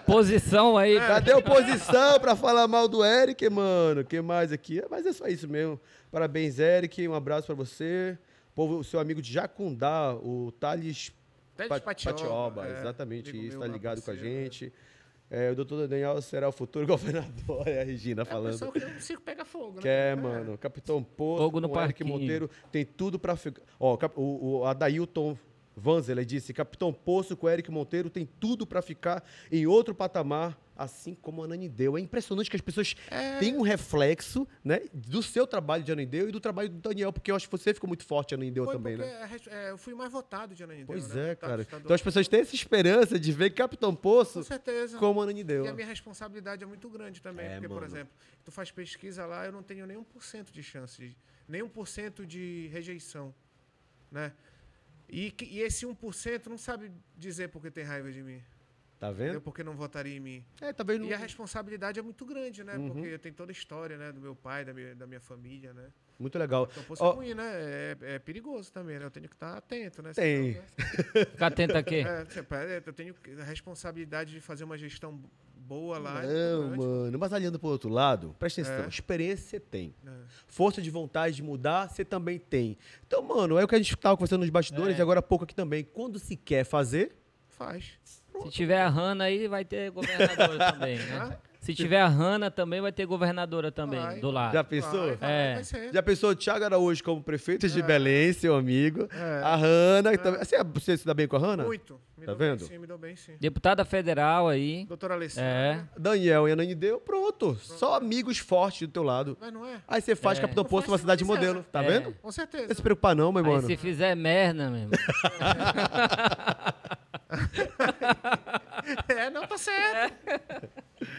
S2: Posição
S3: É.
S2: aí. tá,
S1: Cadê a oposição pra falar mal do Eric, mano? que mais aqui? Mas é só isso mesmo. Parabéns, Eric. Um abraço pra você. Povo, o seu amigo de Jacundá, o Thales
S3: Até de
S1: Pa-
S3: Patioba,
S1: Patioba,
S3: é.
S1: exatamente
S3: Amigo
S1: isso,
S3: meu
S1: tá
S3: lá,
S1: ligado com a
S3: parceiro,
S1: gente. É, o doutor Daniel será o futuro governador, é a Regina
S3: É, o
S1: falando.
S3: pessoal que não circo pega fogo, né?
S1: Quer, mano. Capitão Poço,
S2: Fogo no
S1: com Eric
S2: parquinho.
S1: Monteiro, tem tudo pra ficar. Ó, cap- o, o Adailton Vanzeler disse: Capitão Poço com Eric Monteiro tem tudo pra ficar em outro patamar, assim como a Ananideu. É impressionante que as pessoas
S3: É.
S1: têm um reflexo, né, do seu trabalho de Ananideu e do trabalho do Daniel, porque eu acho que você ficou muito forte Ananideu
S3: Foi
S1: também,
S3: porque
S1: né?
S3: a res- é, eu fui mais votado de Ananindeu,
S1: Pois
S3: né?
S1: é,
S3: Tá,
S1: cara.
S3: tá do-
S1: Então as pessoas têm essa esperança de ver Capitão
S3: Com
S1: Poço
S3: certeza.
S1: como a Ananideu.
S3: E a minha responsabilidade é muito grande também.
S1: É,
S3: porque, por
S1: mano.
S3: exemplo, tu faz pesquisa lá, eu não tenho nem 1% de chance, de, nem 1% de rejeição. Né? E, que- e esse 1% não sabe dizer porque tem raiva de mim.
S1: Tá
S3: Eu
S1: vendo?
S3: porque não votaria em mim.
S1: É, talvez não.
S3: E a responsabilidade é muito grande, né?
S1: Uhum.
S3: Porque tem toda a história, né? Do meu pai, da minha, da minha família, né?
S1: Muito legal.
S3: Então, pô,
S1: Ó,
S3: é ruim, né? É, é perigoso também, né? Eu tenho que estar atento, né?
S1: Tem.
S3: Senão, né?
S2: Fica atento tá aqui.
S3: É, tipo, é, eu tenho a responsabilidade de fazer uma gestão boa lá. é
S1: Não,
S3: grande.
S1: mano. Mas olhando pro outro lado, presta atenção. Experiência você tem.
S3: É.
S1: Força de vontade de mudar, você também tem. Então, mano, é o que a gente tava conversando nos
S3: É.
S1: bastidores e agora há pouco aqui também. Quando se quer fazer,
S3: Faz.
S2: Se tiver a Hanna aí, vai ter governadora também, né? Se tiver a Hanna também, vai ter governadora também,
S3: Vai.
S2: do lado.
S1: já pensou?
S3: Ah, Vai, vai,
S2: É.
S3: vai ser.
S1: Já pensou o Thiago Araújo como prefeito de Belém, seu amigo?
S3: É.
S1: A Hanna. que também- Você, é- você se dá bem com a Hanna?
S3: Muito. Me
S1: Tá
S3: dou bem,
S1: vendo?
S3: sim, me dou bem, sim.
S2: Deputada federal aí.
S3: Doutora Alessandra.
S2: É.
S1: Daniel e Anani deu, pronto. Só amigos fortes do teu lado.
S3: Mas não é?
S1: Aí você faz
S2: É.
S1: Capitão
S3: Não
S1: Poço
S3: faz
S1: uma cidade
S3: diferença.
S1: modelo, tá
S2: É.
S1: vendo? Não
S3: Com
S1: precisa se
S3: certeza.
S1: preocupar não, meu
S2: Aí
S1: mano.
S2: se fizer merda, meu irmão.
S3: É, não, tá certo.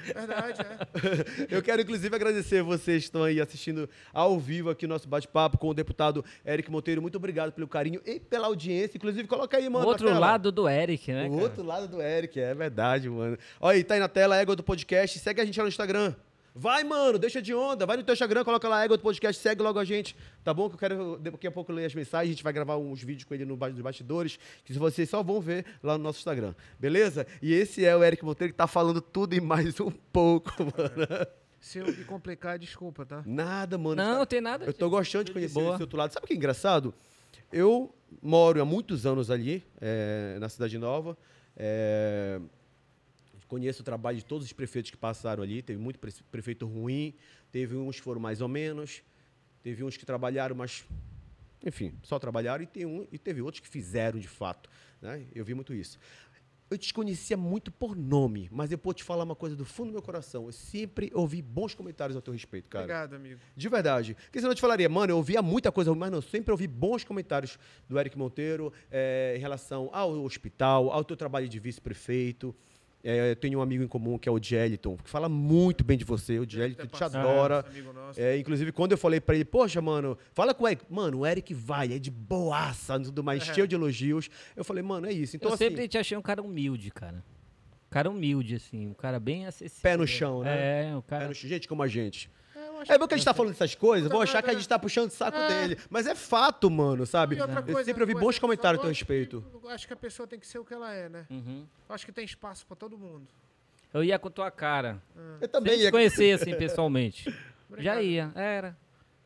S3: Verdade, é.
S1: Eu quero, inclusive, agradecer vocês que estão aí assistindo ao vivo aqui o nosso bate-papo com o deputado Eric Monteiro. Muito obrigado pelo carinho e pela audiência. Inclusive, coloca aí,
S2: O
S1: mano. na
S2: outro
S1: tela.
S2: lado do Eric, né?
S1: O
S2: cara?
S1: outro lado do Eric, é verdade, mano. Olha aí, tá aí na tela, Égua do Podcast. Segue a gente lá no Instagram. Vai, mano, deixa de onda. Vai no teu Instagram, coloca lá Égua do Podcast, segue logo a gente, tá bom? Que eu quero daqui a pouco ler as mensagens. A gente vai gravar uns vídeos com ele no ba- nos bastidores, que vocês só vão ver lá no nosso Instagram, beleza? E esse é o Eric Monteiro que tá falando tudo e mais um pouco, mano.
S3: Se eu me complicar, desculpa, tá?
S1: Nada, mano.
S2: Não,
S1: Tá-
S2: tem nada.
S1: eu tô gostando de
S2: Tudo de
S1: conhecer
S2: boa.
S1: esse outro lado. Sabe o que é engraçado? Eu moro há muitos anos ali, é, na Cidade Nova. é, conheço o trabalho de todos os prefeitos que passaram ali. Teve muito pre- prefeito ruim, teve uns que foram mais ou menos, teve uns que trabalharam, mas. Enfim, só trabalharam e, tem um, e teve outros que fizeram de fato. né? Eu vi muito isso. Eu desconhecia muito por nome, mas eu vou te falar uma coisa do fundo do meu coração. Eu sempre ouvi bons comentários a teu respeito, cara.
S3: Obrigado, amigo.
S1: De verdade. Porque senão eu te falaria, mano, eu ouvia muita coisa ruim, mas não, eu sempre ouvi bons comentários do Eric Monteiro eh, em relação ao hospital, ao teu trabalho de vice-prefeito. Eh, eu tenho um amigo em comum que é o Jeliton, que fala muito bem de você. O Jeliton te
S3: parceiro,
S1: adora.
S3: Amigo nosso.
S1: É, inclusive, quando eu falei pra ele, poxa, mano, fala com o Eric. Mano, o Eric vai, é de boaça, tudo mais, cheio de elogios. Eu falei, mano, é isso. Então,
S2: eu
S1: assim,
S2: sempre te achei um cara humilde, cara. Um cara humilde, assim. Um cara bem acessível.
S1: Pé no chão, né?
S2: É, o
S1: é
S2: cara.
S1: no- gente como a gente.
S3: É, eu acho
S1: É porque a gente tá falando essas coisas, vão achar
S3: nada,
S1: que a gente tá puxando o saco dele. Mas é fato, mano, sabe?
S3: E outra
S1: Eu
S3: coisa,
S1: sempre ouvi
S3: com
S1: bons
S3: essa
S1: comentários a teu
S3: pessoa, eu
S1: respeito.
S3: acho que- eu Acho que a pessoa tem que ser o que ela é, né?
S2: Uhum.
S3: Eu Acho que tem espaço pra todo mundo.
S2: Eu ia com tua cara.
S1: Eu
S3: É.
S2: Também
S1: também
S2: Sem te
S1: ia.
S2: conhecer, assim, pessoalmente. Já
S3: Obrigado.
S2: ia, era.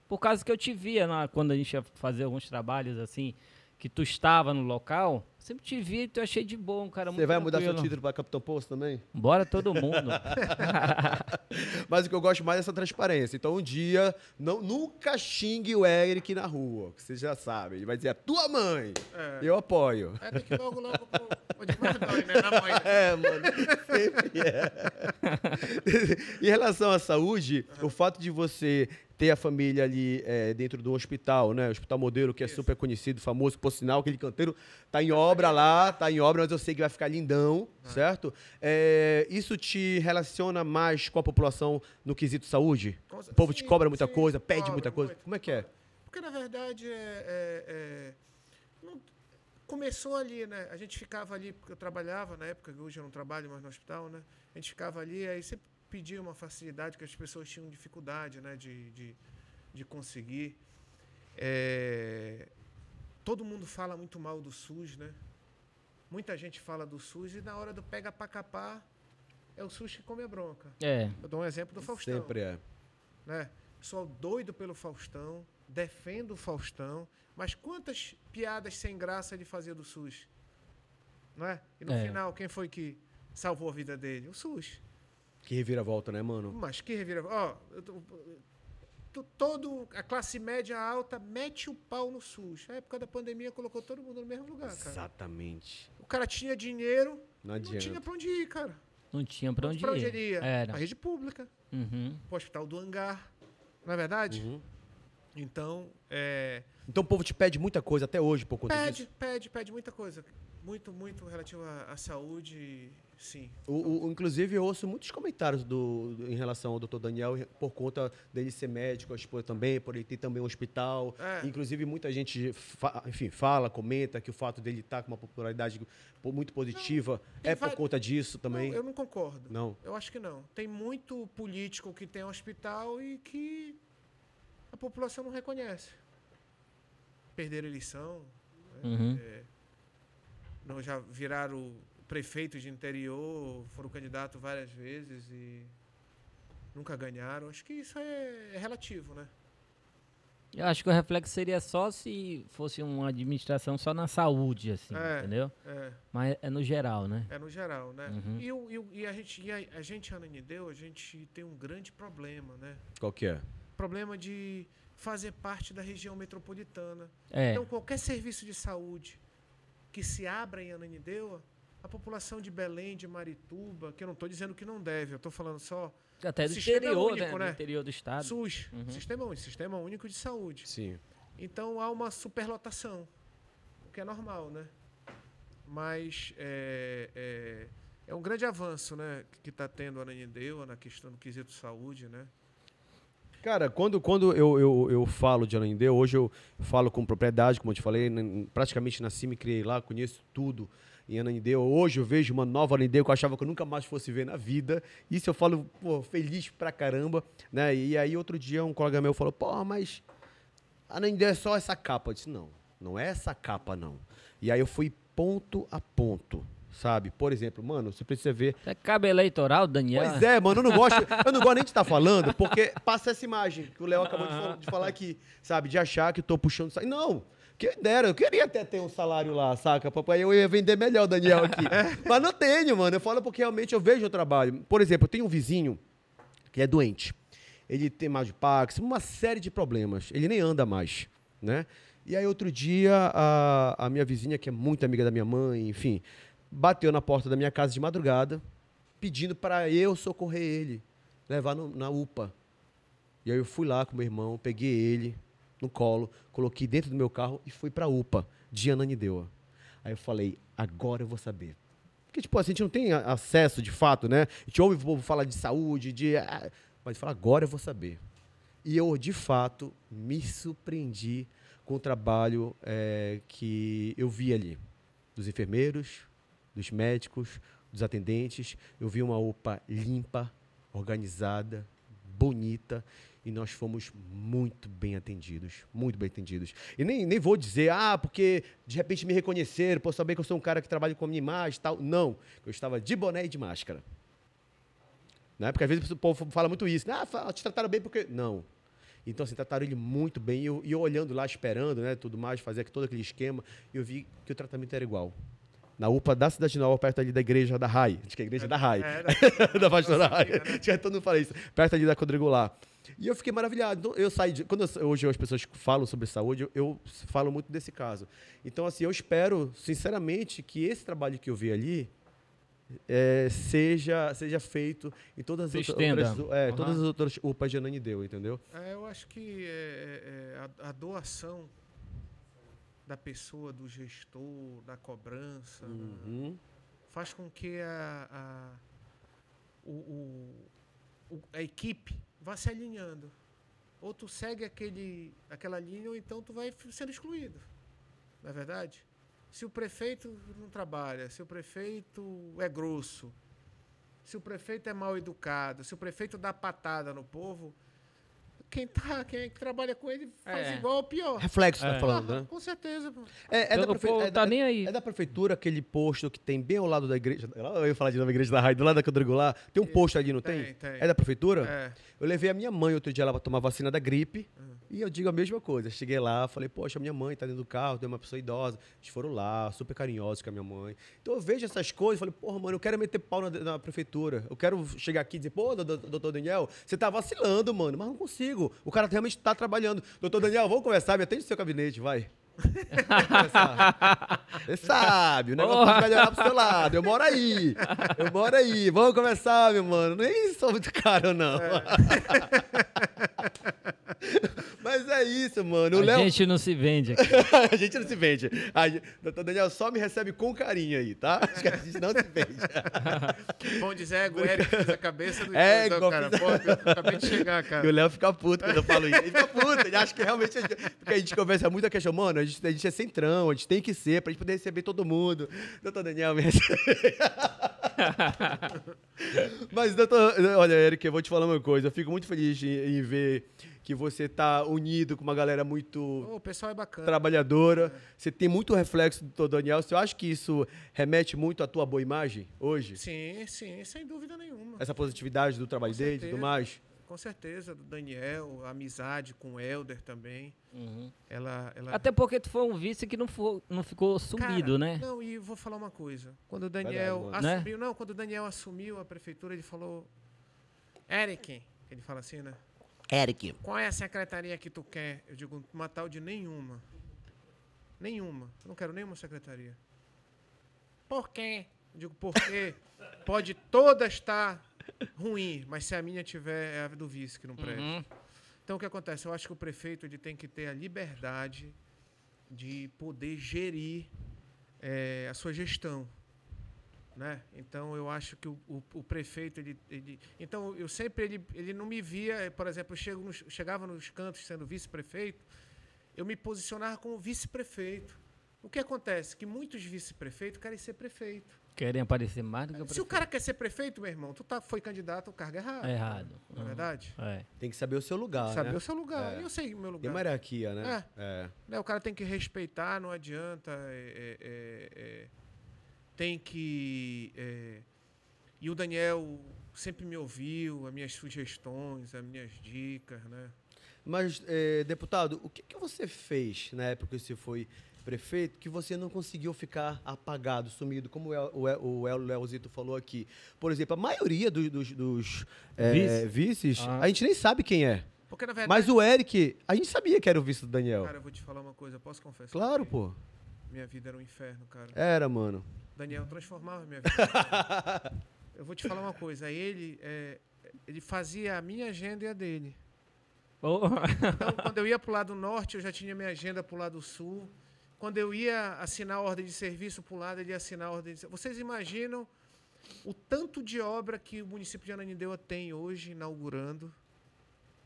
S2: Por causa que eu te via na- quando a gente ia fazer alguns trabalhos assim, que tu estava no local, sempre te via e tu achei de bom, um cara.
S1: Você
S2: muito
S1: vai mudar seu
S2: tranquilo.
S1: título pra Capitão Poço também?
S2: Bora todo mundo.
S1: Mas o que eu gosto mais é essa transparência. Então, um dia, não, nunca xingue o Eric na rua, que você já sabe. Ele vai dizer, a tua mãe,
S3: É.
S1: eu apoio.
S3: É, tem que logo, logo, pô, pô, de quatro dólares, né? Na mãe.
S1: É, mano, sempre é. em relação à saúde, o fato de você ter a família ali é, dentro do hospital, né? O Hospital Modelo, que é super conhecido, famoso, por sinal, aquele canteiro tá em obra lá, tá em obra, mas eu sei que vai ficar lindão,
S3: Ah.
S1: certo? É, isso te relaciona mais com a população no quesito saúde?
S3: Com cer-
S1: O povo te
S3: sim,
S1: cobra muita
S3: sim,
S1: coisa, pede
S3: cobra
S1: muita coisa.
S3: muito,
S1: Como é que é?
S3: cobra. Porque, na verdade, é, é- é- não- começou ali, né? A gente ficava ali, porque eu trabalhava na época, que hoje eu não trabalho mais no hospital, né? A gente ficava ali, aí sempre pedia uma facilidade que as pessoas tinham dificuldade, né? De, de, de conseguir. É, todo mundo fala muito mal do SUS, né? Muita gente fala do SUS e na hora do pega pra capar, é o SUS que come a bronca.
S2: é.
S3: Eu dou um exemplo do Faustão
S1: Sempre é.
S3: né? Sou doido pelo Faustão, defendo o Faustão, mas quantas piadas sem graça ele fazia do SUS? Não é? E no
S2: É.
S3: final, quem foi que salvou a vida dele? O SUS.
S1: Que reviravolta, né, mano?
S3: Mas que revira. Ó, eu tô- tu- todo a classe média alta mete o pau no SUS. A época da pandemia colocou todo mundo no mesmo lugar, cara.
S1: Exatamente.
S3: O cara tinha dinheiro,
S1: Não
S3: não, tinha
S1: adianta.
S3: pra onde ir, cara.
S2: Não tinha pra onde,
S3: pra onde
S2: ir.
S3: ele ia?
S2: Era.
S3: A rede pública.
S2: Uhum.
S3: O hospital do hangar. Não é verdade?
S1: Uhum.
S3: Então, é,
S1: Então o povo te pede muita coisa até hoje por conta disso?
S3: Pede, pede, pede muita coisa. Muito, muito relativo à, à saúde, sim.
S1: O- o- o- inclusive, eu ouço muitos comentários do, do- em relação ao Dr. Daniel, em- por conta dele ser médico, a esposa também, por ele ter também um hospital.
S3: É.
S1: Inclusive, muita gente fa- enfim, fala, comenta que o fato dele estar com uma popularidade po- muito positiva
S3: tem
S1: é por
S3: vari-
S1: conta disso também.
S3: Não, eu não concordo.
S1: Não.
S3: Eu acho que não. Tem muito político que tem hospital e que a população não reconhece. Perderam a eleição, É.
S2: Uhum.
S3: não já viraram prefeito de interior, foram candidato várias vezes e nunca ganharam. Acho que isso é, é relativo, né?
S2: Eu acho que o reflexo seria só se fosse uma administração só na saúde, assim,
S3: É.
S2: entendeu?
S3: É.
S2: Mas é no geral, né?
S3: É no geral, né?
S2: Uhum.
S3: E, o- e o- e a gente, e a, a gente, a Ananideu, a gente tem um grande problema, né?
S1: Qual que é?
S3: Problema de fazer parte da região metropolitana.
S2: É.
S3: Então, qualquer serviço de saúde que se abra em Ananindeua, a população de Belém, de Marituba, que eu não estou dizendo que não deve, eu estou falando só
S2: Até do
S3: sistema
S2: interior,
S3: único,
S2: né?
S3: né?
S2: Do interior do estado.
S3: SUS,
S2: uhum.
S3: Sistema Único, Sistema Único de Saúde.
S1: Sim.
S3: Então há uma superlotação, o que é normal, né? Mas é, é, é um grande avanço, né? Que está tendo a Ananindeu na questão do quesito saúde, né?
S1: Cara, quando, quando eu, eu, eu falo de Anandeu, hoje eu falo com propriedade, como eu te falei, n- praticamente nasci, me criei lá, conheço tudo em Anandeu. Hoje eu vejo uma nova Anandeu que eu achava que eu nunca mais fosse ver na vida. Isso eu falo, pô, feliz pra caramba, né? E aí outro dia um colega meu falou, pô, mas Anandeu é só essa capa. Eu disse, não, não é essa capa, não. E aí eu fui ponto a ponto, sabe? Por exemplo, mano, você precisa ver
S2: É cabo eleitoral, Daniel.
S1: Pois é, mano, eu não gosto. Eu não gosto nem de estar falando, porque passa essa imagem que o Léo acabou de, fal- de falar aqui, sabe? De achar que eu tô puxando. sa- Não! Quem dera, eu queria até ter um salário lá, saca? Papai, eu ia vender melhor o Daniel aqui. Mas não tenho, mano. Eu falo porque realmente eu vejo o trabalho. Por exemplo, eu tenho um vizinho que é doente. Ele tem mais de Pax, uma série de problemas. Ele nem anda mais, né? E aí outro dia a, a minha vizinha, que é muito amiga da minha mãe, enfim, bateu na porta da minha casa de madrugada, pedindo para eu socorrer ele, levar no- na UPA. E aí eu fui lá com meu irmão, peguei ele no colo, coloquei dentro do meu carro e fui pra UPA de Ananindeua. Aí eu falei, agora eu vou saber. Porque, tipo, assim, a gente não tem a- acesso de fato, né? A gente ouve o povo falar de saúde, de. ah, Mas fala, agora eu vou saber. E eu, de fato, me surpreendi com o trabalho eh, que eu vi ali. Dos enfermeiros, dos médicos, dos atendentes. Eu vi uma UPA limpa, organizada, bonita. E nós fomos muito bem atendidos, muito bem atendidos. E nem, nem vou dizer, ah, porque de repente me reconheceram, por saber que eu sou um cara que trabalha com a minha imagem e tal. Não, eu estava de boné e de máscara. Né? Porque às vezes o povo fala muito isso. Ah, fa- te trataram bem porque. Não. Então, assim, trataram ele muito bem. E eu, e eu olhando lá, esperando, né, tudo mais, fazer todo aquele esquema, eu vi que o tratamento era igual. Na UPA da Cidade Nova, perto ali da igreja da RAI. Acho que é a igreja da RAI.
S3: né?
S1: da pastora Rai. Tá
S2: né?
S1: Tinha todo mundo fala isso. Perto ali da quadrangular. E eu fiquei maravilhado. Então, eu saí de, quando eu- hoje as pessoas falam sobre saúde, eu, eu falo muito desse caso. Então, assim, eu espero, sinceramente, que esse trabalho que eu vi ali é, seja, seja feito em todas as,
S2: Se
S1: outras,
S2: estenda.
S1: outras- é,
S2: Aham.
S1: todas as outras UPAs de Anani deu, entendeu?
S3: É, eu acho que é, é, é, a, a doação da pessoa, do gestor, da cobrança, né?
S1: Hum.
S2: Uhum.
S3: faz com que a, a, o, o- o- a equipe vá se alinhando. Ou tu segue aquele, aquela linha, ou então tu vai f- sendo excluído. Não é verdade? Se o prefeito não trabalha, se o prefeito é grosso, se o prefeito é mal educado, se o prefeito dá patada no povo, quem, tá, quem é que trabalha com ele faz
S2: É.
S3: igual ou pior.
S1: Reflexo, tá
S2: É.
S1: falando,
S3: Porra,
S1: né?
S3: Com certeza. pô.
S1: É, é
S2: Então,
S1: da
S2: o
S1: prefe-
S2: povo
S1: é
S2: tá
S1: da-
S2: nem aí.
S1: é da prefeitura aquele posto que tem bem ao lado da igreja. Lá Eu ia falar de nova igreja da RAI, do lado da quadrangular. Tem um posto ali, não tem?
S3: Tem, tem.
S1: É da prefeitura?
S3: É.
S1: Eu levei a minha mãe outro dia lá pra tomar vacina da gripe. E eu digo a mesma coisa. Cheguei lá, falei, poxa, minha mãe tá dentro do carro, tem uma pessoa idosa. Eles foram lá, super carinhosos com a minha mãe. Então eu vejo essas coisas, falei, porra, mano, eu quero meter pau na, na prefeitura. Eu quero chegar aqui e dizer, pô, doutor, doutor Daniel, você tá vacilando, mano, mas não consigo. O cara realmente tá trabalhando. Doutor Daniel, vamos conversar, me atende no seu gabinete, vai. Vamos conversar. Você sabe, o negócio
S2: Porra.
S1: pode melhorar pro seu lado. Eu moro aí. Eu moro aí. Vamos conversar, meu mano. Nem sou muito caro, não. Mas é isso, mano. O
S2: a
S1: Léo.
S2: gente não se vende aqui.
S1: a gente não se vende. A gente... Doutor Daniel só me recebe com carinho aí, tá? Acho que a gente não se vende.
S3: Bom dizer, é, ego, Eric, fiz a cabeça do
S1: É,
S3: do-
S1: igual
S3: cara.
S1: fiz-
S3: Pô, eu acabei de chegar,
S1: E o
S3: Ah, cara.
S1: Léo fica puto quando eu falo isso. Ele fica puto, ele acha que realmente. a gente- Porque a gente conversa muito a questão, mano, a gente, a gente é centrão, a gente tem que ser, pra gente poder receber todo mundo. Doutor Daniel me recebe. Mas, doutor, olha, Eric, eu vou te falar uma coisa. Eu fico muito feliz em, em ver que você tá unido com uma galera muito
S3: Ô, o pessoal é bacana.
S1: trabalhadora. Você tem muito reflexo do doutor Daniel. Você acha que isso remete muito à tua boa imagem hoje?
S3: Sim, sim, sem dúvida nenhuma.
S1: Essa positividade do trabalho
S3: Com
S1: dele e tudo
S3: certeza.
S1: mais?
S3: Com certeza, do Daniel, a amizade com o Helder também. Ela, ela...
S2: Uhum. Até porque tu foi um vice que não, fo- não ficou sumido,
S3: Cara,
S2: né?
S3: Não, e vou falar uma coisa. Quando o
S1: Verdade,
S3: Daniel
S2: mano. Né?
S3: assumiu, não, quando o Daniel assumiu a prefeitura, ele falou: Eric, ele fala assim, né? Eric. Qual é a secretaria que tu quer? Eu digo, uma tal de nenhuma. Nenhuma. Eu não quero nenhuma secretaria. Por quê? Eu digo, porque pode toda estar ruim, mas se a minha tiver, é a do vice que não presta. Então o que acontece? Eu acho que o prefeito ele tem que ter a liberdade de poder gerir eh, a sua gestão. Né? Então eu acho que o, o- o prefeito ele, ele- então eu sempre ele, ele não me via eh, por exemplo eu chego nos- chegava nos cantos sendo vice-prefeito eu me posicionava como vice-prefeito o que acontece que muitos vice-prefeitos querem ser prefeito
S2: Querem aparecer mais do que
S3: se o
S2: aparecer.
S3: cara quer ser prefeito meu irmão tu tá foi candidato ao cargo errado
S2: É errado.
S3: na verdade
S2: É.
S1: Tem que saber o seu lugar,
S3: saber
S1: né?
S3: o seu lugar
S1: É.
S3: eu sei o meu
S1: Tem
S3: lugar
S1: uma hierarquia, né? É.
S3: né, O cara tem que respeitar, não adianta. é, é, é, é, tem que. é, e o Daniel sempre me ouviu, as minhas sugestões, as minhas dicas, né?
S1: Mas, eh, deputado, o que, que você fez na época que você foi prefeito que você não conseguiu ficar apagado, sumido, como o El- o El- o El- Leozito falou aqui? Por exemplo, a maioria dos, dos- dos, eh,
S2: Vice.
S1: vices,
S2: Ah.
S1: a gente nem sabe quem é.
S3: Porque na verdade.
S1: Mas o Eric, a gente sabia que era o vice do Daniel.
S3: Cara, eu vou te falar uma coisa, eu posso confessar?
S1: claro,
S3: que
S1: pô. É.
S3: Minha vida era um inferno, cara.
S1: Era, mano.
S3: Daniel transformava minha vida. eu vou te falar uma coisa, ele. é, ele fazia a minha agenda e a dele.
S2: Oh,
S3: Então, quando eu ia para o lado norte, eu já tinha minha agenda para o lado sul. Quando eu ia assinar a ordem de serviço para o lado, ele ia assinar a ordem de serviço. Vocês imaginam o tanto de obra que o município de Ananindeua tem hoje, inaugurando.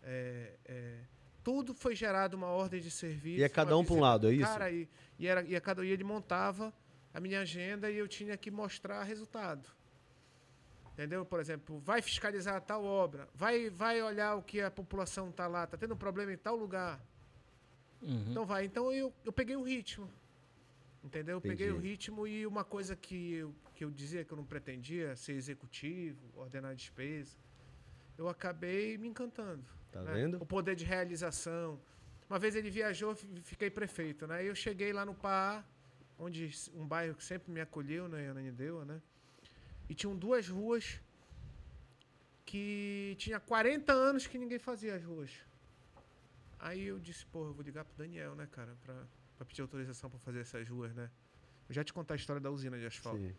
S3: É, é, tudo foi gerado uma ordem de serviço.
S1: E é cada
S3: uma
S1: um pra um
S3: visita-
S1: lado, é isso?
S3: Cara, e, e era, e, a cada, e ele montava a minha agenda e eu tinha que mostrar resultado. Entendeu? Por exemplo, vai fiscalizar tal obra, vai, vai olhar o que a população tá lá, tá tendo problema em tal lugar.
S2: Uhum.
S3: Então vai. Então eu, eu peguei o ritmo. Entendeu? Eu peguei o
S1: Entendi.
S3: ritmo e uma coisa que eu, que eu dizia que eu não pretendia, ser executivo, ordenar despesa, eu acabei me encantando.
S1: Tá
S3: né?
S1: vendo?
S3: O poder de realização. Uma vez ele viajou, fi- fiquei prefeito, né? Eu cheguei lá no Pará, onde s- um bairro que sempre me acolheu, né, em Ananindeua, né? E tinham duas ruas que tinha 40 anos que ninguém fazia as ruas. Aí eu disse, porra, eu vou ligar pro Daniel, né, cara, pra, pra pedir autorização pra fazer essas ruas, né? Eu já te contar a história da usina de asfalto.
S1: Sim.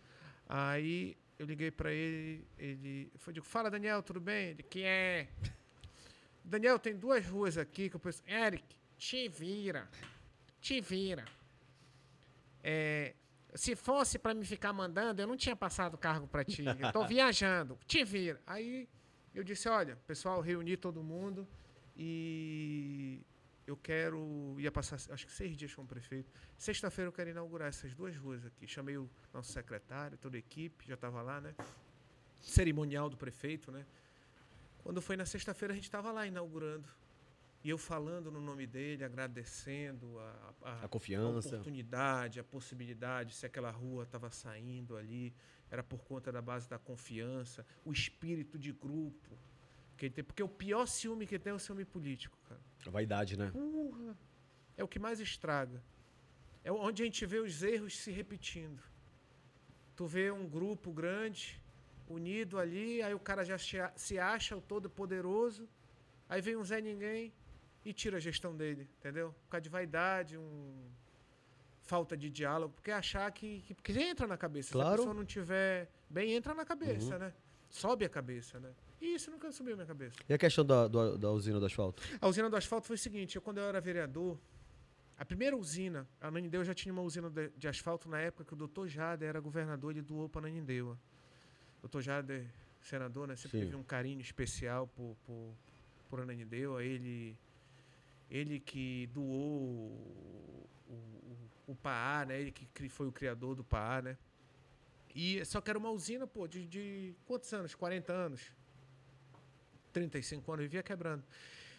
S3: Aí eu liguei pra ele, ele foi digo, fala Daniel, tudo bem? Ele, que é? Daniel, tem duas ruas aqui que eu penso, Eric, te vira, te vira. É, se fosse pra me ficar mandando, eu não tinha passado o cargo pra ti. Eu tô viajando, te vira. Aí eu disse, olha, pessoal, reuni todo mundo e eu quero ia passar acho que seis dias com o prefeito. Sexta-feira eu quero inaugurar essas duas ruas aqui. Chamei o nosso secretário, toda a equipe, já estava lá, né? Cerimonial do prefeito, né? Quando foi na sexta-feira, a gente estava lá inaugurando. E eu falando no nome dele, agradecendo a,
S1: A confiança.
S3: a oportunidade, a possibilidade, se aquela rua estava saindo ali, era por conta da base da confiança, o espírito de grupo. Que ele tem, porque o pior ciúme que tem é o ciúme político, cara.
S1: A vaidade, né?
S3: Porra! É o que mais estraga. É onde a gente vê os erros se repetindo. Tu vê um grupo grande, unido ali, aí o cara já se a- se acha o todo poderoso, aí vem um Zé Ninguém e tira a gestão dele, entendeu? Por causa de vaidade, um falta de diálogo, porque achar que, que porque entra na cabeça. Se
S1: Claro.
S3: a pessoa não tiver bem, entra na cabeça, né? Sobe a cabeça, né? E isso nunca subiu minha cabeça.
S1: E a questão da, do- da usina do asfalto?
S3: A usina do asfalto foi o seguinte: eu, quando eu era vereador, a primeira usina, a Ananindeua já tinha uma usina de, de asfalto na época que o doutor Jader era governador, ele doou para Ananindeua. O doutor Jader, senador, né, sempre
S1: Sim.
S3: teve um carinho especial por, por, por Ananindeua. Ele, ele que doou o, o, o PAA, né, ele que cri- foi o criador do PAA, né? E só que era uma usina, pô, de, de quantos anos? 40 anos? 35 anos, vivia quebrando.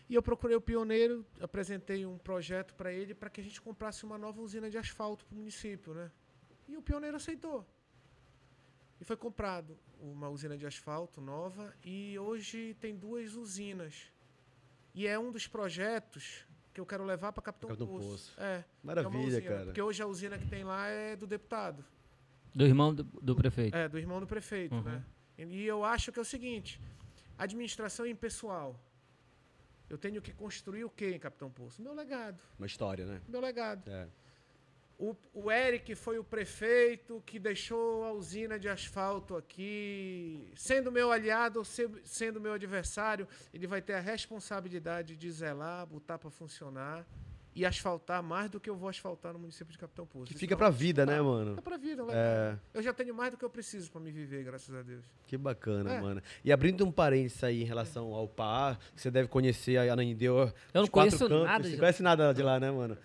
S3: E eu procurei o pioneiro, apresentei um projeto para ele para que a gente comprasse uma nova usina de asfalto para o município, né? E o pioneiro aceitou. E foi comprado uma usina de asfalto nova e hoje tem duas usinas. E é um dos projetos que eu quero levar para Capitão,
S1: Capitão
S3: Poço.
S1: Poço.
S3: É. é uma
S1: Maravilha,
S3: usina,
S1: cara.
S3: Porque hoje a usina que tem lá é do deputado.
S2: Do irmão do, do prefeito.
S3: É, do irmão do prefeito,
S2: Uhum.
S3: né? E eu acho que é o seguinte: administração impessoal. Eu tenho que construir o quê em Capitão Poço? Meu legado.
S1: Uma história, né?
S3: Meu legado.
S1: É.
S3: O, o Eric foi o prefeito que deixou a usina de asfalto aqui. Sendo meu aliado ou se- sendo meu adversário, ele vai ter a responsabilidade de zelar, botar para funcionar e asfaltar mais do que eu vou asfaltar no município de Capitão Poço.
S1: Que fica
S3: Então,
S1: pra vida, né, mano?
S3: Fica pra vida,
S1: É.
S3: legal. Eu já tenho mais do que eu preciso pra me viver, graças a Deus.
S1: Que bacana,
S3: É.
S1: mano. E abrindo um parênteses aí em relação ao PAA, você deve conhecer a Ananindeua.
S2: Eu não
S1: os quatro
S2: conheço
S1: cantos.
S2: nada
S1: Você
S2: de-
S1: conhece nada de lá, né, mano?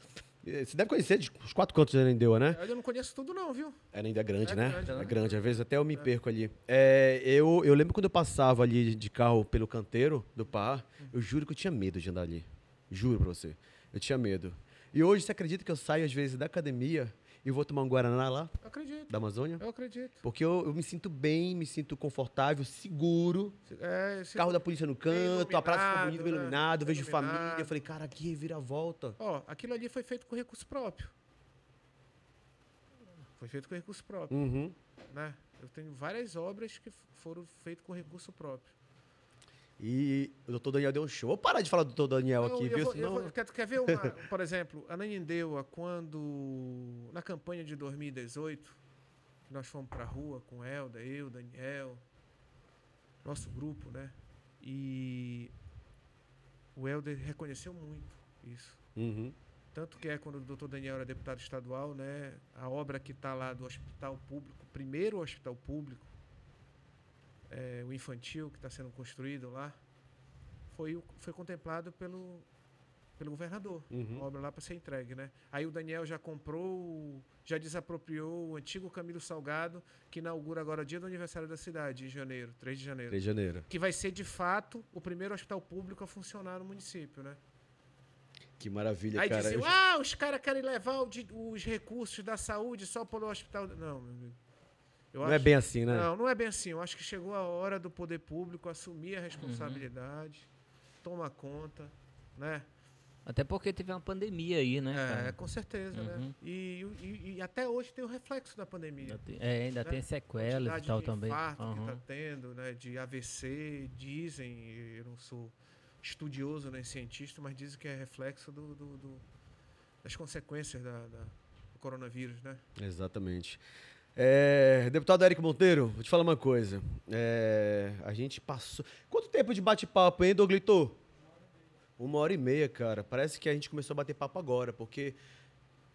S1: Eh, Você deve conhecer de- os quatro cantos da Ananindeua, né?
S3: Eu não conheço tudo, não, viu?
S1: É ainda grande,
S3: É
S1: né?
S3: grande, né?
S1: é grande. Às vezes até eu me perco ali. É, eu, eu lembro quando eu passava ali de carro pelo canteiro do Pará,
S3: Uhum.
S1: eu juro que eu tinha medo de andar ali. Juro pra você. Eu tinha medo. E hoje, você acredita que eu saio às vezes da academia e vou tomar um Guaraná lá,
S3: Eu acredito.
S1: da Amazônia?
S3: Eu acredito.
S1: Porque eu, eu me sinto bem, me sinto confortável, seguro.
S3: É, se-
S1: Carro da polícia no canto, a praça ficou bonita, bem
S3: Iluminado, né?
S1: iluminado, vejo
S3: Iluminado.
S1: família. Eu falei, cara, que reviravolta.
S3: Ó, aquilo ali foi feito com recurso próprio. Foi feito com recurso próprio,
S1: Uhum.
S3: né? Eu tenho várias obras que f- foram feitas com recurso próprio.
S1: E o doutor Daniel deu um show. Vou parar de falar do doutor Daniel
S3: Não,
S1: aqui,
S3: eu
S1: viu?
S3: vou- eu
S1: Senão-
S3: vou- quer, quer ver uma, por exemplo, a Nanindeua, quando na campanha de 2018, que nós fomos pra rua com Elda, eu, Daniel, nosso grupo, né? E o Helder reconheceu muito isso.
S1: Uhum.
S3: Tanto que é quando o doutor Daniel era deputado estadual, né? A obra que está lá do hospital público, primeiro hospital público, é, o infantil que está sendo construído lá, foi, o- foi contemplado pelo, pelo governador.
S1: Uhum.
S3: Uma obra lá para ser entregue, né? Aí o Daniel já comprou, o- já desapropriou o antigo Camilo Salgado, que inaugura agora dia do aniversário da cidade, em janeiro, 3 de janeiro
S1: 3 de janeiro.
S3: que vai ser de fato o primeiro hospital público a funcionar no município, né?
S1: Que maravilha,
S3: Aí
S1: cara.
S3: diziam,
S1: Eu-
S3: ah, os caras querem levar o de- os recursos da saúde só para o hospital. Não, meu amigo. Eu
S1: Não é
S3: acho-
S1: bem assim, né?
S3: Não, não é bem assim. Eu acho que chegou a hora do poder público assumir a responsabilidade, toma conta, né?
S2: Até porque teve uma pandemia aí, né?
S3: É,
S2: cara?
S3: com certeza, né? E, e- e até hoje tem o reflexo da pandemia.
S2: Ainda tem- É, ainda
S3: né?
S2: tem sequelas
S3: Quantidade
S2: e tal
S3: de
S2: também.
S3: infarto que
S2: Aham.
S3: tá tendo, né? De AVC, dizem, eu não sou estudioso nem cientista, mas dizem que é reflexo do, do- do- das consequências da- da- do coronavírus, né?
S1: Exatamente. É, deputado Eric Monteiro, vou te falar uma coisa. É, a gente passou. Quanto tempo de bate-papo, hein, Doglito? Uma hora e meia, cara. Parece que a gente começou a bater papo agora, porque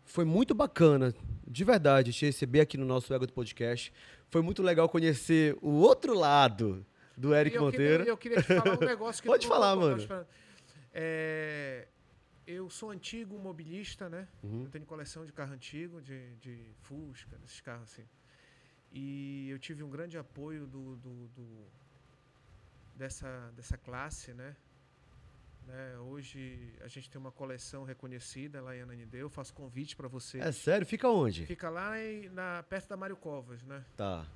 S1: foi muito bacana, de verdade, te receber aqui no nosso Ego do Podcast. Foi muito legal conhecer o outro lado do Eric
S3: E eu queria-
S1: Monteiro.
S3: eu queria te falar um negócio que
S1: Pode
S3: tu não
S1: falar,
S3: contou,
S1: mano.
S3: tava esperando. É, eu sou antigo mobilista, né?
S1: Uhum.
S3: Eu tenho coleção de carro antigo, de, de Fusca, esses carros assim. E eu tive um grande apoio do, do- do- dessa, dessa classe, né? Né, Hoje a gente tem uma coleção reconhecida lá em Ananideu. Eu faço convite para você.
S1: É sério? Fica onde?
S3: Fica lá em- na, perto da Mário Covas, né?
S1: Tá.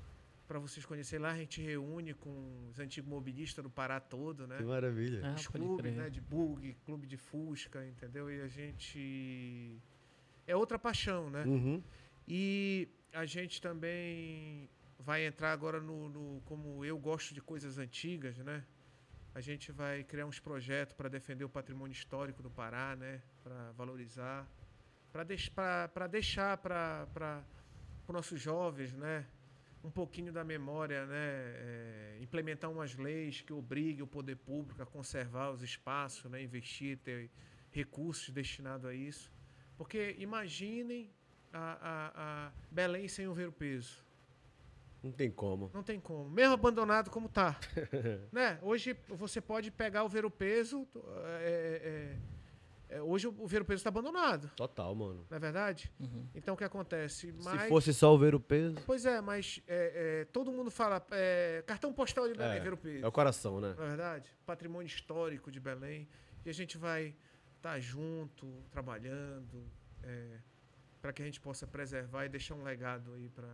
S3: Para vocês conhecerem lá, a gente reúne com os antigos mobilistas do Pará todo, né?
S1: Que maravilha.
S2: Ah,
S3: os
S2: pode
S3: clubes,
S2: crer.
S3: né? De bug, clube de Fusca, entendeu? E a gente. É outra paixão, né?
S1: Uhum.
S3: E a gente também vai entrar agora no, no- Como eu gosto de coisas antigas, né? A gente vai criar uns projetos para defender o patrimônio histórico do Pará, né? Para valorizar, para deixar para os nossos jovens, né? Um pouquinho da memória, né? É, implementar umas leis que obriguem o poder público a conservar os espaços, né? Investir, ter recursos destinados a isso. Porque imaginem a, a- a Belém sem o ver o peso.
S1: Não tem como.
S3: Não tem como. Mesmo abandonado como tá. né? Hoje você pode pegar o ver o peso. tu- é- é- é- é, hoje o ver o peso está abandonado,
S1: Total, mano.
S3: não é verdade? Então o que acontece?
S1: Uhum. Se
S3: Mas-
S1: fosse só o ver o peso.
S3: Pois é, mas é, é, todo mundo fala. é, cartão postal de Belém,
S1: É,
S3: ver o peso.
S1: É o coração, né?
S3: na verdade? Patrimônio histórico de Belém. E a gente vai estar junto, trabalhando, para que a gente possa preservar e deixar um legado aí para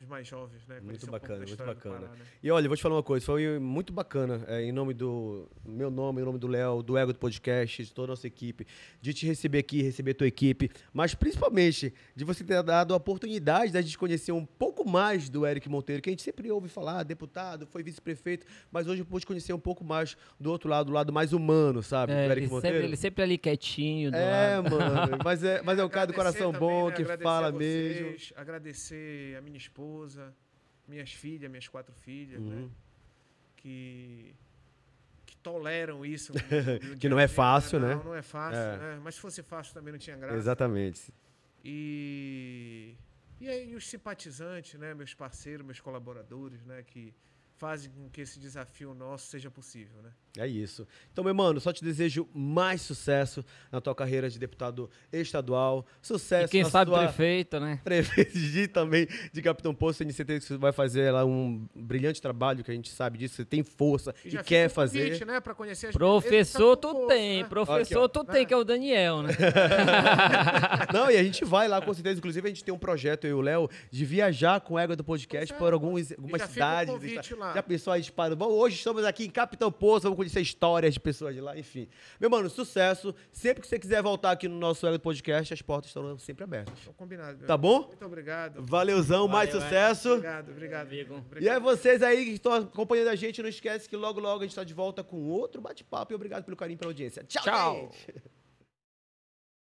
S3: os mais jovens, né?
S1: Muito
S3: Conhecer um pouco
S1: bacana,
S3: da
S1: muito
S3: história do
S1: bacana.
S3: Pará, né?
S1: E olha, eu vou te falar uma coisa, foi muito bacana, é, em nome do meu nome, em nome do Léo, do Ego do Podcast, de toda a nossa equipe, de te receber aqui, receber tua equipe, mas principalmente de você ter dado a oportunidade da gente conhecer um pouco mais do Eric Monteiro, que a gente sempre ouve falar, deputado, foi vice-prefeito, mas hoje eu pude conhecer um pouco mais do outro lado, do lado mais humano, sabe,
S2: É,
S1: do Eric
S2: ele, sempre,
S1: Monteiro.
S2: ele sempre ali quietinho. Do
S1: É,
S2: lado.
S1: mano, mas é, mas é um cara do
S3: Agradecer
S1: coração
S3: também,
S1: bom,
S3: né?
S1: que
S3: Agradecer
S1: fala
S3: a vocês,
S1: mesmo.
S3: Agradecer a minha esposa, minhas filhas, minhas quatro filhas,
S1: Uhum.
S3: né? Que, que toleram isso. no- no dia
S1: Que não
S3: a
S1: é
S3: dia,
S1: fácil, né?
S3: Não, não é fácil,
S1: É.
S3: né? Mas se fosse fácil também não tinha graça.
S1: Exatamente.
S3: E, e aí os simpatizantes, né, meus parceiros, meus colaboradores, né, que fazem com que esse desafio nosso seja possível, né?
S1: É isso. Então, meu mano, só te desejo mais sucesso na tua carreira de deputado estadual. Sucesso
S2: E quem
S1: na
S2: sabe
S1: sua
S2: prefeito, né?
S1: prefeito também de Capitão Poço. Tenho certeza que você vai fazer lá um brilhante trabalho, que a gente sabe disso. Você tem força e,
S3: já
S1: quer
S3: fica o convite,
S1: fazer.
S3: né, para conhecer as belezas de
S2: Professor
S3: Capitão
S2: tu
S3: Poço,
S2: tem,
S3: né?
S2: professor
S1: Aqui, ó.
S2: tu tem, que é o Daniel, né?
S1: Não, e a gente vai lá com certeza. Inclusive, a gente tem um projeto, eu e o Léo, de viajar com a égua do podcast
S3: Pois é,
S1: por alguns,
S3: E
S1: algumas
S3: já fica o
S1: cidades.
S3: convite lá.
S1: Já pensou aí, disparou. Bom, hoje estamos aqui em Capitão Poço, vamos conhecer histórias de pessoas de lá, enfim. Meu mano, sucesso. Sempre que você quiser voltar aqui no nosso Ego do Podcast, as portas estão sempre abertas.
S3: Então, combinado. meu
S1: Tá
S3: amigo.
S1: bom?
S3: Muito obrigado.
S1: Valeuzão, mais
S2: Valeu,
S1: sucesso.
S3: Obrigado, obrigado.
S2: Amigo.
S1: E é aí
S3: obrigado.
S1: vocês aí que estão acompanhando a tá gente, não esquece que logo logo a gente está de volta com outro bate-papo e obrigado pelo carinho pela audiência. Tchau.
S2: Tchau.
S1: gente.